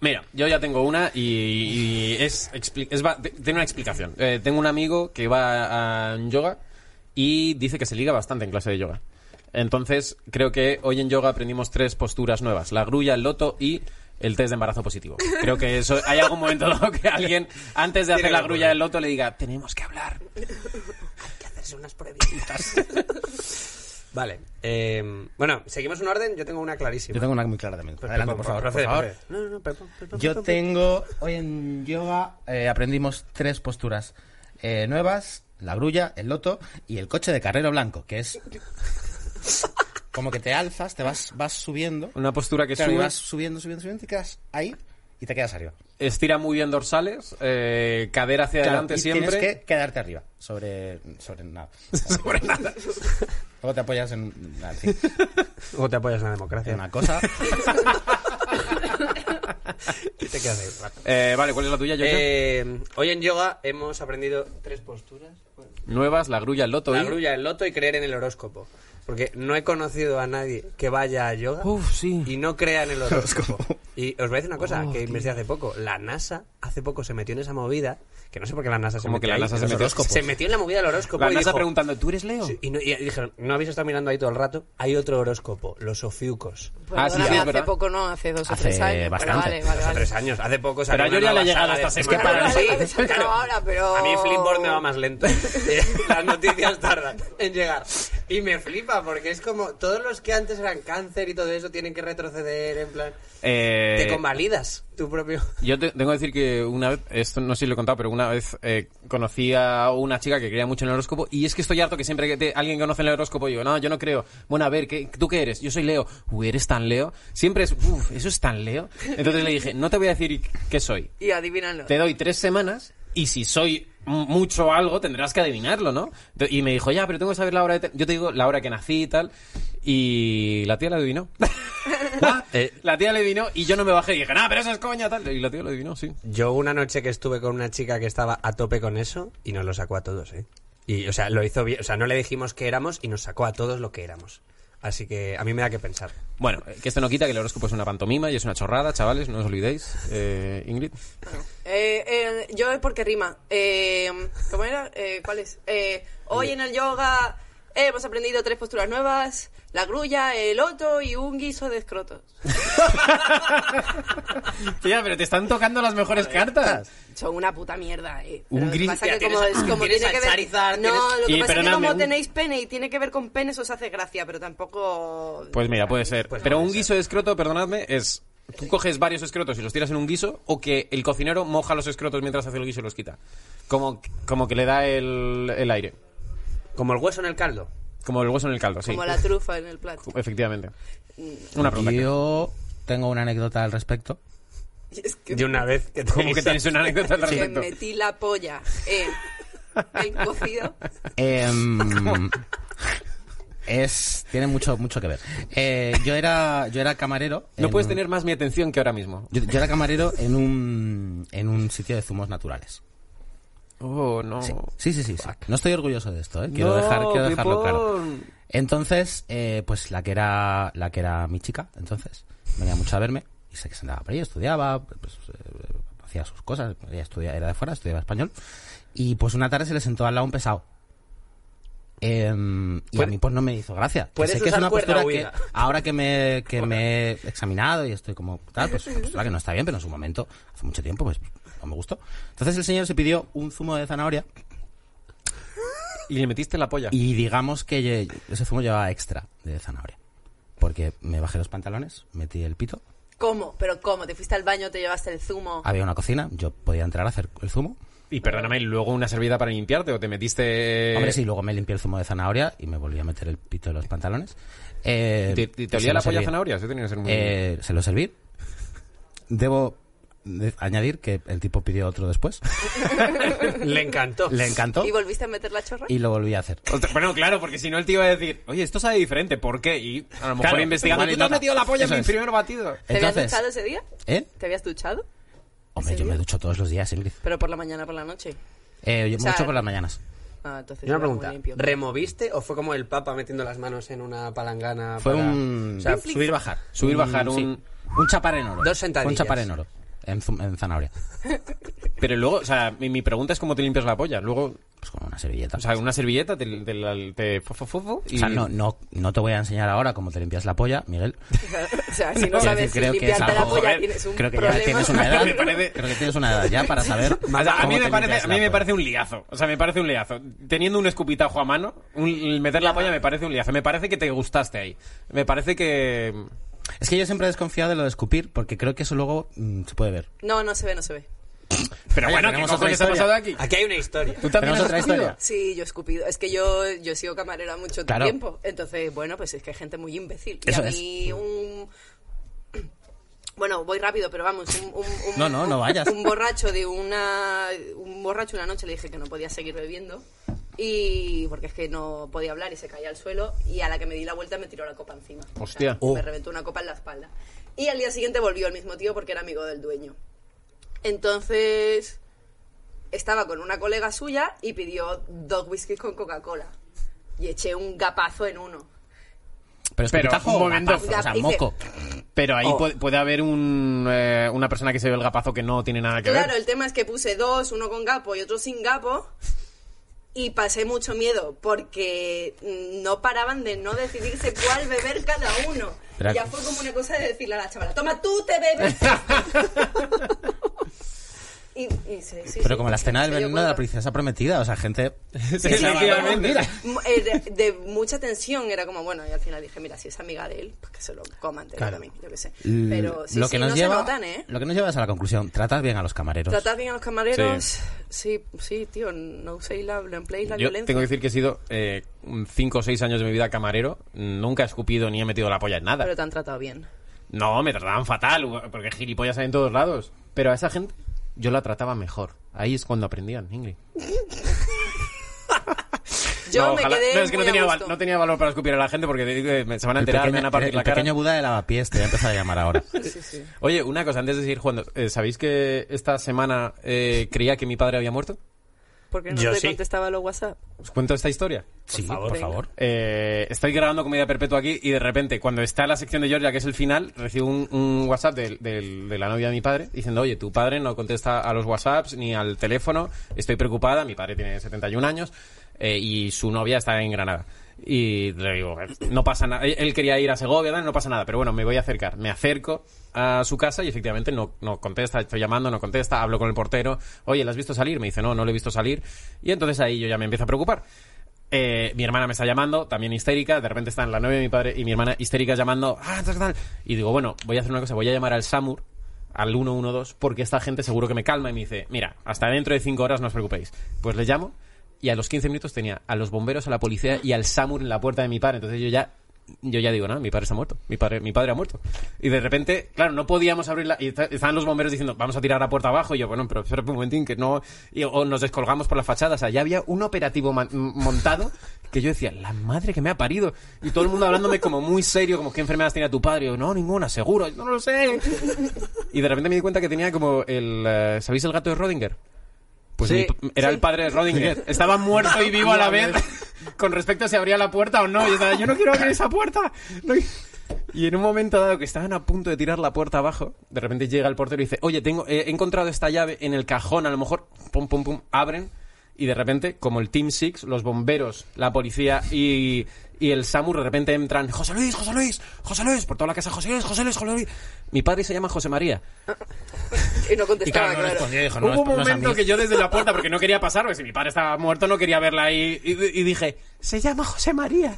Speaker 2: Mira, yo ya tengo una y, y es, expli- es va- te- tiene una explicación. Eh, tengo un amigo que va a un yoga y dice que se liga bastante en clase de yoga. Entonces, creo que hoy en yoga aprendimos tres posturas nuevas. La grulla, el loto y el test de embarazo positivo. Creo que eso hay algún momento dado que alguien, antes de hacer la grulla del loto, le diga, tenemos que hablar.
Speaker 4: hacerse unas pruebitas. vale. eh, bueno, seguimos un orden. Yo tengo una clarísima.
Speaker 1: Yo tengo una muy clara
Speaker 2: Pues
Speaker 1: también. Adelante, por favor.
Speaker 4: Procede,
Speaker 1: por favor.
Speaker 4: procede. No, no, no, perdón, perdón,
Speaker 1: Yo
Speaker 4: perdón,
Speaker 1: tengo, hoy en yoga eh, aprendimos tres posturas eh, nuevas, la grulla, el loto y el coche de carrero blanco, que es como que te alzas, te vas, vas subiendo,
Speaker 2: Una postura que
Speaker 1: claro, y
Speaker 2: sube,
Speaker 1: vas subiendo, subiendo, subiendo, y te quedas ahí y te quedas arriba.
Speaker 2: estira muy bien dorsales, eh, cadera hacia
Speaker 1: Claro,
Speaker 2: adelante
Speaker 1: y
Speaker 2: siempre.
Speaker 1: Tienes que quedarte arriba, sobre, sobre nada.
Speaker 2: Sobre nada.
Speaker 1: Luego te apoyas en, en fin,
Speaker 4: perdón. O te apoyas en la democracia.
Speaker 1: en una cosa.
Speaker 4: Y te quedas ahí, rato.
Speaker 2: Eh, vale, ¿cuál es la tuya, Jojo?
Speaker 4: Eh, hoy en yoga hemos aprendido tres posturas. Bueno,
Speaker 2: Nuevas, la grulla, el loto
Speaker 4: La
Speaker 2: y...
Speaker 4: grulla, el loto y creer en el horóscopo. Porque no he conocido a nadie que vaya a yoga
Speaker 2: Uf, sí. Oh,
Speaker 4: y no crea en el horóscopo. Y os voy a decir una cosa que investigué hace poco. La NASA hace poco se metió en esa movida, que no sé por qué la NASA se
Speaker 2: Como que
Speaker 4: metió
Speaker 2: la
Speaker 4: ahí,
Speaker 2: NASA se
Speaker 4: en los
Speaker 2: metió?
Speaker 4: horóscopos. Se metió en la movida del horóscopo
Speaker 2: La
Speaker 4: y
Speaker 2: NASA
Speaker 4: dijo,
Speaker 2: preguntando, ¿tú eres Leo?
Speaker 4: Sí, Y, no- y dijeron, no habéis estado mirando ahí todo el rato. Hay otro horóscopo, los ofiucos.
Speaker 2: Ah, sí, sí,
Speaker 5: Perdóname,
Speaker 2: es
Speaker 5: Pues hace
Speaker 2: verdad.
Speaker 5: poco no, hace dos o
Speaker 1: Hace
Speaker 5: tres años.
Speaker 1: bastante.
Speaker 5: Vale, vale,
Speaker 4: Pues Hace
Speaker 5: vale.
Speaker 4: tres años, hace poco salió
Speaker 2: Pero a
Speaker 4: una
Speaker 2: Jordi le ha
Speaker 4: nueva
Speaker 2: llegado
Speaker 4: saga
Speaker 2: esta
Speaker 4: de-
Speaker 2: semana.
Speaker 5: Claro,
Speaker 4: Sí,
Speaker 5: vale, vale,
Speaker 4: claro.
Speaker 5: ahora, pero-
Speaker 4: A mí Flipboard me va más lento. Las noticias tardan en llegar. Y me flipa porque es como todos los que antes eran cáncer y todo eso tienen que retroceder en plan...
Speaker 2: Eh,
Speaker 4: Te convalidas tu propio...
Speaker 2: Yo te- tengo que decir que una vez, esto no sé si lo he contado, pero una vez eh, conocí a una chica que creía mucho en el horóscopo y es que estoy harto que siempre que te- alguien conoce el horóscopo digo, no, yo no creo. Bueno, a ver, ¿qué, ¿tú qué eres? Yo soy Leo. Uy, ¿eres tan Leo? Siempre es, uff, ¿eso es tan Leo? Entonces le dije, no te voy a decir qué soy.
Speaker 5: Y adivínalo.
Speaker 2: Te doy tres semanas y si soy m- mucho algo tendrás que adivinarlo, ¿no? Te- Y me dijo, ya, pero tengo que saber la hora de... te-". Yo te digo la hora que nací y tal. Y la tía la adivinó. ¡guau! La tía le adivinó y yo no me bajé y dije, nah, pero eso es coña, tal. Y la tía lo adivinó, sí.
Speaker 4: Yo una noche que estuve con una chica que estaba a tope con eso y nos lo sacó a todos, ¿eh? Y, o sea, lo hizo bien. O sea, no le dijimos que éramos y nos sacó a todos lo que éramos. Así que a mí me da que pensar.
Speaker 2: Bueno, eh, que esto no quita que el horóscopo es una pantomima y es una chorrada, chavales, no os olvidéis. Eh, Ingrid.
Speaker 5: Eh, eh, yo es porque rima. Eh, ¿Cómo era? Eh, ¿Cuál es? Eh, hoy en el yoga hemos aprendido tres posturas nuevas. La grulla, el otro y un guiso de escrotos.
Speaker 2: Tía, pero te están tocando las mejores cartas.
Speaker 5: Son una puta mierda, eh.
Speaker 2: Un
Speaker 5: Pero lo que
Speaker 2: gris-
Speaker 5: pasa es que
Speaker 4: Tienes-
Speaker 5: como, es como
Speaker 4: tienes
Speaker 5: tiene
Speaker 4: al
Speaker 5: que ver...
Speaker 4: Charizard,
Speaker 5: no,
Speaker 4: tienes-
Speaker 5: lo que
Speaker 2: Y
Speaker 5: pasa es que
Speaker 2: perdóname,
Speaker 5: como
Speaker 2: un-
Speaker 5: tenéis pene y tiene que ver con penes os hace gracia, pero tampoco...
Speaker 2: Pues mira, puede ser.
Speaker 4: Pues
Speaker 2: pero
Speaker 4: puede
Speaker 2: un guiso de escroto, perdonadme, es. Tú coges varios escrotos y los tiras en un guiso, o que el cocinero moja los escrotos mientras hace el guiso y los quita. Como, como que le da el, el aire.
Speaker 4: Como el hueso en el caldo.
Speaker 2: Como el hueso en el caldo, sí.
Speaker 5: Como la trufa en el plato.
Speaker 2: Efectivamente. Una pregunta.
Speaker 1: Yo tengo una anécdota al respecto.
Speaker 5: Y es que
Speaker 4: De una vez que te
Speaker 2: Como que
Speaker 4: hizo-
Speaker 2: tienes una anécdota al
Speaker 5: que
Speaker 2: respecto.
Speaker 5: metí la polla en el cocido.
Speaker 1: Em, es, tiene mucho, mucho que ver. Eh, yo, era, yo era camarero.
Speaker 2: No
Speaker 1: en-
Speaker 2: puedes tener más mi atención que ahora mismo.
Speaker 1: Yo, yo era camarero en un, en un sitio de zumos naturales.
Speaker 2: Oh, no.
Speaker 1: Sí, sí, sí. sí, sí. No estoy orgulloso de esto, ¿eh? Quiero, dejar,
Speaker 2: No,
Speaker 1: quiero dejarlo claro.
Speaker 2: pipón.
Speaker 1: Entonces, eh, pues la que era la que era mi chica, entonces, venía mucho a verme y se que se andaba por ahí, estudiaba, pues, eh, hacía sus cosas, ella estudia- era de fuera, estudiaba español. Y pues una tarde se le sentó al lado un pesado. Em, y a
Speaker 4: Puede-
Speaker 1: mí pues no me hizo gracia. Que
Speaker 4: puedes
Speaker 1: sé que es
Speaker 4: usar
Speaker 1: una
Speaker 4: cuerda
Speaker 1: postura que
Speaker 4: huida.
Speaker 1: ahora que me, que me he examinado y estoy como tal, pues es una postura que no está bien, pero en su momento, hace mucho tiempo, pues no me gustó. Entonces el señor se pidió un zumo de zanahoria
Speaker 2: Y le metiste la polla.
Speaker 1: y digamos que ye- ese zumo llevaba extra de zanahoria. Porque me bajé los pantalones, metí el pito,
Speaker 5: ¿Cómo? ¿Pero cómo? ¿Te fuiste al baño, te llevaste el zumo?
Speaker 1: había una cocina, yo podía entrar a hacer el zumo.
Speaker 2: Y perdóname, luego una servilleta para limpiarte o te metiste.
Speaker 1: Hombre, sí, luego me limpié el zumo de zanahoria y me volví a meter el pito en los pantalones. Eh,
Speaker 2: ¿Te, te- te
Speaker 1: y se
Speaker 2: olía
Speaker 1: lo
Speaker 2: la polla
Speaker 1: serví.
Speaker 2: zanahoria? Eso tenía que ser muy.
Speaker 1: Eh, se lo serví. Debo de- añadir que el tipo pidió otro después.
Speaker 4: Le encantó.
Speaker 1: Le encantó
Speaker 5: ¿Y volviste a meter la chorra?
Speaker 1: y lo volví a hacer.
Speaker 2: Ostras, Bueno, claro, porque si no el tío iba a decir, oye, esto sabe diferente, ¿por qué? Y a lo mejor
Speaker 1: Claro,
Speaker 2: investigando,
Speaker 1: igual y
Speaker 2: tú te has
Speaker 1: nota.
Speaker 2: metido la polla en
Speaker 1: Eso
Speaker 2: mi
Speaker 1: es.
Speaker 2: primer batido.
Speaker 5: ¿Te habías
Speaker 1: Entonces,
Speaker 5: duchado ese día?
Speaker 1: ¿eh?
Speaker 5: ¿Te habías duchado?
Speaker 1: Hombre,
Speaker 5: ¿En
Speaker 1: yo me
Speaker 5: serio?
Speaker 1: ducho todos los días, Ingrid.
Speaker 5: Pero por la mañana, por la noche.
Speaker 1: Eh, yo
Speaker 5: O sea,
Speaker 1: me ducho por las mañanas.
Speaker 5: Ah, entonces
Speaker 4: Y una
Speaker 5: era muy
Speaker 4: pregunta,
Speaker 5: limpio.
Speaker 4: ¿removiste o fue como el Papa metiendo las manos en una palangana?
Speaker 1: Fue
Speaker 4: para-
Speaker 1: un...
Speaker 4: O sea,
Speaker 1: subir, bajar.
Speaker 2: Subir, bajar,
Speaker 1: sí.
Speaker 2: un-
Speaker 1: Un chapar en oro.
Speaker 4: Dos sentadillas.
Speaker 1: Un chapar en oro. En, zum- en zanahoria.
Speaker 2: Pero luego, o sea, mi, mi pregunta es cómo te limpias la polla. Luego,
Speaker 1: Pues con una servilleta.
Speaker 2: o sea, una servilleta, te, te, la- te fo- fo- fo- fo, y...
Speaker 1: O sea, no, no, no te voy a enseñar ahora cómo te limpias la polla, Miguel.
Speaker 5: o sea, si no
Speaker 1: Quiero
Speaker 5: sabes
Speaker 1: decir, creo que
Speaker 5: limpiarte
Speaker 1: es
Speaker 5: la
Speaker 1: algo-
Speaker 5: polla,
Speaker 2: joder,
Speaker 5: tienes un
Speaker 1: Creo que
Speaker 5: problema.
Speaker 1: ya tienes una edad.
Speaker 2: Me parece-
Speaker 1: Creo que tienes una edad ya para saber.
Speaker 2: O sea, a
Speaker 1: cómo
Speaker 2: mí,
Speaker 1: te
Speaker 2: me parece,
Speaker 1: limpias
Speaker 2: a
Speaker 1: la
Speaker 2: mí me
Speaker 1: polla.
Speaker 2: parece un liazo. O sea, me parece un liazo. Teniendo un escupitajo a mano, un- el meter la polla me parece un liazo. Me parece que te gustaste ahí. Me parece que...
Speaker 1: Es que yo siempre he desconfiado de lo de escupir porque creo que eso luego mm, se puede ver.
Speaker 5: No, no se ve, no se ve.
Speaker 2: Pero
Speaker 1: Oye,
Speaker 2: bueno, ¿qué
Speaker 1: tenemos otra
Speaker 2: cojones ha
Speaker 1: historia.
Speaker 2: pasado aquí?
Speaker 4: Aquí hay una historia.
Speaker 2: ¿Tú también
Speaker 1: Tenemos
Speaker 2: has
Speaker 1: otra
Speaker 2: escupido?
Speaker 1: historia.
Speaker 5: Sí, yo he escupido. Es que yo, yo he sido camarera mucho
Speaker 1: Claro.
Speaker 5: tiempo. Entonces, bueno, pues es que hay gente muy imbécil. Y
Speaker 1: Eso
Speaker 5: a
Speaker 1: es.
Speaker 5: mí un... Bueno, voy rápido, pero vamos, un, un- un-
Speaker 1: No, no, no vayas.
Speaker 5: un borracho de una un borracho una noche le dije que no podía seguir bebiendo y porque es que no podía hablar y se caía al suelo y a la que me di la vuelta me tiró la copa encima.
Speaker 2: Hostia.
Speaker 1: Oh.
Speaker 5: O sea, me reventó una copa en la espalda. Y al día siguiente volvió el mismo tío porque era amigo del dueño. Entonces estaba con una colega suya y pidió dos whiskies con Coca-Cola. Y eché un gapazo en uno.
Speaker 1: Pero,
Speaker 2: Pero,
Speaker 1: escupitajo
Speaker 2: un
Speaker 1: o
Speaker 2: momento.
Speaker 1: gapazo, o sea,
Speaker 5: Dice-
Speaker 1: moco.
Speaker 2: Pero ahí
Speaker 4: Oh.
Speaker 2: puede, puede haber un, eh, una persona que se ve el gapazo que no tiene nada que ver.
Speaker 5: Claro, el tema es que puse dos, uno con gapo y otro sin gapo. Y pasé mucho miedo porque mm, no paraban de no decidirse cuál beber cada uno.
Speaker 1: Pero-
Speaker 5: Ya fue como una cosa de decirle a la chavala, toma tú, te bebes. y, y sí, sí,
Speaker 1: Pero
Speaker 5: sí,
Speaker 1: como la escena del
Speaker 5: se dio
Speaker 1: veneno de la
Speaker 5: cuenta.
Speaker 1: princesa prometida, o sea, gente.
Speaker 2: Sí,
Speaker 5: Sí, sí,
Speaker 2: efectivamente.
Speaker 5: bueno, mu- eh, de, de mucha tensión era como bueno y al final dije mira si es amiga de él pues que se lo coman te lo
Speaker 1: Claro.
Speaker 5: comen, yo qué sé
Speaker 1: l-
Speaker 5: pero sí,
Speaker 1: lo
Speaker 5: sí,
Speaker 1: que
Speaker 5: no
Speaker 1: nos
Speaker 5: se
Speaker 1: lleva,
Speaker 5: notan eh
Speaker 1: Lo que nos lleva es a la conclusión: tratas bien a los camareros.
Speaker 5: tratad bien a los camareros sí sí, tío no uséis la no empleéis la
Speaker 2: Yo
Speaker 5: violencia
Speaker 2: tengo que decir que he sido 5 o 6 años de mi vida camarero. Nunca he escupido ni he metido la polla en nada.
Speaker 5: pero te han tratado bien
Speaker 2: No, me trataban fatal, porque gilipollas hay en todos lados. Pero a esa gente yo la trataba mejor. Ahí es cuando aprendían, Ingrid.
Speaker 5: Yo
Speaker 2: no,
Speaker 5: me
Speaker 2: ojalá-
Speaker 5: quedé
Speaker 2: no, es que
Speaker 5: muy
Speaker 2: no tenía,
Speaker 5: a
Speaker 2: val-
Speaker 5: gusto.
Speaker 2: no tenía valor para escupir a la gente porque te digo que me- se van a
Speaker 1: El
Speaker 2: enterar, me
Speaker 1: pequeño,
Speaker 2: van a partir
Speaker 1: el
Speaker 2: la cara.
Speaker 1: pequeño Buda de lavapiés te voy a empezar a llamar ahora.
Speaker 5: Sí, sí.
Speaker 2: Oye, una cosa, antes de seguir jugando, eh, ¿sabéis que esta semana eh, creía que mi padre había muerto?
Speaker 5: ¿Por qué no
Speaker 4: Yo
Speaker 5: te
Speaker 4: sí.
Speaker 5: contestaba los WhatsApp?
Speaker 2: ¿Os cuento esta historia?
Speaker 1: sí,
Speaker 4: favor.
Speaker 1: por
Speaker 5: Venga.
Speaker 1: favor.
Speaker 2: Eh, estoy grabando Comedia Perpetua aquí y de repente, cuando está la sección de Georgia, que es el final, recibo un, un WhatsApp del- del- de la novia de mi padre diciendo, oye, tu padre no contesta a los WhatsApps ni al teléfono, estoy preocupada, mi padre tiene 71 años eh, y su novia está en Granada. Y le digo, "Eh, no pasa nada, él quería ir a Segovia, tal, no pasa nada, pero bueno, me voy a acercar, me acerco a su casa y efectivamente no, no contesta, estoy llamando, no contesta, hablo con el portero, oye, ¿la has visto salir? Me dice, no, no le he visto salir. Y entonces ahí yo ya me empiezo a preocupar. Eh, mi hermana me está llamando, también histérica. De repente están la novia de mi padre y mi hermana histérica llamando. "Ah, tal, tal". Y digo, bueno, voy a hacer una cosa, voy a llamar al SAMUR, al 112, porque esta gente seguro que me calma y me dice, mira, hasta dentro de 5 horas no os preocupéis. Pues le llamo y a los 15 minutos tenía a los bomberos, a la policía y al SAMUR en la puerta de mi padre. Entonces yo ya yo ya digo, no, mi padre está muerto, mi padre, mi padre ha muerto. Y de repente, claro, no podíamos abrirla. Y está- estaban los bomberos diciendo, vamos a tirar la puerta abajo. Y yo, bueno, pero espera un momentín, que no. y- o nos descolgamos por la fachada. O sea, ya había un operativo man- m- montado que yo decía, la madre que me ha parido. Y todo el mundo hablándome como muy serio, como qué enfermedades tenía tu padre. Y yo, no, ninguna, seguro, Yo, no lo sé. Y de repente me di cuenta que tenía como el. eh, ¿Sabéis el gato de Rodinger? Pues
Speaker 4: Sí,
Speaker 2: mi- era el padre de Rodinger. Estaba muerto y vivo a la vez. Con respecto a si abría la puerta o no. Yo estaba, yo no quiero abrir esa puerta. No qui- Y en un momento dado que estaban a punto de tirar la puerta abajo, de repente llega el portero y dice, oye, tengo, eh, he he encontrado esta llave en el cajón, a lo mejor, pum, pum, pum, abren. Y de repente, como el Team Six, los bomberos, la policía y, y el Samur, de repente entran, José Luis, José Luis, José Luis, por toda la casa, José Luis, José Luis, José Luis. Mi padre se llama José María.
Speaker 5: Y no
Speaker 1: Y
Speaker 5: contestaba,
Speaker 1: claro, no
Speaker 5: claro.
Speaker 1: respondió, dijo, no,
Speaker 2: Hubo un
Speaker 1: no es a
Speaker 2: momento
Speaker 1: mí.
Speaker 2: que yo desde la puerta, porque no quería pasar, porque si mi padre estaba muerto no quería verla ahí, y, y dije, se llama José María.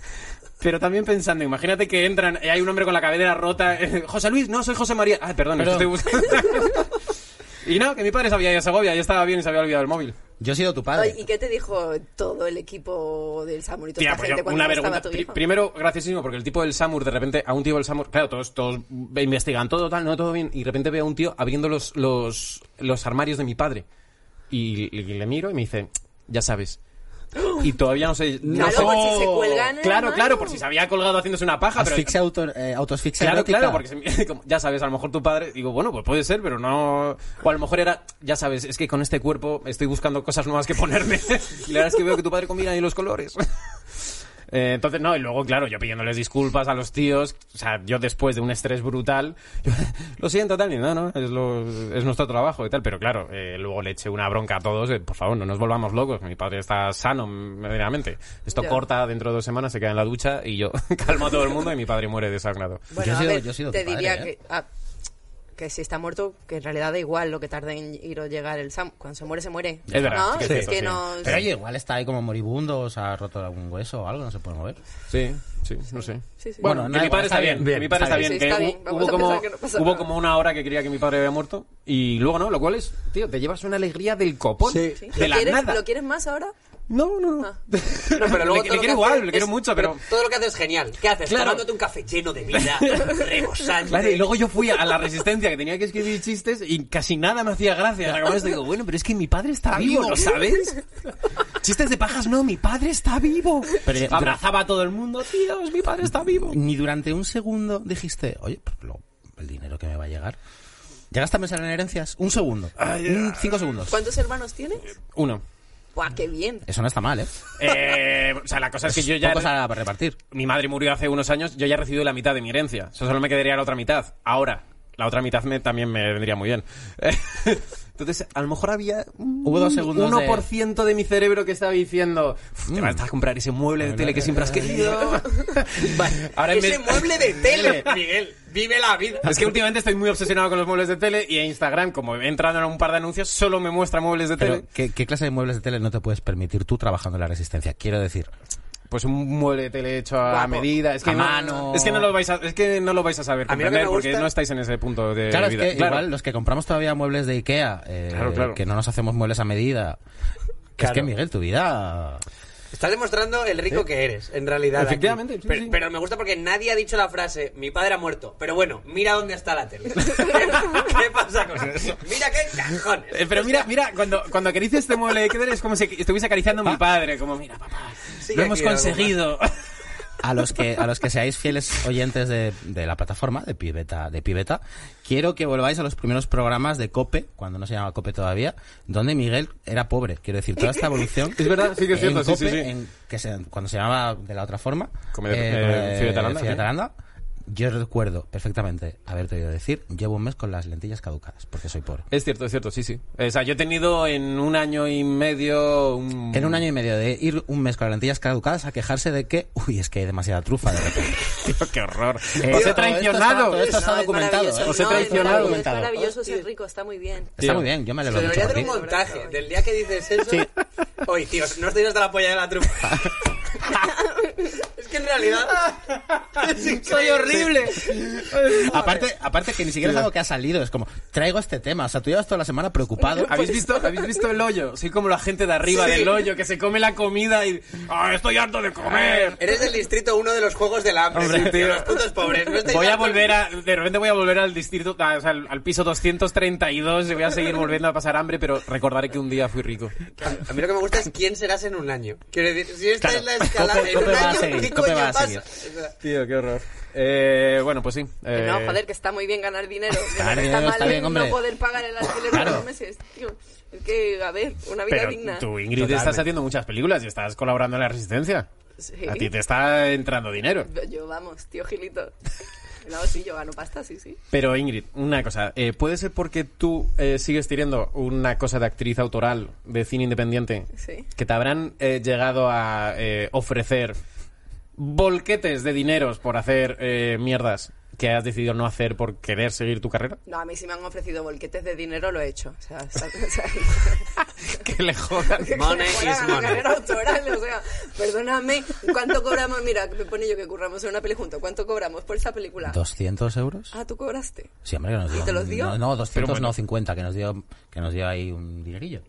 Speaker 2: Pero también pensando, imagínate que entran y hay un hombre con la cadera rota, eh, José Luis, no, soy José María. Ah, perdón,
Speaker 1: Perdón.
Speaker 2: estoy buscando. y no, que mi padre sabía ido a Segovia, ya estaba bien y se había olvidado el móvil.
Speaker 1: Yo he sido tu
Speaker 5: Ay,
Speaker 1: padre.
Speaker 5: ¿Y qué te dijo todo el equipo del Samur y toda
Speaker 2: Tía,
Speaker 5: esta
Speaker 2: pues
Speaker 5: gente
Speaker 2: yo,
Speaker 5: cuando
Speaker 2: una
Speaker 5: no estaba
Speaker 2: vergüenza.
Speaker 5: tu
Speaker 2: Pri-
Speaker 5: hijo?
Speaker 2: primero, graciosísimo, porque el tipo del Samur, de repente, a un tío del Samur, claro, todos, todos investigan todo, tal, no, todo bien, y de repente veo a un tío abriendo los, los, los armarios de mi padre. Y, le- le miro y me dice, ya sabes. Y todavía no sé. No
Speaker 5: Claro,
Speaker 2: sé-
Speaker 5: por si se cuelgan en la
Speaker 2: Claro,
Speaker 5: mano.
Speaker 2: claro, por si se había colgado haciéndose una paja. Ah, pero-
Speaker 1: Asfixia auto, eh, autoasfixia
Speaker 2: Claro,
Speaker 1: erótica.
Speaker 2: claro, porque se- como, ya sabes, a lo mejor tu padre, digo, bueno, pues puede ser, pero no. O a lo mejor era, ya sabes, es que con este cuerpo estoy buscando cosas nuevas que ponerme. y la verdad es que veo que tu padre combina ahí los colores. Eh, entonces, no, y luego, claro, yo pidiéndoles disculpas a los tíos, o sea, yo después de un estrés brutal, yo, lo siento, tal, y no, no, es, lo- es nuestro trabajo y tal, pero claro, eh, luego le eché una bronca a todos, eh, por favor, no nos volvamos locos, mi padre está sano medianamente, esto
Speaker 5: Ya.
Speaker 2: corta dentro de dos semanas, se queda en la ducha y yo calmo a todo el mundo y mi padre muere desangrado.
Speaker 1: Yo he
Speaker 5: a
Speaker 1: sido- yo he sido
Speaker 5: te
Speaker 1: tu padre,
Speaker 5: diría
Speaker 1: ¿eh?
Speaker 5: que, ah, que si está muerto, que en realidad da igual lo que tarde en ir o llegar el Sam. Cuando se muere, se muere.
Speaker 2: Es verdad,
Speaker 5: ¿No?
Speaker 2: sí que es
Speaker 5: es
Speaker 2: cierto,
Speaker 5: que
Speaker 2: sí.
Speaker 5: no...
Speaker 1: Pero oye, igual está ahí como moribundo, o se ha roto algún hueso o algo, no se puede mover.
Speaker 2: Sí, sí, no sé.
Speaker 5: Sí, sí.
Speaker 2: Bueno,
Speaker 1: Bueno,
Speaker 2: que
Speaker 1: no,
Speaker 2: mi padre
Speaker 1: está
Speaker 2: está bien.
Speaker 1: bien.
Speaker 2: que Mi padre está
Speaker 1: Está
Speaker 2: bien.
Speaker 5: bien.
Speaker 2: que
Speaker 5: Sí, está
Speaker 2: hu-
Speaker 5: bien. Vamos
Speaker 2: hubo,
Speaker 5: a
Speaker 2: como,
Speaker 5: pensar que no pasa
Speaker 2: hubo
Speaker 5: nada.
Speaker 2: como una hora que creía que mi padre había muerto y luego no, lo cual es, tío, te llevas una alegría del copón.
Speaker 3: Sí.
Speaker 5: ¿Sí?
Speaker 2: De
Speaker 5: ¿Lo
Speaker 2: la
Speaker 5: quieres-
Speaker 2: nada.
Speaker 5: ¿Lo quieres más ahora?
Speaker 2: No, no, no.
Speaker 5: Ah.
Speaker 4: No, pero
Speaker 2: le, le
Speaker 4: luego todo lo que
Speaker 2: quiero igual,
Speaker 4: hace
Speaker 2: le quiero
Speaker 4: es-
Speaker 2: mucho, pero...
Speaker 4: Todo lo que haces es genial. ¿Qué haces?
Speaker 2: Claro.
Speaker 4: Tomándote un café lleno de vida, rebosante.
Speaker 2: Claro, y luego yo fui a la resistencia que tenía que escribir chistes y casi nada me hacía gracia. Acababa esto y digo, bueno, pero es que mi padre está vivo, ¿lo sabes? Chistes de pajas, no, mi padre está vivo.
Speaker 1: Pero-
Speaker 2: Abrazaba a todo el mundo, tíos, mi padre está vivo.
Speaker 1: Ni durante un segundo dijiste, oye, pues lo- el dinero que me va a llegar. ¿Llegaste a pensar en herencias? Un segundo. Un- cinco segundos.
Speaker 5: ¿Cuántos hermanos tienes?
Speaker 2: Uno.
Speaker 5: ¡Buah, qué bien!
Speaker 1: Eso no está mal, ¿eh?
Speaker 2: Eh, o sea, la cosa es que yo ya...
Speaker 1: Pocos a repartir.
Speaker 2: mi madre murió hace unos años, yo ya he recibido la mitad de mi herencia. Eso solo me quedaría la otra mitad. Ahora, la otra mitad me, también me vendría muy bien. Entonces, a lo mejor había un
Speaker 1: Hubo dos segundos de-
Speaker 2: 1% de... mi cerebro que estaba diciendo, "Uf, te vas a comprar ese mueble de tele que siempre has querido. Ahora en
Speaker 4: Ese
Speaker 2: vez-
Speaker 4: mueble de tele, Miguel. Vive la vida.
Speaker 2: Es que últimamente estoy muy obsesionado con los muebles de tele y Instagram, como he entrado en un par de anuncios, solo me muestra muebles de
Speaker 1: Pero,
Speaker 2: tele.
Speaker 1: ¿qué, qué clase de muebles de tele no te puedes permitir tú trabajando en la resistencia? Quiero decir,
Speaker 2: Pues un mueble de tele hecho a
Speaker 5: Guapo.
Speaker 2: medida, es que
Speaker 1: A
Speaker 2: no,
Speaker 1: mano.
Speaker 2: Es que no lo vais a, es que no lo vais a saber
Speaker 4: A mí lo que me
Speaker 2: comprender porque
Speaker 4: gusta-
Speaker 2: no estáis en ese punto de
Speaker 1: claro, es
Speaker 2: vida.
Speaker 1: que igual los que compramos todavía muebles de Ikea, eh,
Speaker 2: Claro, claro.
Speaker 1: que no nos hacemos muebles a medida. Es
Speaker 2: Claro.
Speaker 1: que, Miguel, tu vida...
Speaker 4: Estás demostrando el rico que eres, en realidad. aquí.
Speaker 2: ¿Eh? Efectivamente, sí,
Speaker 4: pero,
Speaker 2: sí.
Speaker 4: pero me gusta porque nadie ha dicho la frase, mi padre ha muerto. Pero bueno, mira dónde está la tele. ¿Qué, pasa con eso? Mira qué cajones.
Speaker 2: Ah. Eh, pero mira, mira, cuando, cuando acaricia este mueble de Keder es como si estuviese acariciando a mi padre, como mira, papá.
Speaker 4: sigue
Speaker 2: ¡Lo hemos
Speaker 4: aquí de algo
Speaker 2: conseguido!
Speaker 1: a los que a los que seáis fieles oyentes de, de la plataforma de Pibeta de Pibeta quiero que volváis a los primeros programas de Cope cuando no se llamaba Cope todavía donde Miguel era pobre quiero decir toda esta evolución
Speaker 2: Es verdad, sí que es
Speaker 1: en
Speaker 2: cierto, sí, sí,
Speaker 1: Cope,
Speaker 2: sí.
Speaker 1: en- que se- cuando se llamaba de la otra forma
Speaker 2: Comedia- eh, Fidetalanda, sí.
Speaker 1: Fidetalanda, yo recuerdo perfectamente haberte oído decir llevo un mes con las lentillas caducadas porque soy pobre
Speaker 2: Es cierto, es cierto, sí, sí. O sea, yo he tenido en un año y medio un...
Speaker 1: en un año y medio de ir un mes con las lentillas caducadas a quejarse de que uy es que hay demasiada trufa de repente
Speaker 2: Tío, ¡Qué horror!
Speaker 1: Eh,
Speaker 2: ¡Os
Speaker 1: todo
Speaker 2: he
Speaker 1: esto
Speaker 2: traicionado!
Speaker 1: todo esto está
Speaker 5: No, es
Speaker 1: documentado,
Speaker 5: maravilloso,
Speaker 1: ¿eh?
Speaker 5: no,
Speaker 2: Os he traicionado.
Speaker 5: es maravilloso, Es
Speaker 2: Documentado.
Speaker 5: maravilloso ser rico, está muy bien.
Speaker 1: Está
Speaker 2: Tío.
Speaker 1: muy bien, yo me
Speaker 4: Se
Speaker 1: alegro mucho
Speaker 4: debería
Speaker 1: por
Speaker 4: hacer
Speaker 1: ti.
Speaker 4: un montaje del día que dices eso. Oye, tío, no estoy hasta la polla de la trufa. es que en realidad.
Speaker 5: ¡Soy horrible!
Speaker 1: Aparte, aparte que ni siquiera es algo que ha salido, es como, traigo este tema, o sea, tú llevas toda la semana preocupado.
Speaker 2: ¿Habéis visto, ¿Habéis visto el hoyo? Soy como la gente de arriba
Speaker 4: Sí.
Speaker 2: del hoyo que se come la comida y... ¡Ah, estoy harto de comer!
Speaker 4: Eres del distrito uno de los juegos del hambre.
Speaker 2: Hombre,
Speaker 4: sí, tío,
Speaker 2: tío.
Speaker 4: Los putos pobres. No estáis
Speaker 2: Voy a
Speaker 4: hartos-
Speaker 2: volver a... De repente voy a volver al distrito... a- o sea, al, al piso 232 y voy a seguir volviendo a pasar hambre, pero recordaré que un día fui rico.
Speaker 4: Claro, A mí lo que me gusta es quién serás en un año. Quiero decir, si esta
Speaker 1: Claro.
Speaker 4: es la escala
Speaker 1: Cope-
Speaker 4: en un
Speaker 1: Cope va a
Speaker 4: año,
Speaker 1: seguir,
Speaker 4: ¿qué
Speaker 1: Cope
Speaker 4: coño
Speaker 1: va a
Speaker 4: pasa?
Speaker 1: seguir.
Speaker 4: O sea,
Speaker 2: Tío, qué horror. Eh, bueno, pues sí.
Speaker 5: Que
Speaker 2: eh,
Speaker 5: no, joder, que está muy bien ganar dinero. que
Speaker 1: Ganar
Speaker 5: no
Speaker 1: dinero
Speaker 5: está mal
Speaker 1: está bien, hombre.
Speaker 5: no poder pagar el alquiler
Speaker 1: Claro.
Speaker 5: por los meses, tío. Es que, a ver, una vida
Speaker 2: Pero
Speaker 5: digna.
Speaker 2: tú, Ingrid, estás
Speaker 1: Totalmente.
Speaker 2: haciendo muchas películas y estás colaborando en La Resistencia.
Speaker 5: Sí.
Speaker 2: A ti te está entrando dinero.
Speaker 5: Yo, vamos, tío Gilito. No, sí, yo gano pasta, sí, sí.
Speaker 2: Pero Ingrid, una cosa, eh, ¿puede ser porque tú eh, sigues teniendo una cosa de actriz autoral de cine independiente
Speaker 5: Sí.
Speaker 2: que te habrán eh, llegado a eh, ofrecer volquetes de dineros por hacer eh, mierdas que has decidido no hacer por querer seguir tu carrera?
Speaker 5: No, a mí si me han ofrecido bolquetes de dinero, lo he hecho. O sea, está- o sea,
Speaker 2: Que le jodan.
Speaker 4: Money
Speaker 5: fuera
Speaker 4: is
Speaker 5: la
Speaker 4: money.
Speaker 5: carrera autoral, o sea, perdóname, ¿cuánto cobramos? Mira, me pone yo que curramos en una peli junto. ¿Cuánto cobramos por esa película?
Speaker 1: ¿200 euros?
Speaker 5: Ah, tú cobraste.
Speaker 1: Sí, hombre, que nos dio.
Speaker 5: te los
Speaker 1: un-
Speaker 5: dio?
Speaker 1: No, no, 200,
Speaker 2: Pero bueno.
Speaker 1: no, 50, que nos dio, que nos dio ahí un dinerillo.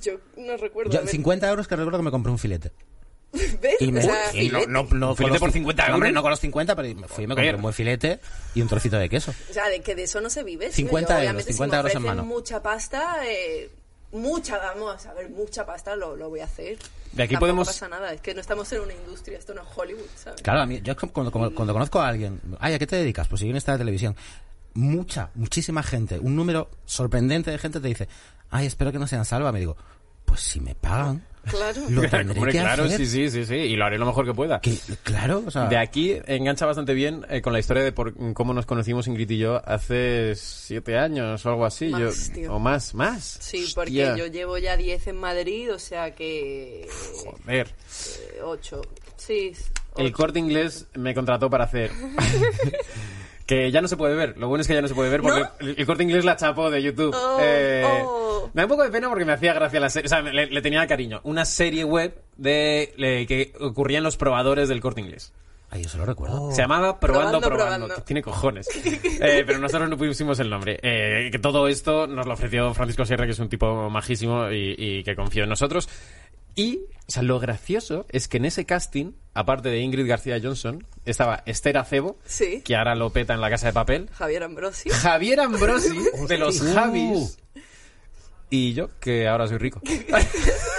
Speaker 5: Yo no recuerdo.
Speaker 1: Yo,
Speaker 5: haber-
Speaker 1: 50 euros que recuerdo que me compré un filete.
Speaker 5: ¿Ves?
Speaker 1: Y me.
Speaker 5: O sea,
Speaker 1: y no, no, no,
Speaker 2: ¿eh? ¿Un filete
Speaker 1: con los
Speaker 2: por
Speaker 1: cin-
Speaker 2: 50
Speaker 1: no, hombre,
Speaker 2: euros?
Speaker 1: no con los 50, pero me fui y me compré
Speaker 2: Joder.
Speaker 1: un buen filete y un trocito de queso.
Speaker 5: O sea, de que de eso no se vive. tío.
Speaker 1: 50
Speaker 5: Yo,
Speaker 1: euros,
Speaker 5: obviamente,
Speaker 1: 50
Speaker 5: si me
Speaker 1: euros en
Speaker 5: ofrecen
Speaker 1: mano.
Speaker 5: mucha pasta, eh, mucha, vamos a ver, mucha pasta lo, lo voy a hacer.
Speaker 2: De aquí
Speaker 5: Tampoco
Speaker 2: podemos-
Speaker 5: pasa nada, es que no estamos en una industria, esto no es Hollywood, ¿sabes?
Speaker 1: Claro, a mí, yo como- como- cuando, conozco a alguien, ay, ¿a qué te dedicas? Pues soy guionista de televisión. Mucha, muchísima gente, un número sorprendente de gente te dice, ay, espero que no sean salva. Me digo, pues si me pagan,
Speaker 5: Claro.
Speaker 1: lo tendré
Speaker 2: Hombre,
Speaker 1: que
Speaker 2: claro,
Speaker 1: hacer.
Speaker 2: sí, sí, sí, sí, y lo haré lo mejor que pueda.
Speaker 1: Que- claro, o sea,
Speaker 2: De aquí engancha bastante bien eh, con la historia de por, cómo nos conocimos Ingrid y yo hace siete años o algo así.
Speaker 5: Más,
Speaker 2: yo-
Speaker 5: tío.
Speaker 2: O más, más.
Speaker 5: Sí, porque
Speaker 2: Hostia,
Speaker 5: yo llevo ya 10 en Madrid, o sea que
Speaker 2: Joder. Eh,
Speaker 5: 8. Sí.
Speaker 2: El
Speaker 5: ocho.
Speaker 2: corte inglés me contrató para hacer. que ya no se puede ver. Lo bueno es que ya no se puede ver porque el, el corte inglés la chapó de YouTube.
Speaker 5: Oh,
Speaker 2: Eh,
Speaker 5: oh.
Speaker 2: Me da un poco de pena porque me hacía gracia la serie. O sea, me- le, le tenía cariño. Una serie web de le- que ocurría en los probadores del corte inglés.
Speaker 1: ay, yo se lo recuerdo.
Speaker 2: Se llamaba Probando,
Speaker 5: Probando,
Speaker 2: Probando.
Speaker 5: Probando.
Speaker 2: que Tiene cojones. Eh, pero nosotros no pusimos el nombre. Eh, que todo esto nos lo ofreció Francisco Sierra, que es un tipo majísimo y, y que confió en nosotros. Y, o sea, lo gracioso es que en ese casting, aparte de Ingrid García Johnson, estaba Esther Acebo,
Speaker 5: Sí.
Speaker 2: que ahora lo peta en la casa de papel,
Speaker 5: Javier Ambrosi.
Speaker 2: Javier Ambrosi, de los
Speaker 1: Uh.
Speaker 2: Javis, y yo, que ahora soy rico.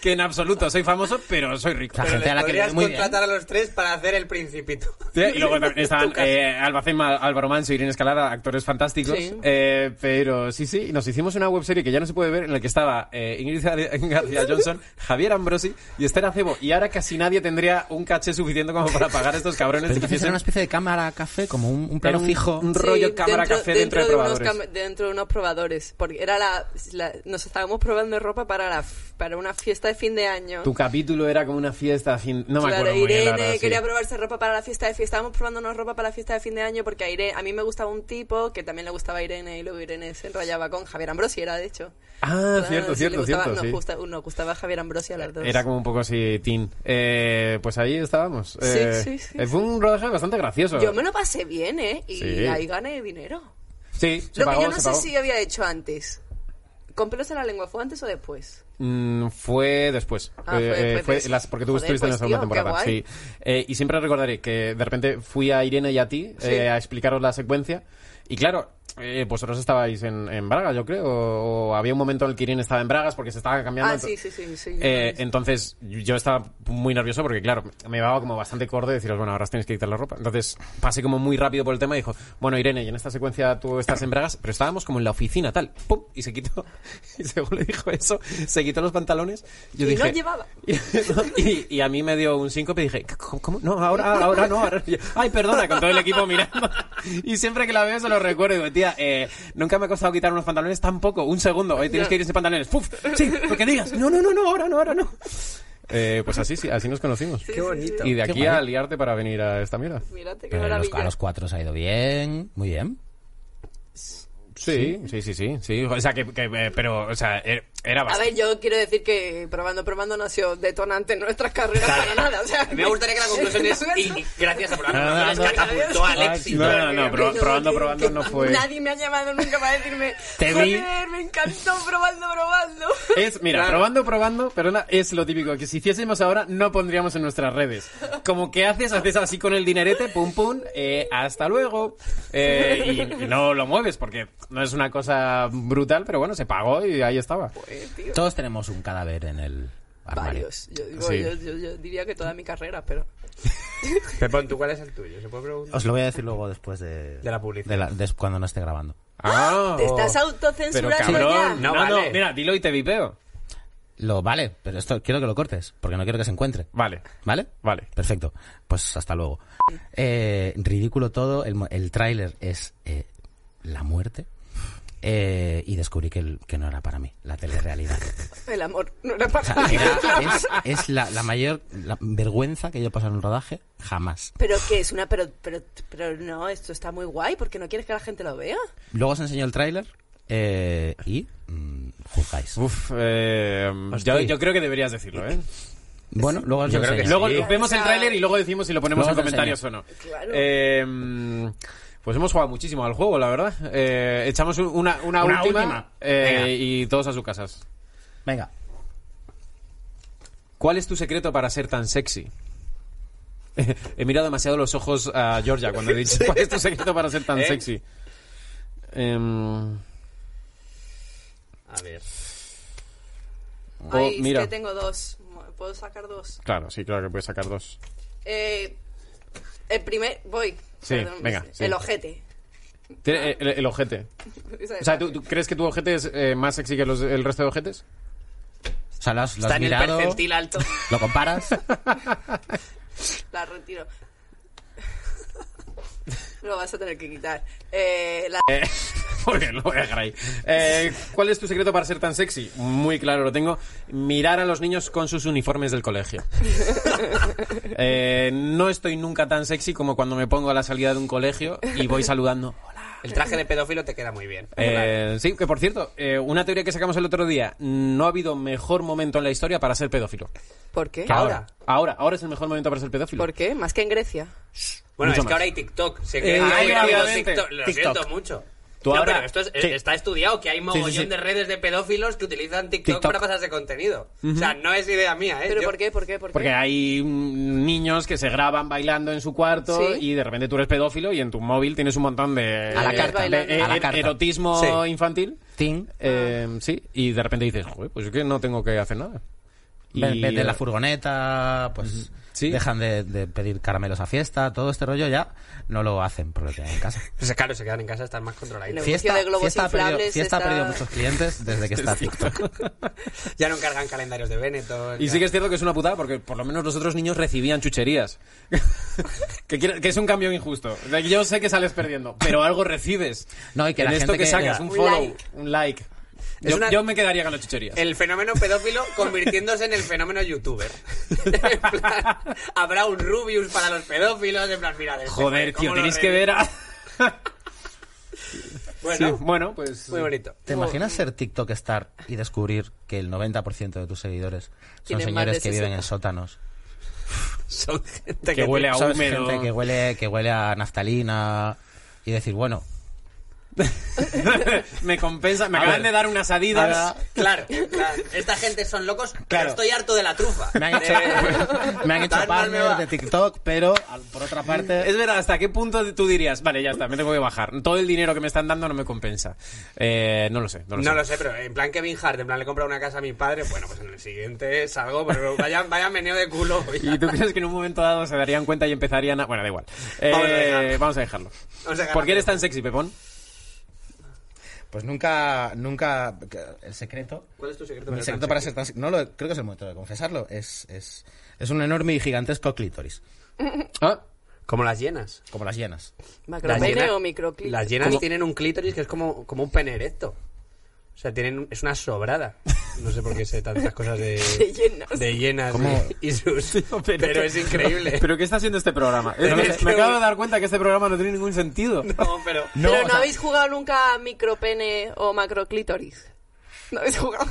Speaker 2: que en absoluto soy famoso, pero soy rico.
Speaker 1: Claro.
Speaker 4: Pero
Speaker 1: Gente a la
Speaker 4: les
Speaker 1: que le-
Speaker 4: podrías
Speaker 1: muy bien.
Speaker 4: contratar a los tres para hacer el principito.
Speaker 2: Sí, y luego también estaban
Speaker 4: Tu casa.
Speaker 2: eh, Albacén, Ma- Álvaro Manso, Irene Escalada, actores fantásticos.
Speaker 5: Sí.
Speaker 2: Eh, pero sí, sí, y nos hicimos una webserie que ya no se puede ver en la que estaba eh, Ingrid Gar- García Johnson, Javier Ambrosi y Esther Acebo. Y ahora casi nadie tendría un caché suficiente como para pagar a estos cabrones.
Speaker 1: Pero
Speaker 2: que
Speaker 1: entonces era
Speaker 2: hiciesen-
Speaker 1: una especie de cámara café, como un, un
Speaker 2: era
Speaker 1: plano
Speaker 2: un-
Speaker 1: fijo.
Speaker 2: Un rollo
Speaker 5: Sí,
Speaker 2: cámara café dentro, de
Speaker 5: unos
Speaker 2: probadores.
Speaker 5: cam- dentro de unos probadores. Porque era la, la- Nos estábamos probando ropa para, la, f- para una fiesta de fin de año.
Speaker 2: Tu capítulo era como una fiesta. a fin- No me
Speaker 5: claro,
Speaker 2: acuerdo muy bien,
Speaker 5: Irene
Speaker 2: la verdad, sí.
Speaker 5: quería probarse ropa para la fiesta de fin. Estábamos probándonos ropa para la fiesta de fin de año porque a, Irene, a mí me gustaba un tipo que también le gustaba a Irene y luego Irene se enrollaba con Javier Ambrosi, era de hecho.
Speaker 2: Ah,
Speaker 5: Claro,
Speaker 2: cierto,
Speaker 5: sí, le
Speaker 2: cierto,
Speaker 5: gustaba-
Speaker 2: cierto.
Speaker 5: Nos,
Speaker 2: sí.
Speaker 5: gusta- nos gustaba Javier Ambrosi a las dos.
Speaker 2: Era como un poco así, teen. Eh, pues ahí estábamos.
Speaker 5: Sí,
Speaker 2: Eh,
Speaker 5: sí, sí,
Speaker 2: eh, Fue un rodaje bastante gracioso.
Speaker 5: Yo me lo pasé bien, ¿eh? Y
Speaker 2: Sí.
Speaker 5: ahí gané dinero.
Speaker 2: Sí, se
Speaker 5: Lo
Speaker 2: pagó,
Speaker 5: que yo no
Speaker 2: se
Speaker 5: sé
Speaker 2: pagó.
Speaker 5: si había hecho antes. ¿Con pelos en la lengua fue antes o después?
Speaker 2: Mm, fue después.
Speaker 5: Ah, fue
Speaker 2: Eh,
Speaker 5: después
Speaker 2: fue
Speaker 5: de-
Speaker 2: las, porque tú
Speaker 5: Joder,
Speaker 2: estuviste en la
Speaker 5: pues,
Speaker 2: segunda
Speaker 5: tío, qué
Speaker 2: temporada.
Speaker 5: guay.
Speaker 2: Sí. Eh, y siempre recordaré que de repente fui a Irene y a ti
Speaker 5: Sí.
Speaker 2: eh, a explicaros la secuencia. Y claro, eh, vosotros estabais en, en Bragas, yo creo, o había un momento en el que Irene estaba en Bragas porque se estaba cambiando.
Speaker 5: Ah,
Speaker 2: ento-
Speaker 5: sí, sí, sí. sí
Speaker 2: Eh, entonces yo estaba muy nervioso porque, claro, me daba como bastante corte deciros, bueno, ahora os tenéis que quitar la ropa. Entonces pasé como muy rápido por el tema y dijo, bueno, Irene, y en esta secuencia tú estás en Bragas, pero estábamos como en la oficina, tal, pum, y se quitó, y según le dijo eso, se quitó los pantalones. Yo
Speaker 5: Y
Speaker 2: dije,
Speaker 5: no llevaba.
Speaker 2: y, y a mí me dio un síncope y dije, ¿cómo? cómo? No, ahora, ahora no. ahora no". Ay, perdona, con todo el equipo mirando. Y siempre que la veo se lo recuerdo. Y digo, tía, eh, nunca me ha costado quitar unos pantalones tampoco. Un segundo, hoy tienes que ir sin pantalones. ¡Puf! Sí, porque digas, no, no, no, no, ahora no, ahora no. Eh, pues así, sí, así nos conocimos.
Speaker 4: Qué bonito.
Speaker 2: Y de
Speaker 1: Qué
Speaker 2: aquí
Speaker 1: guay.
Speaker 2: a liarte para venir a esta mierda.
Speaker 4: eh,
Speaker 5: Mírate qué
Speaker 1: Pero a los,
Speaker 5: maravilla.
Speaker 1: a los cuatro se ha ido bien, muy bien.
Speaker 2: Sí, sí, sí, sí. sí. O sea, que, que, eh, pero, o sea, er- era
Speaker 5: A
Speaker 2: bastante.
Speaker 5: ver, yo quiero decir que probando, probando no ha sido detonante en nuestras carreras para nada. O sea,
Speaker 4: Me gustaría que la conclusión es. Y, y gracias a programa, nos catapultó al éxito.
Speaker 2: Ah, No, no, no, pro- probando, probando no fue.
Speaker 5: Nadie me ha llamado nunca para decirme,
Speaker 1: Te vi.
Speaker 5: joder, me encantó probando, probando.
Speaker 2: Es, mira,
Speaker 4: Claro.
Speaker 2: probando, probando, perdona, es lo típico que si hiciésemos ahora no pondríamos en nuestras redes. Como que haces, haces así con el dinerete, pum pum, eh, hasta luego. eh, y, y no lo mueves porque no es una cosa brutal, pero bueno, se pagó y ahí estaba.
Speaker 5: Pues, tío,
Speaker 1: Todos tenemos un cadáver en el armario.
Speaker 5: varios. Yo, digo,
Speaker 2: Ah, Sí.
Speaker 5: yo, yo- yo diría que toda mi carrera, pero...
Speaker 4: Pepón, ¿tú cuál es el tuyo? ¿Se puede preguntar?
Speaker 1: Os lo voy a decir luego después de,
Speaker 4: De la publicidad.
Speaker 1: de la- des- cuando no esté grabando.
Speaker 2: Ah,
Speaker 5: Te estás
Speaker 2: pero
Speaker 5: autocensurando ya.
Speaker 2: cabrón,
Speaker 4: No
Speaker 2: no, no,
Speaker 4: vale.
Speaker 2: mira, dilo y te vipeo.
Speaker 1: Lo vale, pero esto quiero que lo cortes, porque no quiero que se encuentre.
Speaker 2: Vale,
Speaker 1: ¿Vale?
Speaker 2: vale.
Speaker 1: Perfecto. Pues hasta luego. Eh, ridículo todo. El, mo- el tráiler es eh, la muerte. Eh, y descubrí que, el- que no era para mí, la telerealidad.
Speaker 5: El amor no era para
Speaker 1: O sea,
Speaker 5: mí.
Speaker 1: era- es es la, la mayor la vergüenza que yo he pasado en un rodaje jamás.
Speaker 5: Pero que es una... Pero, pero, pero no, esto está muy guay porque no quieres que la gente lo vea.
Speaker 1: Luego os enseño el tráiler eh, y mm, juzgáis.
Speaker 2: Uf, eh, yo,
Speaker 1: Hostia.
Speaker 2: yo creo que deberías decirlo, ¿eh?
Speaker 1: Bueno, luego os
Speaker 4: Yo
Speaker 1: lo
Speaker 4: creo que
Speaker 1: enseño.
Speaker 4: sí.
Speaker 2: Luego vemos el tráiler y luego decimos si lo ponemos
Speaker 1: Luego
Speaker 2: en
Speaker 1: te
Speaker 2: comentarios o no.
Speaker 5: Claro.
Speaker 2: Eh, pues hemos jugado muchísimo al juego, la verdad. Eh, echamos un- una, una
Speaker 1: Una
Speaker 2: última,
Speaker 1: última.
Speaker 2: eh,
Speaker 1: Venga.
Speaker 2: y todos a sus casas.
Speaker 1: Venga.
Speaker 2: ¿Cuál es tu secreto para ser tan sexy? He mirado demasiado los ojos a Georgia cuando he dicho ¿Cuál es tu secreto para ser tan
Speaker 4: ¿Eh?
Speaker 2: sexy? Em,
Speaker 4: A ver.
Speaker 2: o-
Speaker 5: Ay, es
Speaker 2: mira,
Speaker 5: que tengo dos. ¿Puedo sacar dos?
Speaker 2: claro, sí, claro que puedes sacar dos.
Speaker 5: Eh, el primer... Voy.
Speaker 2: Sí, venga,
Speaker 5: El
Speaker 2: sí.
Speaker 5: ojete.
Speaker 2: Tiene, eh, el, el ojete. O sea, ¿tú, tú crees que tu ojete es eh, más sexy que los, el resto de ojetes?
Speaker 1: O sea, lo has, lo has
Speaker 4: Está en el
Speaker 1: mirado,
Speaker 4: percentil alto.
Speaker 1: lo comparas.
Speaker 5: La retiro. Lo vas a tener que quitar. Eh, la-
Speaker 2: Muy bien, lo voy a dejar ahí. Eh, ¿Cuál es tu secreto para ser tan sexy? Muy claro, lo tengo. Mirar a los niños con sus uniformes del colegio. Eh, no estoy nunca tan sexy como cuando me pongo a la salida de un colegio y voy saludando.
Speaker 4: El traje de pedófilo te queda muy bien.
Speaker 2: Eh, sí, que por cierto, eh, una teoría que sacamos el otro día, no ha habido mejor momento en la historia para ser pedófilo.
Speaker 5: ¿Por qué?
Speaker 4: ¿Qué ahora?
Speaker 2: Ahora, ahora es el mejor momento para ser pedófilo.
Speaker 5: ¿Por qué? Más que en Grecia.
Speaker 2: Mucho
Speaker 4: Bueno, es
Speaker 2: más.
Speaker 4: que ahora hay TikTok. Se
Speaker 2: Eh,
Speaker 4: cree que hay
Speaker 2: efectivamente.
Speaker 4: TikTok. Lo
Speaker 1: TikTok.
Speaker 4: siento mucho.
Speaker 2: Tú
Speaker 4: no,
Speaker 2: ahora-
Speaker 4: pero esto es- eh,
Speaker 2: sí.
Speaker 4: está estudiado, que hay mogollón
Speaker 2: sí, sí.
Speaker 4: de redes de pedófilos que utilizan TikTok,
Speaker 2: TikTok.
Speaker 4: para pasarse contenido. O sea, no es idea mía, ¿eh?
Speaker 5: ¿Pero
Speaker 4: Yo-
Speaker 5: por qué? ¿Por qué? ¿Por qué?
Speaker 2: Porque hay mm, niños que se graban bailando en su cuarto
Speaker 5: Sí.
Speaker 2: y de repente tú eres pedófilo y en tu móvil tienes un montón de,
Speaker 1: A la
Speaker 2: eh,
Speaker 1: carta.
Speaker 2: de- de-
Speaker 1: A la
Speaker 2: er-
Speaker 1: carta. Ah.
Speaker 2: erotismo
Speaker 4: Sí.
Speaker 2: infantil.
Speaker 1: Ting,
Speaker 2: Eh, sí, y de repente dices, joder, pues es que no tengo que hacer nada. Y,
Speaker 1: Ve- Vete en la
Speaker 2: eh,
Speaker 1: furgoneta, pues
Speaker 2: Sí.
Speaker 1: dejan de, de pedir caramelos a fiesta, todo este rollo ya no lo hacen porque quedan en casa.
Speaker 4: Pues claro, se quedan en casa, están más controladitos.
Speaker 5: Luego-
Speaker 1: Fiesta,
Speaker 5: de globos
Speaker 1: fiesta ha perdido,
Speaker 5: inflables
Speaker 1: Fiesta ha
Speaker 5: está-
Speaker 1: perdido muchos clientes desde que está TikTok.
Speaker 4: Ya no cargan calendarios de Benetton.
Speaker 2: Y
Speaker 4: ya-
Speaker 2: sí que es cierto que es una putada porque por lo menos los otros niños recibían chucherías. que, quiero- que es un cambio injusto. O sea, Yo sé que sales perdiendo, pero algo recibes.
Speaker 1: No, y que
Speaker 2: en
Speaker 1: la
Speaker 2: esto
Speaker 1: gente
Speaker 2: que,
Speaker 1: que-
Speaker 2: sacas, un
Speaker 5: Un
Speaker 2: follow,
Speaker 5: like.
Speaker 2: un like.
Speaker 4: Es
Speaker 2: Yo,
Speaker 4: una-
Speaker 2: yo me quedaría con las chucherías.
Speaker 4: El fenómeno pedófilo convirtiéndose en el fenómeno youtuber. En plan, habrá un Rubius para los pedófilos. En plan, mira, de este
Speaker 2: Joder,
Speaker 4: güey, ¿cómo
Speaker 2: tío,
Speaker 4: lo
Speaker 2: tenéis que
Speaker 4: revive?
Speaker 2: ver a... Sí,
Speaker 4: Bueno,
Speaker 2: bueno, pues...
Speaker 4: muy bonito.
Speaker 1: ¿Te imaginas ser TikTok star y descubrir que el 90% de tus seguidores son
Speaker 5: Tienen más de
Speaker 1: señores que viven
Speaker 5: 60?
Speaker 1: en sótanos?
Speaker 4: Son gente
Speaker 2: Que
Speaker 4: que
Speaker 2: huele a
Speaker 1: ¿Sabes?
Speaker 2: húmedo.
Speaker 1: Gente que huele, que huele a naftalina y decir, bueno,
Speaker 2: me compensa, me
Speaker 1: A
Speaker 2: acaban
Speaker 1: ver.
Speaker 2: de dar unas adidas.
Speaker 1: Ahora-
Speaker 4: Claro, claro, esta gente son locos, pero
Speaker 1: Claro.
Speaker 4: estoy harto de la trufa.
Speaker 1: Me han hecho,
Speaker 4: De-
Speaker 1: me han hecho
Speaker 4: Tan mal me
Speaker 1: partner
Speaker 4: va.
Speaker 1: de TikTok, pero al- por otra parte.
Speaker 2: Es verdad, ¿hasta qué punto tú dirías, vale, ya está, me tengo que bajar? Todo el dinero que me están dando no me compensa. Eh, no lo sé, no lo
Speaker 4: No
Speaker 2: sé.
Speaker 4: lo sé, pero en plan Kevin Hart, en plan le compra una casa a mi padre, bueno, pues en el siguiente salgo, pero vaya, vaya meneo de culo. ya.
Speaker 2: ¿Y tú crees que en un momento dado se darían cuenta y empezarían a... Bueno, da igual. Eh,
Speaker 4: Vamos
Speaker 2: vamos a
Speaker 4: a dejarlo.
Speaker 2: dejarlo.
Speaker 4: Vamos a dejarlo.
Speaker 2: ¿Por qué eres tan sexy, Pepón?
Speaker 1: Pues nunca, nunca. El secreto.
Speaker 4: ¿Cuál es tu secreto?
Speaker 1: El secreto para ser tan. No lo, creo que es el momento de confesarlo. Es, es, es un enorme y gigantesco clítoris.
Speaker 2: Ah,
Speaker 4: Como las llenas.
Speaker 1: Como las hienas.
Speaker 5: ¿Macropene o microclip?
Speaker 4: Las llenas
Speaker 2: Como-
Speaker 4: tienen un clítoris que es como, como un pene erecto. O sea, tienen, es una sobrada. No sé por qué sé tantas cosas de,
Speaker 5: De llenas.
Speaker 4: de llenas
Speaker 1: ¿Cómo?
Speaker 4: y sus... pero, es increíble.
Speaker 2: ¿Pero qué está haciendo este programa?
Speaker 4: Pero
Speaker 2: me,
Speaker 4: es que-
Speaker 2: me acabo de dar cuenta que este programa no tiene ningún sentido.
Speaker 4: No, pero...
Speaker 1: No,
Speaker 5: Pero
Speaker 1: o
Speaker 5: no
Speaker 1: sea-
Speaker 5: habéis jugado nunca a micropene o macroclítoris. No habéis jugado.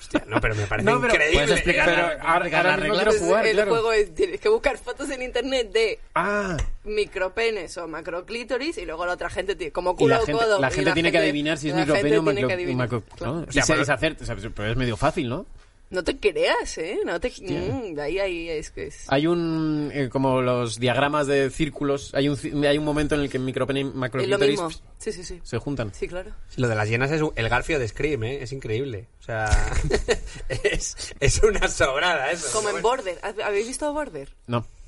Speaker 4: Hostia, no, pero me parece
Speaker 2: No, pero-
Speaker 4: increíble.
Speaker 1: Puedes explicar
Speaker 2: Pero
Speaker 1: la-
Speaker 2: ahora-
Speaker 1: explicar la
Speaker 2: ahora
Speaker 1: regla.
Speaker 2: mismo quiero
Speaker 5: Entonces,
Speaker 2: jugar,
Speaker 5: el
Speaker 2: claro.
Speaker 5: juego es, tienes que buscar fotos en internet de
Speaker 2: Ah,
Speaker 5: micropenes o macroclítoris y luego la otra gente tiene como
Speaker 2: y
Speaker 5: culo
Speaker 2: la
Speaker 5: o
Speaker 2: gente,
Speaker 5: codo.
Speaker 2: la
Speaker 5: y
Speaker 2: gente tiene que adivinar si es
Speaker 5: la gente
Speaker 2: micropene o
Speaker 5: tiene que
Speaker 2: macro...
Speaker 5: adivinar.
Speaker 2: macro- ¿no?
Speaker 5: Claro.
Speaker 2: Y se-
Speaker 4: pero-
Speaker 2: y se acerta, o sea, pero es medio fácil, ¿no?
Speaker 5: No te creas, ¿eh? No te... Mm, ahí, ahí es que es...
Speaker 2: Hay un... eh, como los diagramas de círculos, hay un, ci- hay un momento en el que micropene y
Speaker 5: Es lo
Speaker 2: macroclítoris
Speaker 5: mismo. Sí, sí, sí.
Speaker 2: se juntan.
Speaker 5: Sí, claro.
Speaker 4: Lo de las llenas es un- el Garfio de Scream, ¿eh? Es increíble. O sea, es, es una sobrada eso.
Speaker 5: Como en
Speaker 4: Bueno,
Speaker 5: Border. ¿Hab- ¿Habéis visto Border?
Speaker 2: No.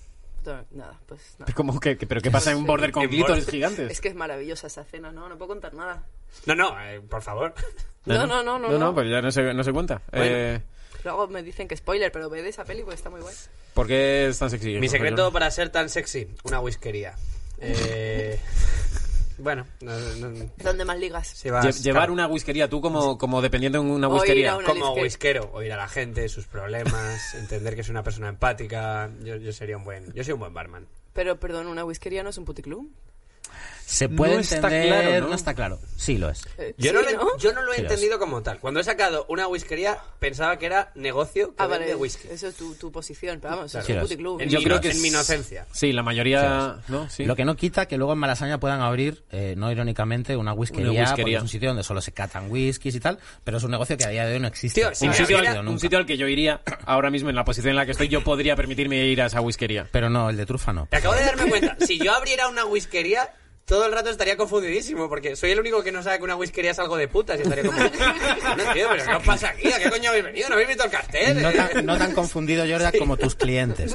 Speaker 5: No, Nada, pues nada.
Speaker 2: Es como que, que- ¿Pero qué pasa en un border con
Speaker 4: En
Speaker 2: clítoris
Speaker 4: border.
Speaker 2: gigantes?
Speaker 5: Es que es maravillosa esa cena, ¿no? No puedo contar nada.
Speaker 4: No, no, eh, por favor.
Speaker 5: No, no, no, no.
Speaker 2: No, no, pues ya no se, no se cuenta. Eh,
Speaker 5: Luego me dicen que spoiler, pero ve de esa peli porque está muy guay.
Speaker 2: ¿Por qué es tan sexy? Pues
Speaker 4: Mi
Speaker 2: Jorge?
Speaker 4: secreto para ser tan sexy, una whiskería. Eh, bueno, no, no-
Speaker 5: ¿Dónde más ligas?
Speaker 4: si vas-
Speaker 2: Lle- llevar
Speaker 4: claro,
Speaker 2: una whiskería, tú como, como dependiente de una
Speaker 5: O ir a
Speaker 2: whiskería.
Speaker 5: una-
Speaker 4: como
Speaker 5: whiskería.
Speaker 4: whiskero, oír a la gente, sus problemas, entender que es una persona empática. Yo, yo sería un buen, yo soy un buen barman.
Speaker 5: Pero, perdón, ¿una whiskería no es un puticlub?
Speaker 1: Se
Speaker 2: No
Speaker 1: puede
Speaker 2: está
Speaker 1: entender.
Speaker 2: claro, ¿no?
Speaker 1: ¿no? está claro. Sí, lo es.
Speaker 5: Eh,
Speaker 4: Yo,
Speaker 5: sí,
Speaker 4: no, lo, yo no lo he
Speaker 1: Sí, lo
Speaker 4: entendido como tal. Cuando he sacado una whiskería, pensaba que era negocio que
Speaker 5: Ah,
Speaker 4: vende
Speaker 5: vale,
Speaker 4: whisky.
Speaker 5: eso es tu, tu posición, pero vamos, es
Speaker 1: Claro.
Speaker 5: un puticlub.
Speaker 4: En
Speaker 2: Yo
Speaker 4: mi-
Speaker 2: creo que
Speaker 4: en
Speaker 2: es-
Speaker 4: mi inocencia.
Speaker 2: Sí, la mayoría. ¿no? Sí.
Speaker 1: Lo que no quita que luego en Malasaña puedan abrir, eh, no irónicamente, una whiskería,
Speaker 2: Una whiskería.
Speaker 1: porque es un sitio donde solo se catan whiskies y tal, pero es un negocio que a día de hoy no existe.
Speaker 4: Tío,
Speaker 1: No
Speaker 4: si
Speaker 1: ha
Speaker 2: un,
Speaker 4: me
Speaker 2: sitio
Speaker 4: abriera-
Speaker 2: al,
Speaker 1: existido
Speaker 2: un
Speaker 1: nunca.
Speaker 2: sitio al que yo iría ahora mismo en la posición en la que estoy, yo podría permitirme ir a esa whiskería.
Speaker 1: Pero no, el de trufa no.
Speaker 4: Te acabo de darme cuenta. Si yo abriera una whiskería, todo el rato estaría confundidísimo, porque soy el único que no sabe que una whiskería es algo de putas. Y estaría como, no, tío, pero ¿qué os pasa aquí? ¿A qué coño habéis venido? ¿No habéis visto el cartel?
Speaker 1: No tan, no tan confundido, Jordan, como tus clientes.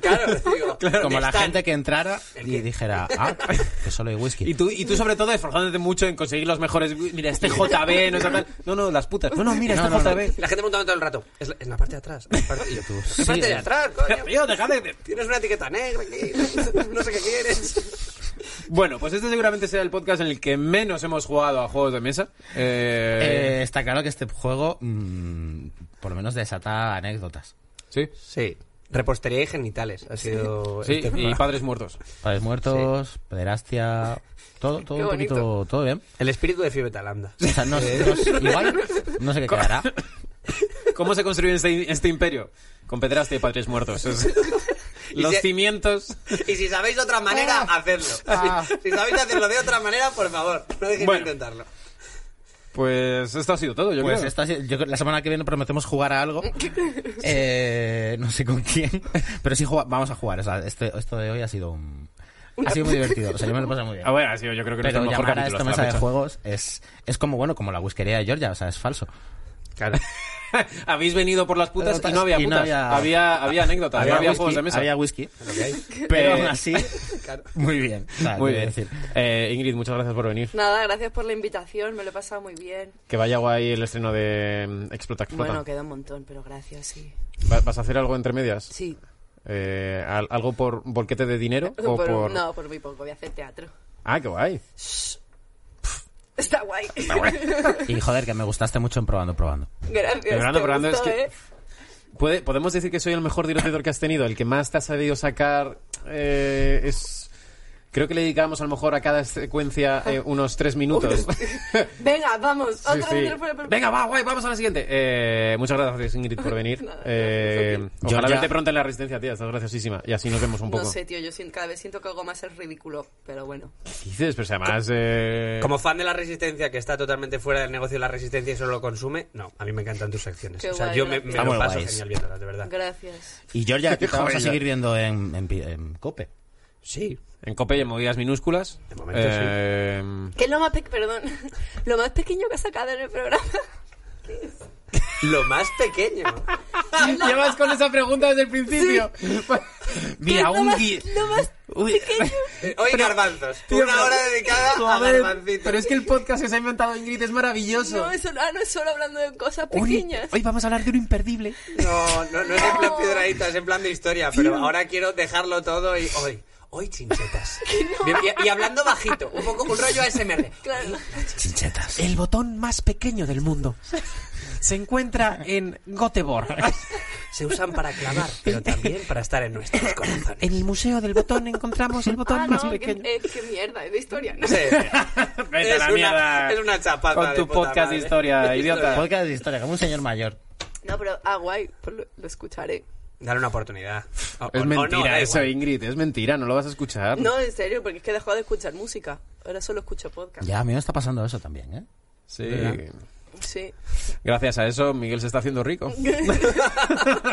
Speaker 4: Claro, digo,
Speaker 1: como la
Speaker 4: están-
Speaker 1: gente que entrara
Speaker 4: El
Speaker 1: y
Speaker 4: que-
Speaker 1: dijera, ah, que solo hay whisky.
Speaker 2: Y tú, y tú sobre todo esforzándote mucho en conseguir los mejores. Mira, este JB, no sé tal. No, no, las putas. No, no, mira, este
Speaker 1: No, no, no.
Speaker 2: JB.
Speaker 4: La gente preguntando todo el rato, es la, en la parte de atrás. En la parte, y yo, "¿En
Speaker 1: Sí,
Speaker 4: la parte de
Speaker 1: es-
Speaker 4: atrás, coño.
Speaker 2: Tío, dejad de-
Speaker 4: Tienes una etiqueta negra aquí, no sé qué quieres.
Speaker 2: Bueno, pues este seguramente será el podcast en el que menos hemos jugado a juegos de mesa. Eh,
Speaker 1: Eh, está claro que este juego, mm, por lo menos, desata anécdotas.
Speaker 2: sí.
Speaker 4: Sí, repostería y genitales ha sido...
Speaker 2: Sí,
Speaker 4: este
Speaker 2: y
Speaker 4: programa.
Speaker 2: padres muertos.
Speaker 1: Padres muertos, pederastia, todo, todo
Speaker 5: Qué
Speaker 1: un poquito,
Speaker 5: bonito.
Speaker 1: todo bien.
Speaker 4: El espíritu de Fibetalanda.
Speaker 1: O sea, nos-
Speaker 4: Eh.
Speaker 1: nos- igual, no sé qué quedará.
Speaker 2: ¿Cómo se construye este, este imperio? Con pedraste y padres muertos. Es- los
Speaker 4: si-
Speaker 2: cimientos.
Speaker 4: Y si sabéis de otra manera, hacedlo.
Speaker 1: Ah.
Speaker 4: Si, si sabéis hacerlo de otra manera, por favor, no dejéis
Speaker 2: Bueno.
Speaker 4: de intentarlo.
Speaker 2: Pues esto ha sido todo, yo
Speaker 1: Pues
Speaker 2: creo.
Speaker 1: esto ha sido- yo creo- la semana que viene prometemos jugar a algo. Eh, no sé con quién, pero sí juega- vamos a jugar. O sea, este- esto de hoy ha sido un- ha sido muy divertido. O sea, yo me lo he pasado muy bien.
Speaker 2: Ah, bueno, ha sido yo creo que
Speaker 1: Pero
Speaker 2: nuestro mejor
Speaker 1: llamar a
Speaker 2: capítulo
Speaker 1: esta
Speaker 2: hasta la
Speaker 1: mesa de
Speaker 2: fecha.
Speaker 1: juegos es, es como, bueno, como la busquería de Georgia, o sea, es falso.
Speaker 4: Claro.
Speaker 2: Habéis venido por las putas y no había
Speaker 1: Y
Speaker 2: putas.
Speaker 1: no había-
Speaker 2: había, había anécdotas, había, había
Speaker 1: whisky,
Speaker 2: juegos de mesa.
Speaker 1: había whisky,
Speaker 2: Pero-
Speaker 1: pero aún así, muy bien. O sea,
Speaker 2: Muy
Speaker 1: quiero
Speaker 2: bien.
Speaker 1: decir,
Speaker 2: Eh, Ingrid, muchas gracias por venir.
Speaker 5: Nada, gracias por la invitación, me lo he pasado muy bien.
Speaker 2: Que vaya guay el estreno de mm, Explota Explota.
Speaker 5: Bueno, queda un montón, pero gracias, sí.
Speaker 2: Va- ¿Vas a hacer algo entre medias?
Speaker 5: Sí.
Speaker 2: Eh, al- ¿Algo por bolquete de dinero? o
Speaker 5: Por-
Speaker 2: por...
Speaker 5: No, por muy poco, voy a hacer teatro.
Speaker 2: Ah, qué guay.
Speaker 5: Está guay.
Speaker 1: Y joder, que me gustaste mucho en probando, probando.
Speaker 5: gracias.
Speaker 2: Fernando,
Speaker 5: te
Speaker 2: Fernando, es
Speaker 5: gustó,
Speaker 2: que-
Speaker 5: ¿eh?
Speaker 2: Puede- podemos decir que soy el mejor director que has tenido, el que más te ha sabido sacar. eh, es. Creo que le dedicábamos a lo mejor a cada secuencia eh, unos tres minutos.
Speaker 5: Venga, vamos.
Speaker 2: Sí,
Speaker 5: otra
Speaker 2: sí.
Speaker 5: vez, por- por-
Speaker 2: Venga, va, guay, vamos a la siguiente. Eh, muchas gracias, Ingrid, por venir.
Speaker 5: Nada,
Speaker 2: Eh,
Speaker 1: ok. Yo
Speaker 2: ojalá
Speaker 1: ya-
Speaker 2: verte pronto en la resistencia, tía. Estás graciosísima. Y así nos vemos un poco.
Speaker 5: No sé, tío, yo siento- cada vez siento que algo más es ridículo, pero bueno.
Speaker 2: ¿Qué dices? Pero si además... eh,
Speaker 4: Como fan de la resistencia que está totalmente fuera del negocio de la resistencia y solo lo consume, no, a mí me encantan tus secciones.
Speaker 5: Qué
Speaker 4: o sea,
Speaker 5: guay,
Speaker 4: yo me,
Speaker 5: gracias.
Speaker 4: me
Speaker 1: Ah,
Speaker 4: lo
Speaker 1: muy
Speaker 4: paso
Speaker 1: guays.
Speaker 4: genial viéndolas, de verdad.
Speaker 5: Gracias.
Speaker 1: Y Georgia, que te vamos a
Speaker 2: Joder, ya.
Speaker 1: seguir viendo en, en pi- en Cope.
Speaker 4: Sí.
Speaker 2: En Cope y en movidas minúsculas.
Speaker 4: De momento,
Speaker 2: Eh,
Speaker 5: ¿Qué es lo más, pe- perdón, lo más pequeño que has sacado en el programa?
Speaker 4: Lo más pequeño.
Speaker 2: Llevas con esa pregunta desde el principio. Mira,
Speaker 5: ¿Qué es lo
Speaker 2: un
Speaker 5: más-
Speaker 2: gui-
Speaker 5: lo más
Speaker 2: Uy.
Speaker 4: Eh, Hoy garbanzos.
Speaker 2: Tío,
Speaker 4: una
Speaker 2: pero-
Speaker 4: hora dedicada a
Speaker 2: Joder,
Speaker 4: garbancitos.
Speaker 2: Pero es que el podcast que se ha inventado Ingrid es maravilloso.
Speaker 5: No, eso ah, no es solo hablando de cosas
Speaker 2: Hoy,
Speaker 5: pequeñas.
Speaker 2: hoy vamos a hablar de un imperdible.
Speaker 4: No, no, no es en plan piedradita, es en plan de historia. Pero ahora quiero dejarlo todo y hoy. Hoy chinchetas. Bien, Y, y hablando bajito, un poco un rollo ASMR.
Speaker 5: Claro.
Speaker 1: Chinchetas.
Speaker 2: El botón más pequeño del mundo se encuentra en Göteborg,
Speaker 4: Se usan para clavar, pero también para estar en nuestros corazones.
Speaker 2: en el museo del botón encontramos el botón
Speaker 5: Ah,
Speaker 2: más
Speaker 5: no, qué,
Speaker 2: pequeño.
Speaker 5: eh, qué mierda, es de historia. No
Speaker 4: Sí.
Speaker 5: sé.
Speaker 2: Vete a
Speaker 4: es,
Speaker 2: la
Speaker 4: una,
Speaker 2: mierda.
Speaker 4: es una chapada.
Speaker 2: Con
Speaker 4: de
Speaker 2: tu
Speaker 4: puta
Speaker 2: podcast de
Speaker 4: madre.
Speaker 2: historia,
Speaker 4: De
Speaker 2: idiota.
Speaker 4: historia.
Speaker 1: Podcast de historia, como un señor mayor.
Speaker 5: No, pero, ah, guay, pues lo, lo escucharé.
Speaker 4: Dale una oportunidad. O- o-
Speaker 2: Es
Speaker 4: o
Speaker 2: mentira
Speaker 4: no, da
Speaker 2: eso,
Speaker 4: igual.
Speaker 2: Ingrid, es mentira, no lo vas a escuchar.
Speaker 5: No, en serio, porque es que he dejado de escuchar música. Ahora solo escucho podcast.
Speaker 1: Ya, a mí me está pasando eso también, ¿eh?
Speaker 2: Sí.
Speaker 1: ¿Verdad?
Speaker 5: Sí.
Speaker 2: Gracias a eso, Miguel se está haciendo rico.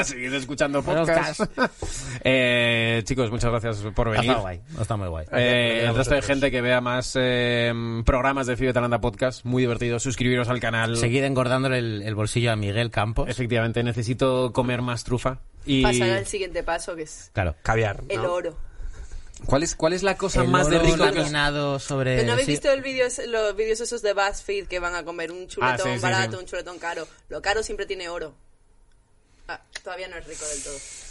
Speaker 2: Seguir escuchando
Speaker 1: Podcast.
Speaker 2: podcast. Eh, chicos, muchas gracias por
Speaker 1: No
Speaker 2: venir.
Speaker 1: está guay, no está muy guay.
Speaker 2: Eh, el resto de gente que vea más eh, programas de Fibre Talanda Podcast, muy divertido. Suscribiros al canal.
Speaker 1: Seguir engordándole el, el bolsillo a Miguel Campos.
Speaker 2: Efectivamente, necesito comer más trufa. Y
Speaker 5: Pasar al siguiente paso, que es
Speaker 1: Claro.
Speaker 4: Caviar.
Speaker 5: el
Speaker 4: ¿no?
Speaker 5: oro.
Speaker 2: ¿Cuál es, ¿Cuál es la cosa
Speaker 1: El
Speaker 2: más de
Speaker 1: oro
Speaker 2: rico que has-
Speaker 1: laminado sobre...
Speaker 2: Eh,
Speaker 5: Pero ¿No habéis
Speaker 1: sí.
Speaker 5: visto el vídeo, ese- los vídeos esos de BuzzFeed que van a comer un chuletón
Speaker 2: Ah, sí, sí,
Speaker 5: barato,
Speaker 2: sí.
Speaker 5: un chuletón caro? Lo caro siempre tiene oro. Ah, todavía no es rico del todo.
Speaker 2: Eh,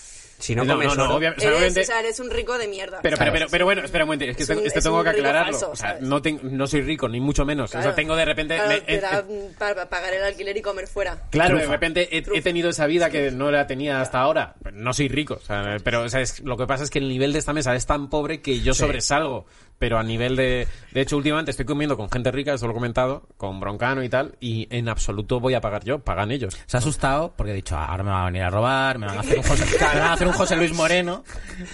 Speaker 4: Si no
Speaker 2: No,
Speaker 4: comes
Speaker 2: no, no,
Speaker 4: oro-
Speaker 2: obvia- o sea,
Speaker 5: Eres,
Speaker 2: obviamente-
Speaker 5: o sea, eres un rico de mierda.
Speaker 2: Pero, pero,
Speaker 1: Claro.
Speaker 2: pero, pero bueno, espera un momento, es que
Speaker 5: Es
Speaker 2: tengo-
Speaker 5: un-
Speaker 2: esto
Speaker 5: es
Speaker 2: tengo
Speaker 5: un
Speaker 2: que
Speaker 5: rico
Speaker 2: aclararlo.
Speaker 5: falso,
Speaker 2: o sea,
Speaker 5: ¿sabes?
Speaker 2: no, ten- no soy rico, ni mucho menos. O
Speaker 5: Claro.
Speaker 2: sea, tengo de repente.
Speaker 5: Claro,
Speaker 2: me-
Speaker 5: te
Speaker 2: eh,
Speaker 5: da,
Speaker 2: eh,
Speaker 5: mm, pa- pa- pagar el alquiler y comer fuera.
Speaker 2: claro, de
Speaker 1: Trufa.
Speaker 2: repente he, he tenido esa vida que no la tenía hasta ahora. Pues No soy rico, o sea, pero o sea, es- lo que pasa es que el nivel de esta mesa es tan pobre que yo sobresalgo. Pero a nivel de. De hecho, últimamente estoy comiendo con gente rica, eso lo he comentado, con Broncano y tal, y en absoluto voy a pagar yo, pagan ellos.
Speaker 1: Se ha asustado porque ha dicho, "Ah, ahora me van a venir a robar, me van a hacer un José, me van a hacer un José Luis Moreno,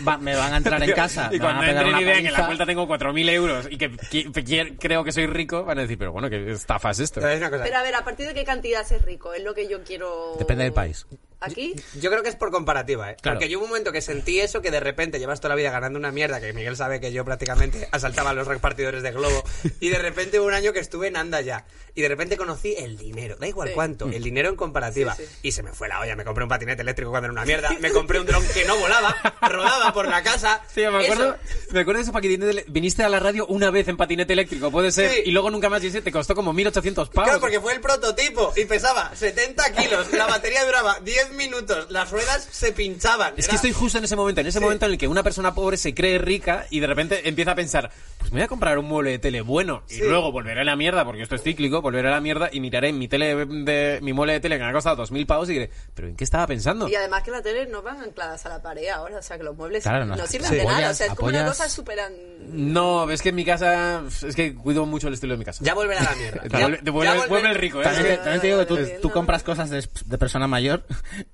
Speaker 1: va- me van a entrar en casa, me
Speaker 2: Y
Speaker 1: van
Speaker 2: cuando
Speaker 1: a pegar
Speaker 2: entren
Speaker 1: una
Speaker 2: idea que en la
Speaker 1: paliza".
Speaker 2: cuenta tengo 4.000 euros y que, que- que quier- creo que soy rico, van a decir, pero bueno, que estafa es esto.
Speaker 4: Te voy a decir una cosa.
Speaker 5: Pero a ver, ¿a partir de qué cantidad es rico? Es lo que yo quiero...
Speaker 1: Depende del país.
Speaker 5: ¿Aquí?
Speaker 4: Yo creo que es por comparativa, ¿eh?
Speaker 1: Claro.
Speaker 4: Porque yo hubo un momento que sentí eso, que de repente llevas toda la vida ganando una mierda, que Miguel sabe que yo prácticamente asaltaba a los repartidores de globo, y de repente hubo un año que estuve en Anda ya, y de repente conocí el dinero, da igual
Speaker 5: Sí.
Speaker 4: cuánto, el dinero en comparativa,
Speaker 5: Sí,
Speaker 4: y se me fue la olla, me compré un patinete eléctrico cuando era una mierda, me compré un dron que no volaba, rodaba por la casa.
Speaker 2: Sí, me acuerdo,
Speaker 4: Eso.
Speaker 2: me acuerdo de ese patinete. ele- Viniste a la radio una vez en patinete eléctrico, puede ser.
Speaker 4: Sí.
Speaker 2: Y luego nunca más viniste, te costó como 1.800 pavos.
Speaker 4: Claro, porque fue el prototipo y pesaba 70 kilos, la batería duraba 10 minutos, las ruedas se pinchaban.
Speaker 2: Es
Speaker 4: era-
Speaker 2: que estoy justo en ese momento, en ese momento en el que una persona pobre se cree rica y de repente empieza a pensar, pues me voy a comprar un mueble de tele bueno y luego volveré a la mierda, porque esto es cíclico, volveré a la mierda y miraré mi tele de mi mueble de tele que me ha costado 2.000 pavos y diré, pero ¿en qué estaba pensando?
Speaker 5: Y además que las teles no van ancladas a la pared ahora, o sea que los muebles
Speaker 1: Claro,
Speaker 5: no,
Speaker 1: no.
Speaker 5: sirven
Speaker 1: Sí.
Speaker 5: de nada, o
Speaker 1: Apoyas-
Speaker 5: sea, es como una
Speaker 1: apoyas-
Speaker 5: cosa súper... an-
Speaker 2: No, es que en mi casa, es que cuido mucho el estilo de mi casa.
Speaker 4: Ya volverá a la mierda.
Speaker 2: Te
Speaker 4: Ya-
Speaker 2: vuelve, te vuelve-
Speaker 4: ya volver-
Speaker 2: vuelve el rico, ¿eh?
Speaker 1: También te,
Speaker 2: Es que-
Speaker 1: también te digo que tú,
Speaker 5: Vale, vale,
Speaker 1: tú
Speaker 5: vale.
Speaker 1: compras cosas de, de persona mayor.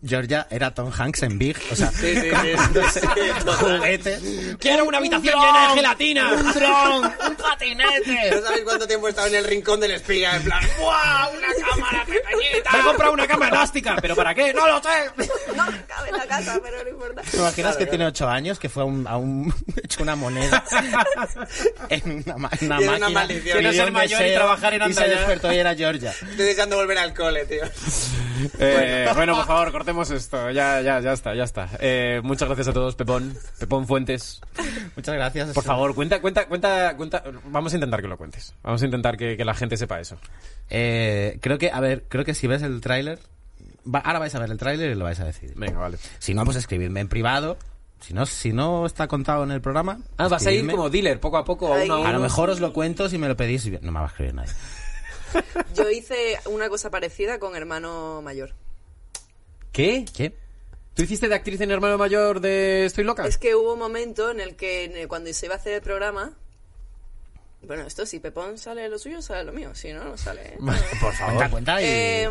Speaker 1: Georgia era Tom Hanks en Big. O sea,
Speaker 4: Sí, sí, sí, sí, sí.
Speaker 1: juguetes.
Speaker 2: ¡Quiero una habitación llena de gelatina!
Speaker 1: ¡Un dron! ¡Un
Speaker 4: No
Speaker 1: patinete!
Speaker 4: sabéis cuánto tiempo he estado en el rincón del espiga, en plan, ¡buah! ¡Una cámara pequeñita!
Speaker 2: Me he comprado una cama elástica, pero ¿para qué? ¡No lo sé!
Speaker 5: No, cabe en la casa, pero no importa.
Speaker 1: ¿Te imaginas que tiene 8 años, que fue a un, a un- hecho una moneda en una, ma- una
Speaker 4: Y era una
Speaker 1: máquina?
Speaker 4: maldición.
Speaker 1: pidió
Speaker 2: Quiero ser
Speaker 1: un
Speaker 2: mayor y
Speaker 1: deseo,
Speaker 2: trabajar en
Speaker 1: Y se
Speaker 2: Andaya.
Speaker 1: despertó y era Georgia.
Speaker 4: Estoy deseando volver al cole, tío.
Speaker 2: Eh, bueno, por favor, cortemos esto. Ya, ya, ya está, ya está. Eh, muchas gracias a todos, Pepón. Pepón Fuentes.
Speaker 1: Muchas gracias.
Speaker 2: Por favor, cuenta, cuenta, cuenta, cuenta. Vamos a intentar que lo cuentes. Vamos a intentar que, que la gente sepa eso.
Speaker 1: Eh, creo que, a ver, creo que si ves el tráiler... va- ahora vais a ver el tráiler y lo vais a decidir.
Speaker 2: Venga, vale.
Speaker 1: Si no, pues escribidme en privado. Si no, si no está contado en el programa...
Speaker 2: Ah, vas a ir
Speaker 1: escribidme.
Speaker 2: como dealer, poco a poco, a
Speaker 5: Ay.
Speaker 2: uno a uno.
Speaker 1: A lo mejor os lo cuento si me lo pedís. y- No me va a escribir nadie.
Speaker 5: Yo hice una cosa parecida con hermano mayor.
Speaker 2: ¿Qué?
Speaker 1: ¿Qué?
Speaker 2: ¿Tú hiciste de actriz en Hermano Mayor de Estoy Loca?
Speaker 5: Es que hubo un momento en el que en el- cuando se iba a hacer el programa. Bueno, esto si Pepón sale lo suyo, sale lo mío. Si no, no sale. ¿eh?
Speaker 1: Por favor. Cuenta, cuenta y...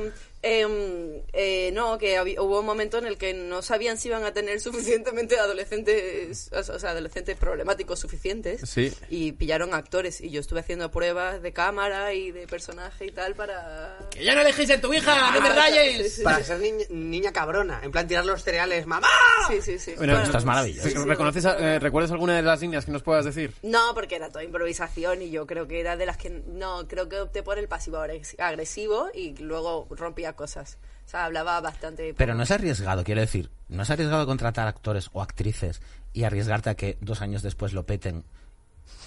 Speaker 5: Eh, eh, eh, no, que habi- hubo un momento en el que no sabían si iban a tener suficientemente adolescentes, o sea, adolescentes problemáticos suficientes.
Speaker 2: Sí.
Speaker 5: Y pillaron actores. Y yo estuve haciendo pruebas de cámara y de personaje y tal para.
Speaker 1: ¡Que ya no elegís en tu hija! ¡No me
Speaker 5: Sí,
Speaker 1: rayes!
Speaker 5: sí,
Speaker 4: Para ser niña, niña cabrona, en plan tirar los cereales, mamá.
Speaker 5: Sí, sí, sí.
Speaker 2: Bueno,
Speaker 1: esto es maravilloso.
Speaker 5: sí, sí.
Speaker 2: ¿Reconoces, eh, ¿Recuerdas alguna de las líneas que nos puedas decir?
Speaker 5: No, porque era toda improvisación y yo creo que era de las que... No, creo que opté por el pasivo agres- agresivo y luego rompía cosas. O sea, hablaba bastante...
Speaker 1: Pero no es arriesgado, quiero decir, no es arriesgado contratar actores o actrices y arriesgarte a que dos años después lo peten.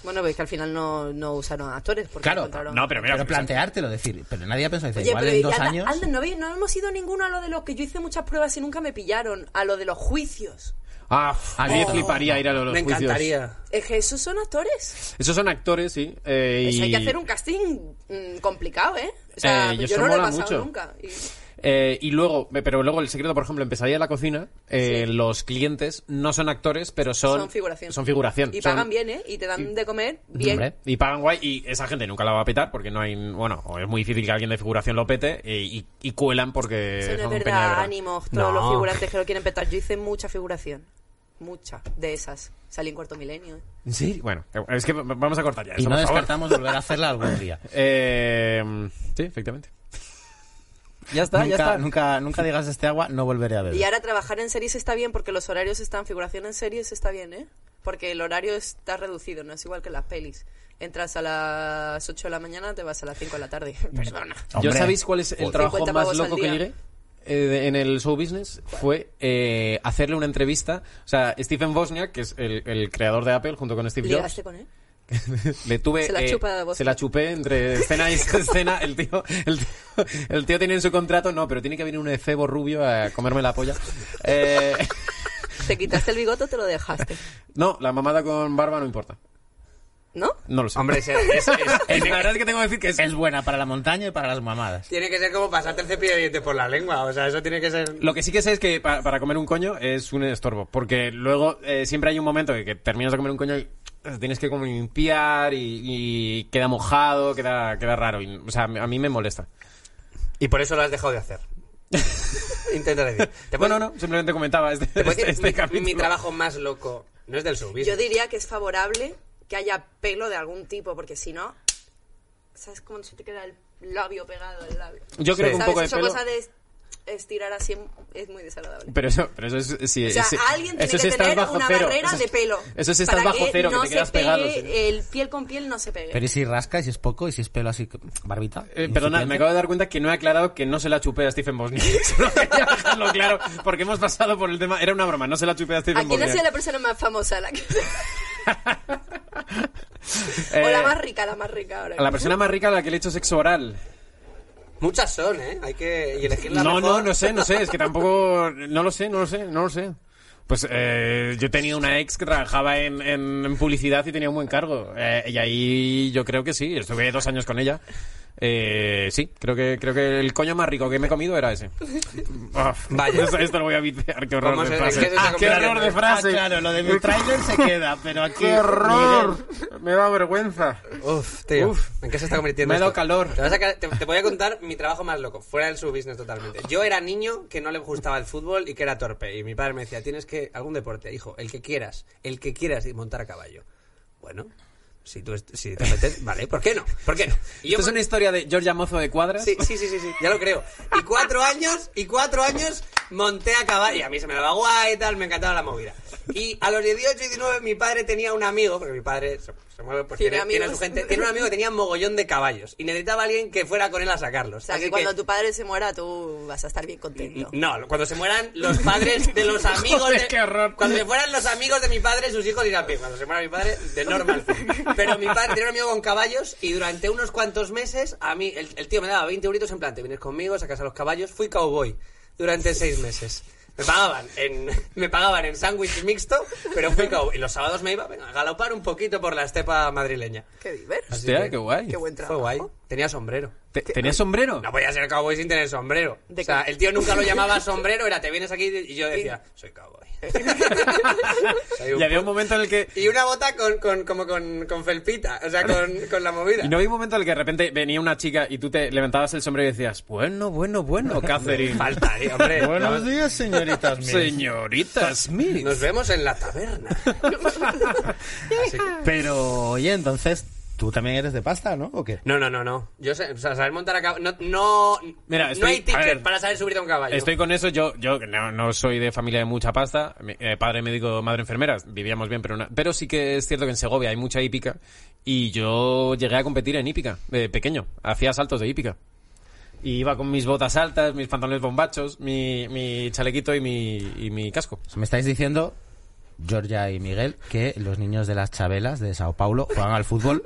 Speaker 5: Bueno, veis que al final no, no usaron actores porque
Speaker 1: Claro,
Speaker 5: encontraron...
Speaker 2: no, pero mira,
Speaker 1: pero planteártelo, decir, pero nadie ha pensado, dice,
Speaker 5: Oye,
Speaker 1: igual
Speaker 5: pero
Speaker 1: en
Speaker 5: y
Speaker 1: dos
Speaker 5: anda-
Speaker 1: años...
Speaker 5: anda, no, veis? no hemos ido ninguno a lo de los que yo hice muchas pruebas y nunca me pillaron, a lo de los juicios.
Speaker 2: Ah, a mí me
Speaker 1: oh,
Speaker 2: fliparía ir a los
Speaker 4: Me
Speaker 2: juicios.
Speaker 4: encantaría.
Speaker 5: Es que esos son actores.
Speaker 2: Esos son actores, sí. eh,
Speaker 5: Eso
Speaker 2: y,
Speaker 5: hay que hacer un casting mm, complicado, ¿eh? O sea,
Speaker 2: Eh, y
Speaker 5: yo
Speaker 2: eso
Speaker 5: no lo he
Speaker 2: mola
Speaker 5: pasado
Speaker 2: mucho.
Speaker 5: nunca. Y-
Speaker 2: eh, y luego, pero luego el secreto, por ejemplo, empezaría en la cocina. eh, Los clientes no son actores, pero son.
Speaker 5: Son figuración.
Speaker 2: Son figuración.
Speaker 5: Y
Speaker 2: son-
Speaker 5: pagan bien, ¿eh? Y te dan de comer bien.
Speaker 1: Hombre.
Speaker 2: Y pagan guay, y esa gente nunca la va a petar porque no hay. Bueno, o es muy difícil que alguien de figuración lo pete eh, y, y- y cuelan porque.
Speaker 5: Eso no es
Speaker 2: eh, son
Speaker 5: verdad,
Speaker 2: peña de verdad.
Speaker 5: ánimos, todos
Speaker 4: No.
Speaker 5: los figurantes que lo quieren petar. Yo hice mucha figuración. Mucha de esas. Salí en cuarto milenio. ¿eh?
Speaker 2: ¿En serio? Bueno, es que v- vamos a cortar ya.
Speaker 1: Y
Speaker 2: eso,
Speaker 1: no
Speaker 2: por favor.
Speaker 1: descartamos volver a hacerla algún día.
Speaker 2: Eh, sí, efectivamente. Ya está,
Speaker 1: nunca, Nunca, nunca digas este agua, no volveré a beber.
Speaker 5: Y ahora trabajar en series está bien porque los horarios están. Figuración en series está bien, ¿eh? Porque el horario está reducido, no es igual que en las pelis. Entras a las 8 de la mañana, te vas a las 5 de la tarde. Perdona.
Speaker 1: Hombre.
Speaker 2: ¿Yo sabéis cuál es el
Speaker 1: Joder.
Speaker 2: trabajo
Speaker 5: 50
Speaker 2: más
Speaker 5: pavos al
Speaker 2: loco que
Speaker 5: día.
Speaker 2: llegué? Eh, de- en el show business fue eh, hacerle una entrevista. O sea, Stephen Wozniak, que es el, el creador de Apple, junto con Steve Jobs,
Speaker 5: ¿Ligaste con él?
Speaker 2: le tuve.
Speaker 5: Se la
Speaker 2: eh,
Speaker 5: chupa Wozniak.
Speaker 2: se la chupé entre escena y escena. El tío, el, tío, el tío tiene en su contrato, no, pero tiene que venir un efebo rubio a comerme la polla. Eh,
Speaker 5: Te quitaste el bigote o te lo dejaste.
Speaker 2: no, la mamada con barba no importa.
Speaker 5: ¿No?
Speaker 2: No lo sé.
Speaker 4: Hombre, es- es- es-
Speaker 2: la verdad es que tengo que decir que es
Speaker 1: Es buena para la montaña y para las mamadas.
Speaker 4: tiene que ser como pasarte el cepillo de dientes por la lengua. O sea, eso tiene que ser.
Speaker 2: Lo que sí que sé es que pa- para comer un coño es un estorbo, porque luego eh, siempre hay un momento que, que terminas de comer un coño y eh, tienes que como limpiar y, y queda mojado, queda, queda raro. y- o sea, a mí me molesta.
Speaker 4: Y por eso lo has dejado de hacer. Intenta decir. ¿Te puedo-
Speaker 2: Bueno, no, simplemente comentaba este,
Speaker 4: ¿Te puedo
Speaker 2: este-
Speaker 4: decir
Speaker 2: este
Speaker 4: mi,
Speaker 2: capítulo.
Speaker 4: mi trabajo más loco? No es del showbiz.
Speaker 5: Yo diría que es favorable que haya pelo de algún tipo, porque si no, ¿sabes cómo se te queda el labio pegado al labio?
Speaker 2: Yo creo que un
Speaker 5: ¿Sabes?
Speaker 2: poco de
Speaker 5: Esa
Speaker 2: pelo...
Speaker 5: cosa de est- estirar así em- es muy desagradable.
Speaker 2: Pero eso, pero eso es... sí,
Speaker 5: o sea,
Speaker 2: sí,
Speaker 5: alguien tiene
Speaker 2: eso sí
Speaker 5: que
Speaker 2: estás
Speaker 5: tener
Speaker 2: bajo
Speaker 5: una
Speaker 2: cero.
Speaker 5: barrera
Speaker 2: Eso es-
Speaker 5: de pelo.
Speaker 2: Eso sí estás
Speaker 5: para
Speaker 2: bajo cero, que,
Speaker 5: no
Speaker 2: te quedas
Speaker 5: se pegue
Speaker 2: pegado. sí.
Speaker 5: El piel con piel no se pegue.
Speaker 1: Pero y si rasca, y si es poco, y si es pelo así, barbita.
Speaker 2: Eh, perdona, me acabo de dar cuenta que no he aclarado que no se la chupé a Stephen Bosniak. Solo quería dejarlo claro, porque hemos pasado por el tema. Era una broma, no se la chupé a
Speaker 5: ¿A
Speaker 2: Stephen
Speaker 5: quién ha
Speaker 2: Bosniak.
Speaker 5: sido la persona más famosa? La que-
Speaker 2: Eh,
Speaker 5: o la más rica, la más rica ahora.
Speaker 2: A la persona más rica a la que le he hecho sexo oral.
Speaker 4: Muchas son, ¿eh? Hay que y elegir la
Speaker 2: no,
Speaker 4: mejor.
Speaker 2: no, no sé, no sé. Es que tampoco. No lo sé, no lo sé, no lo sé. Pues eh, yo tenía una ex que trabajaba en, en- en publicidad y tenía un buen cargo. Eh, y ahí yo creo que sí. Estuve dos años con ella. Eh, sí, creo que, creo que el coño más rico que me he comido era ese. Uf,
Speaker 4: Vaya.
Speaker 2: Esto, esto lo voy a vipear. Qué horror
Speaker 4: ¿Cómo
Speaker 2: de
Speaker 4: se-
Speaker 2: frase.
Speaker 4: es que se está
Speaker 2: Ah, qué horror
Speaker 4: convirtiendo
Speaker 2: de
Speaker 4: en-
Speaker 2: frase.
Speaker 1: claro, lo de mi trailer se queda, pero aquí...
Speaker 2: ¡Qué horror! Me da vergüenza.
Speaker 4: Uf, tío.
Speaker 2: Uf.
Speaker 4: ¿En qué se está convirtiendo?
Speaker 2: Me ha dado
Speaker 4: esto?
Speaker 2: calor.
Speaker 4: Te, vas a ca- te- te voy a contar mi trabajo más loco, fuera del business totalmente. Yo era niño que no le gustaba el fútbol y que era torpe. Y mi padre me decía, tienes que. algún deporte, hijo, el que quieras, el que quieras y montar a caballo. Bueno. Si tú est- si te metes, vale, ¿por qué no? ¿Por qué no? Y yo
Speaker 2: Esto es una historia de Georgia Mozo de Cuadras.
Speaker 4: Sí, sí, sí, sí, sí, ya lo creo. Y cuatro años, y cuatro años monté a caballo. Y a mí se me daba guay y tal, me encantaba la movida. Y a los 18 y 19 mi padre tenía un amigo, porque mi padre se, se mueve por
Speaker 5: Tiene
Speaker 4: tiene, tiene su
Speaker 5: amigos.
Speaker 4: gente. Tiene un amigo que tenía mogollón de caballos y necesitaba a alguien que fuera con él a sacarlos.
Speaker 5: O sea, que
Speaker 4: Así
Speaker 5: cuando
Speaker 4: que-
Speaker 5: tu padre se muera, tú vas a estar bien contento.
Speaker 4: No, cuando se mueran los padres de los amigos
Speaker 2: Joder,
Speaker 4: de-
Speaker 2: qué horror.
Speaker 4: Cuando se fueran los amigos de mi padre, sus hijos irán bien. Cuando se muera mi padre, de normal. Pero mi padre tenía un amigo con caballos y durante unos cuantos meses a mí, el, el tío me daba 20 euritos en plan, te vienes conmigo, sacas a los caballos, fui cowboy durante seis meses. Me pagaban en, me pagaban en sándwich mixto, pero fui cowboy. Y los sábados me iba venga, a galopar un poquito por la estepa madrileña.
Speaker 5: Qué divertido.
Speaker 2: Hostia, qué guay.
Speaker 5: Qué buen
Speaker 4: Fue
Speaker 5: trabajo.
Speaker 4: guay. Tenía sombrero.
Speaker 2: Te- ¿Tenías sombrero?
Speaker 4: No podía ser cowboy sin tener sombrero.
Speaker 5: ¿De
Speaker 4: o sea,
Speaker 5: qué?
Speaker 4: el tío nunca lo llamaba sombrero, era te vienes aquí y yo decía, soy cowboy. Soy un
Speaker 2: Y había un momento en el que...
Speaker 4: Y una bota con, con, como con, con felpita, o sea, con, con la movida.
Speaker 2: Y no había un momento en el que de repente venía una chica y tú te levantabas el sombrero y decías, bueno, bueno, bueno, Catherine.
Speaker 4: Faltaría, hombre.
Speaker 3: Buenos
Speaker 4: Nos-
Speaker 3: días, señoritas mías.
Speaker 2: Señorita Smith.
Speaker 4: Nos vemos en la taberna. Así que-
Speaker 3: Pero, oye, entonces, tú también eres de pasta, ¿no? ¿O qué?
Speaker 4: No, no, no, no. Yo sé, o sea, saber montar a caballo. No, no,
Speaker 2: Mira,
Speaker 4: no
Speaker 2: estoy-
Speaker 4: hay
Speaker 2: a
Speaker 4: ticket
Speaker 2: ver,
Speaker 4: para saber subirte a un caballo.
Speaker 2: Estoy con eso, yo, yo que no, no soy de familia de mucha pasta, mi- eh, padre médico, madre enfermera, vivíamos bien, pero, no- pero sí que es cierto que en Segovia hay mucha hípica y yo llegué a competir en hípica, de pequeño, hacía saltos de hípica. Y iba con mis botas altas, mis pantalones bombachos, mi, mi chalequito y mi, y mi casco.
Speaker 1: Me estáis diciendo, Georgia y Miguel, que los niños de las Chabelas de Sao Paulo juegan al fútbol,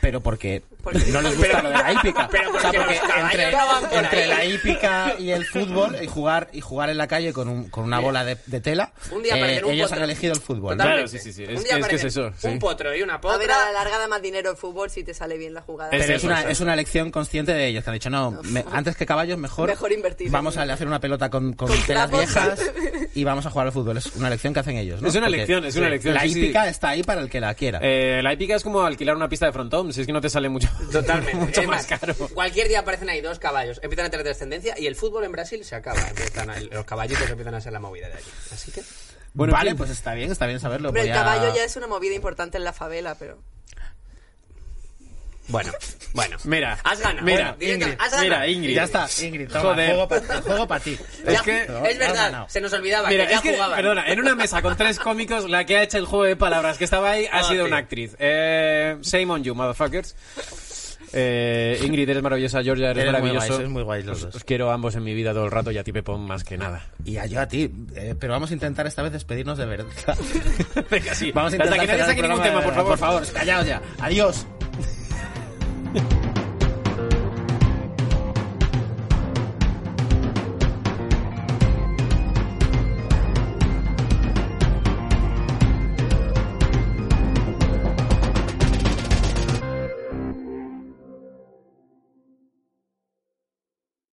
Speaker 1: pero porque
Speaker 5: Porque-
Speaker 1: no les gusta lo de la hípica.
Speaker 4: Ah, pero
Speaker 1: O sea,
Speaker 4: porque
Speaker 1: porque
Speaker 4: los caballos
Speaker 1: entre,
Speaker 4: no van por
Speaker 1: entre
Speaker 4: ahí.
Speaker 1: la hípica y el fútbol, y jugar, y jugar en la calle con, un- con una bola de, de tela, Eh,
Speaker 4: Un día aparecen un
Speaker 1: ellos
Speaker 4: potro.
Speaker 1: han elegido el fútbol. ¿no?
Speaker 2: Claro, sí,
Speaker 4: Totalmente.
Speaker 2: sí, sí.
Speaker 4: Un
Speaker 2: Es
Speaker 4: día
Speaker 2: que- es que es
Speaker 4: aparecen
Speaker 2: eso, sí.
Speaker 4: Un potro y una
Speaker 5: A ver, a la
Speaker 4: potra.
Speaker 5: larga da más dinero el fútbol si te sale bien la jugada.
Speaker 2: Es
Speaker 1: Pero
Speaker 2: Eso,
Speaker 1: es una,
Speaker 2: eso.
Speaker 1: es una elección consciente de ellos, que han dicho, no, me- antes que caballos, mejor,
Speaker 5: Mejor invertir.
Speaker 1: vamos a hacer una pelota con, con
Speaker 5: Con
Speaker 1: telas
Speaker 5: clavos.
Speaker 1: viejas y vamos a jugar al fútbol. Es una elección que hacen ellos, ¿no?
Speaker 2: Es una
Speaker 1: Porque
Speaker 2: elección, es una elección,
Speaker 1: La
Speaker 2: sí, sí.
Speaker 1: hípica está ahí para el que la quiera.
Speaker 2: Eh, la hípica es como alquilar una pista de frontón, si es que no te sale mucho,
Speaker 4: Totalmente.
Speaker 2: mucho
Speaker 4: Es
Speaker 2: más caro.
Speaker 4: Cualquier día aparecen ahí dos caballos, empiezan a tener descendencia y el fútbol en Brasil se acaba. Empiezan a- los caballitos empiezan a ser la movida de allí. Así que.
Speaker 2: bueno,
Speaker 1: vale,
Speaker 2: en fin.
Speaker 1: pues está bien, está bien saberlo.
Speaker 5: Hombre,
Speaker 1: voy
Speaker 5: el
Speaker 1: a-
Speaker 5: caballo ya es una movida importante en la favela, pero...
Speaker 4: Bueno, bueno.
Speaker 2: Mira,
Speaker 4: Has ganado.
Speaker 2: mira,
Speaker 4: Bueno, directamente,
Speaker 2: Ingrid,
Speaker 4: has ganado.
Speaker 2: mira, Ingrid.
Speaker 1: Ya está, Ingrid, toma,
Speaker 2: Joder.
Speaker 1: juego para ti.
Speaker 2: Es
Speaker 4: Ya,
Speaker 2: que-
Speaker 4: es
Speaker 1: has
Speaker 4: verdad,
Speaker 1: ganado.
Speaker 4: se nos olvidaba
Speaker 2: Mira,
Speaker 4: que ya
Speaker 2: es que,
Speaker 4: jugaban.
Speaker 2: perdona, en una mesa con tres cómicos, la que ha hecho el juego de palabras que estaba ahí ha
Speaker 4: Ah,
Speaker 2: sido
Speaker 4: sí.
Speaker 2: una actriz. Eh, shame on you, motherfuckers. Eh, Ingrid, eres maravillosa, Georgia, eres,
Speaker 1: Eres muy
Speaker 2: maravilloso.
Speaker 1: guays, sois muy guays los
Speaker 2: Os-
Speaker 1: dos.
Speaker 2: Os quiero a ambos en mi vida todo el rato y a ti, Pepón, más que nada.
Speaker 1: Y a yo a ti, eh, pero vamos a intentar esta vez despedirnos de verdad.
Speaker 2: Venga, sí.
Speaker 1: Vamos a
Speaker 2: Hasta
Speaker 1: intentar
Speaker 2: que nadie
Speaker 1: cerrar
Speaker 2: saque
Speaker 1: el programa
Speaker 2: ningún tema,
Speaker 1: de
Speaker 2: por
Speaker 1: verdad,
Speaker 2: favor, por favor.
Speaker 1: Callaos ya. Adiós.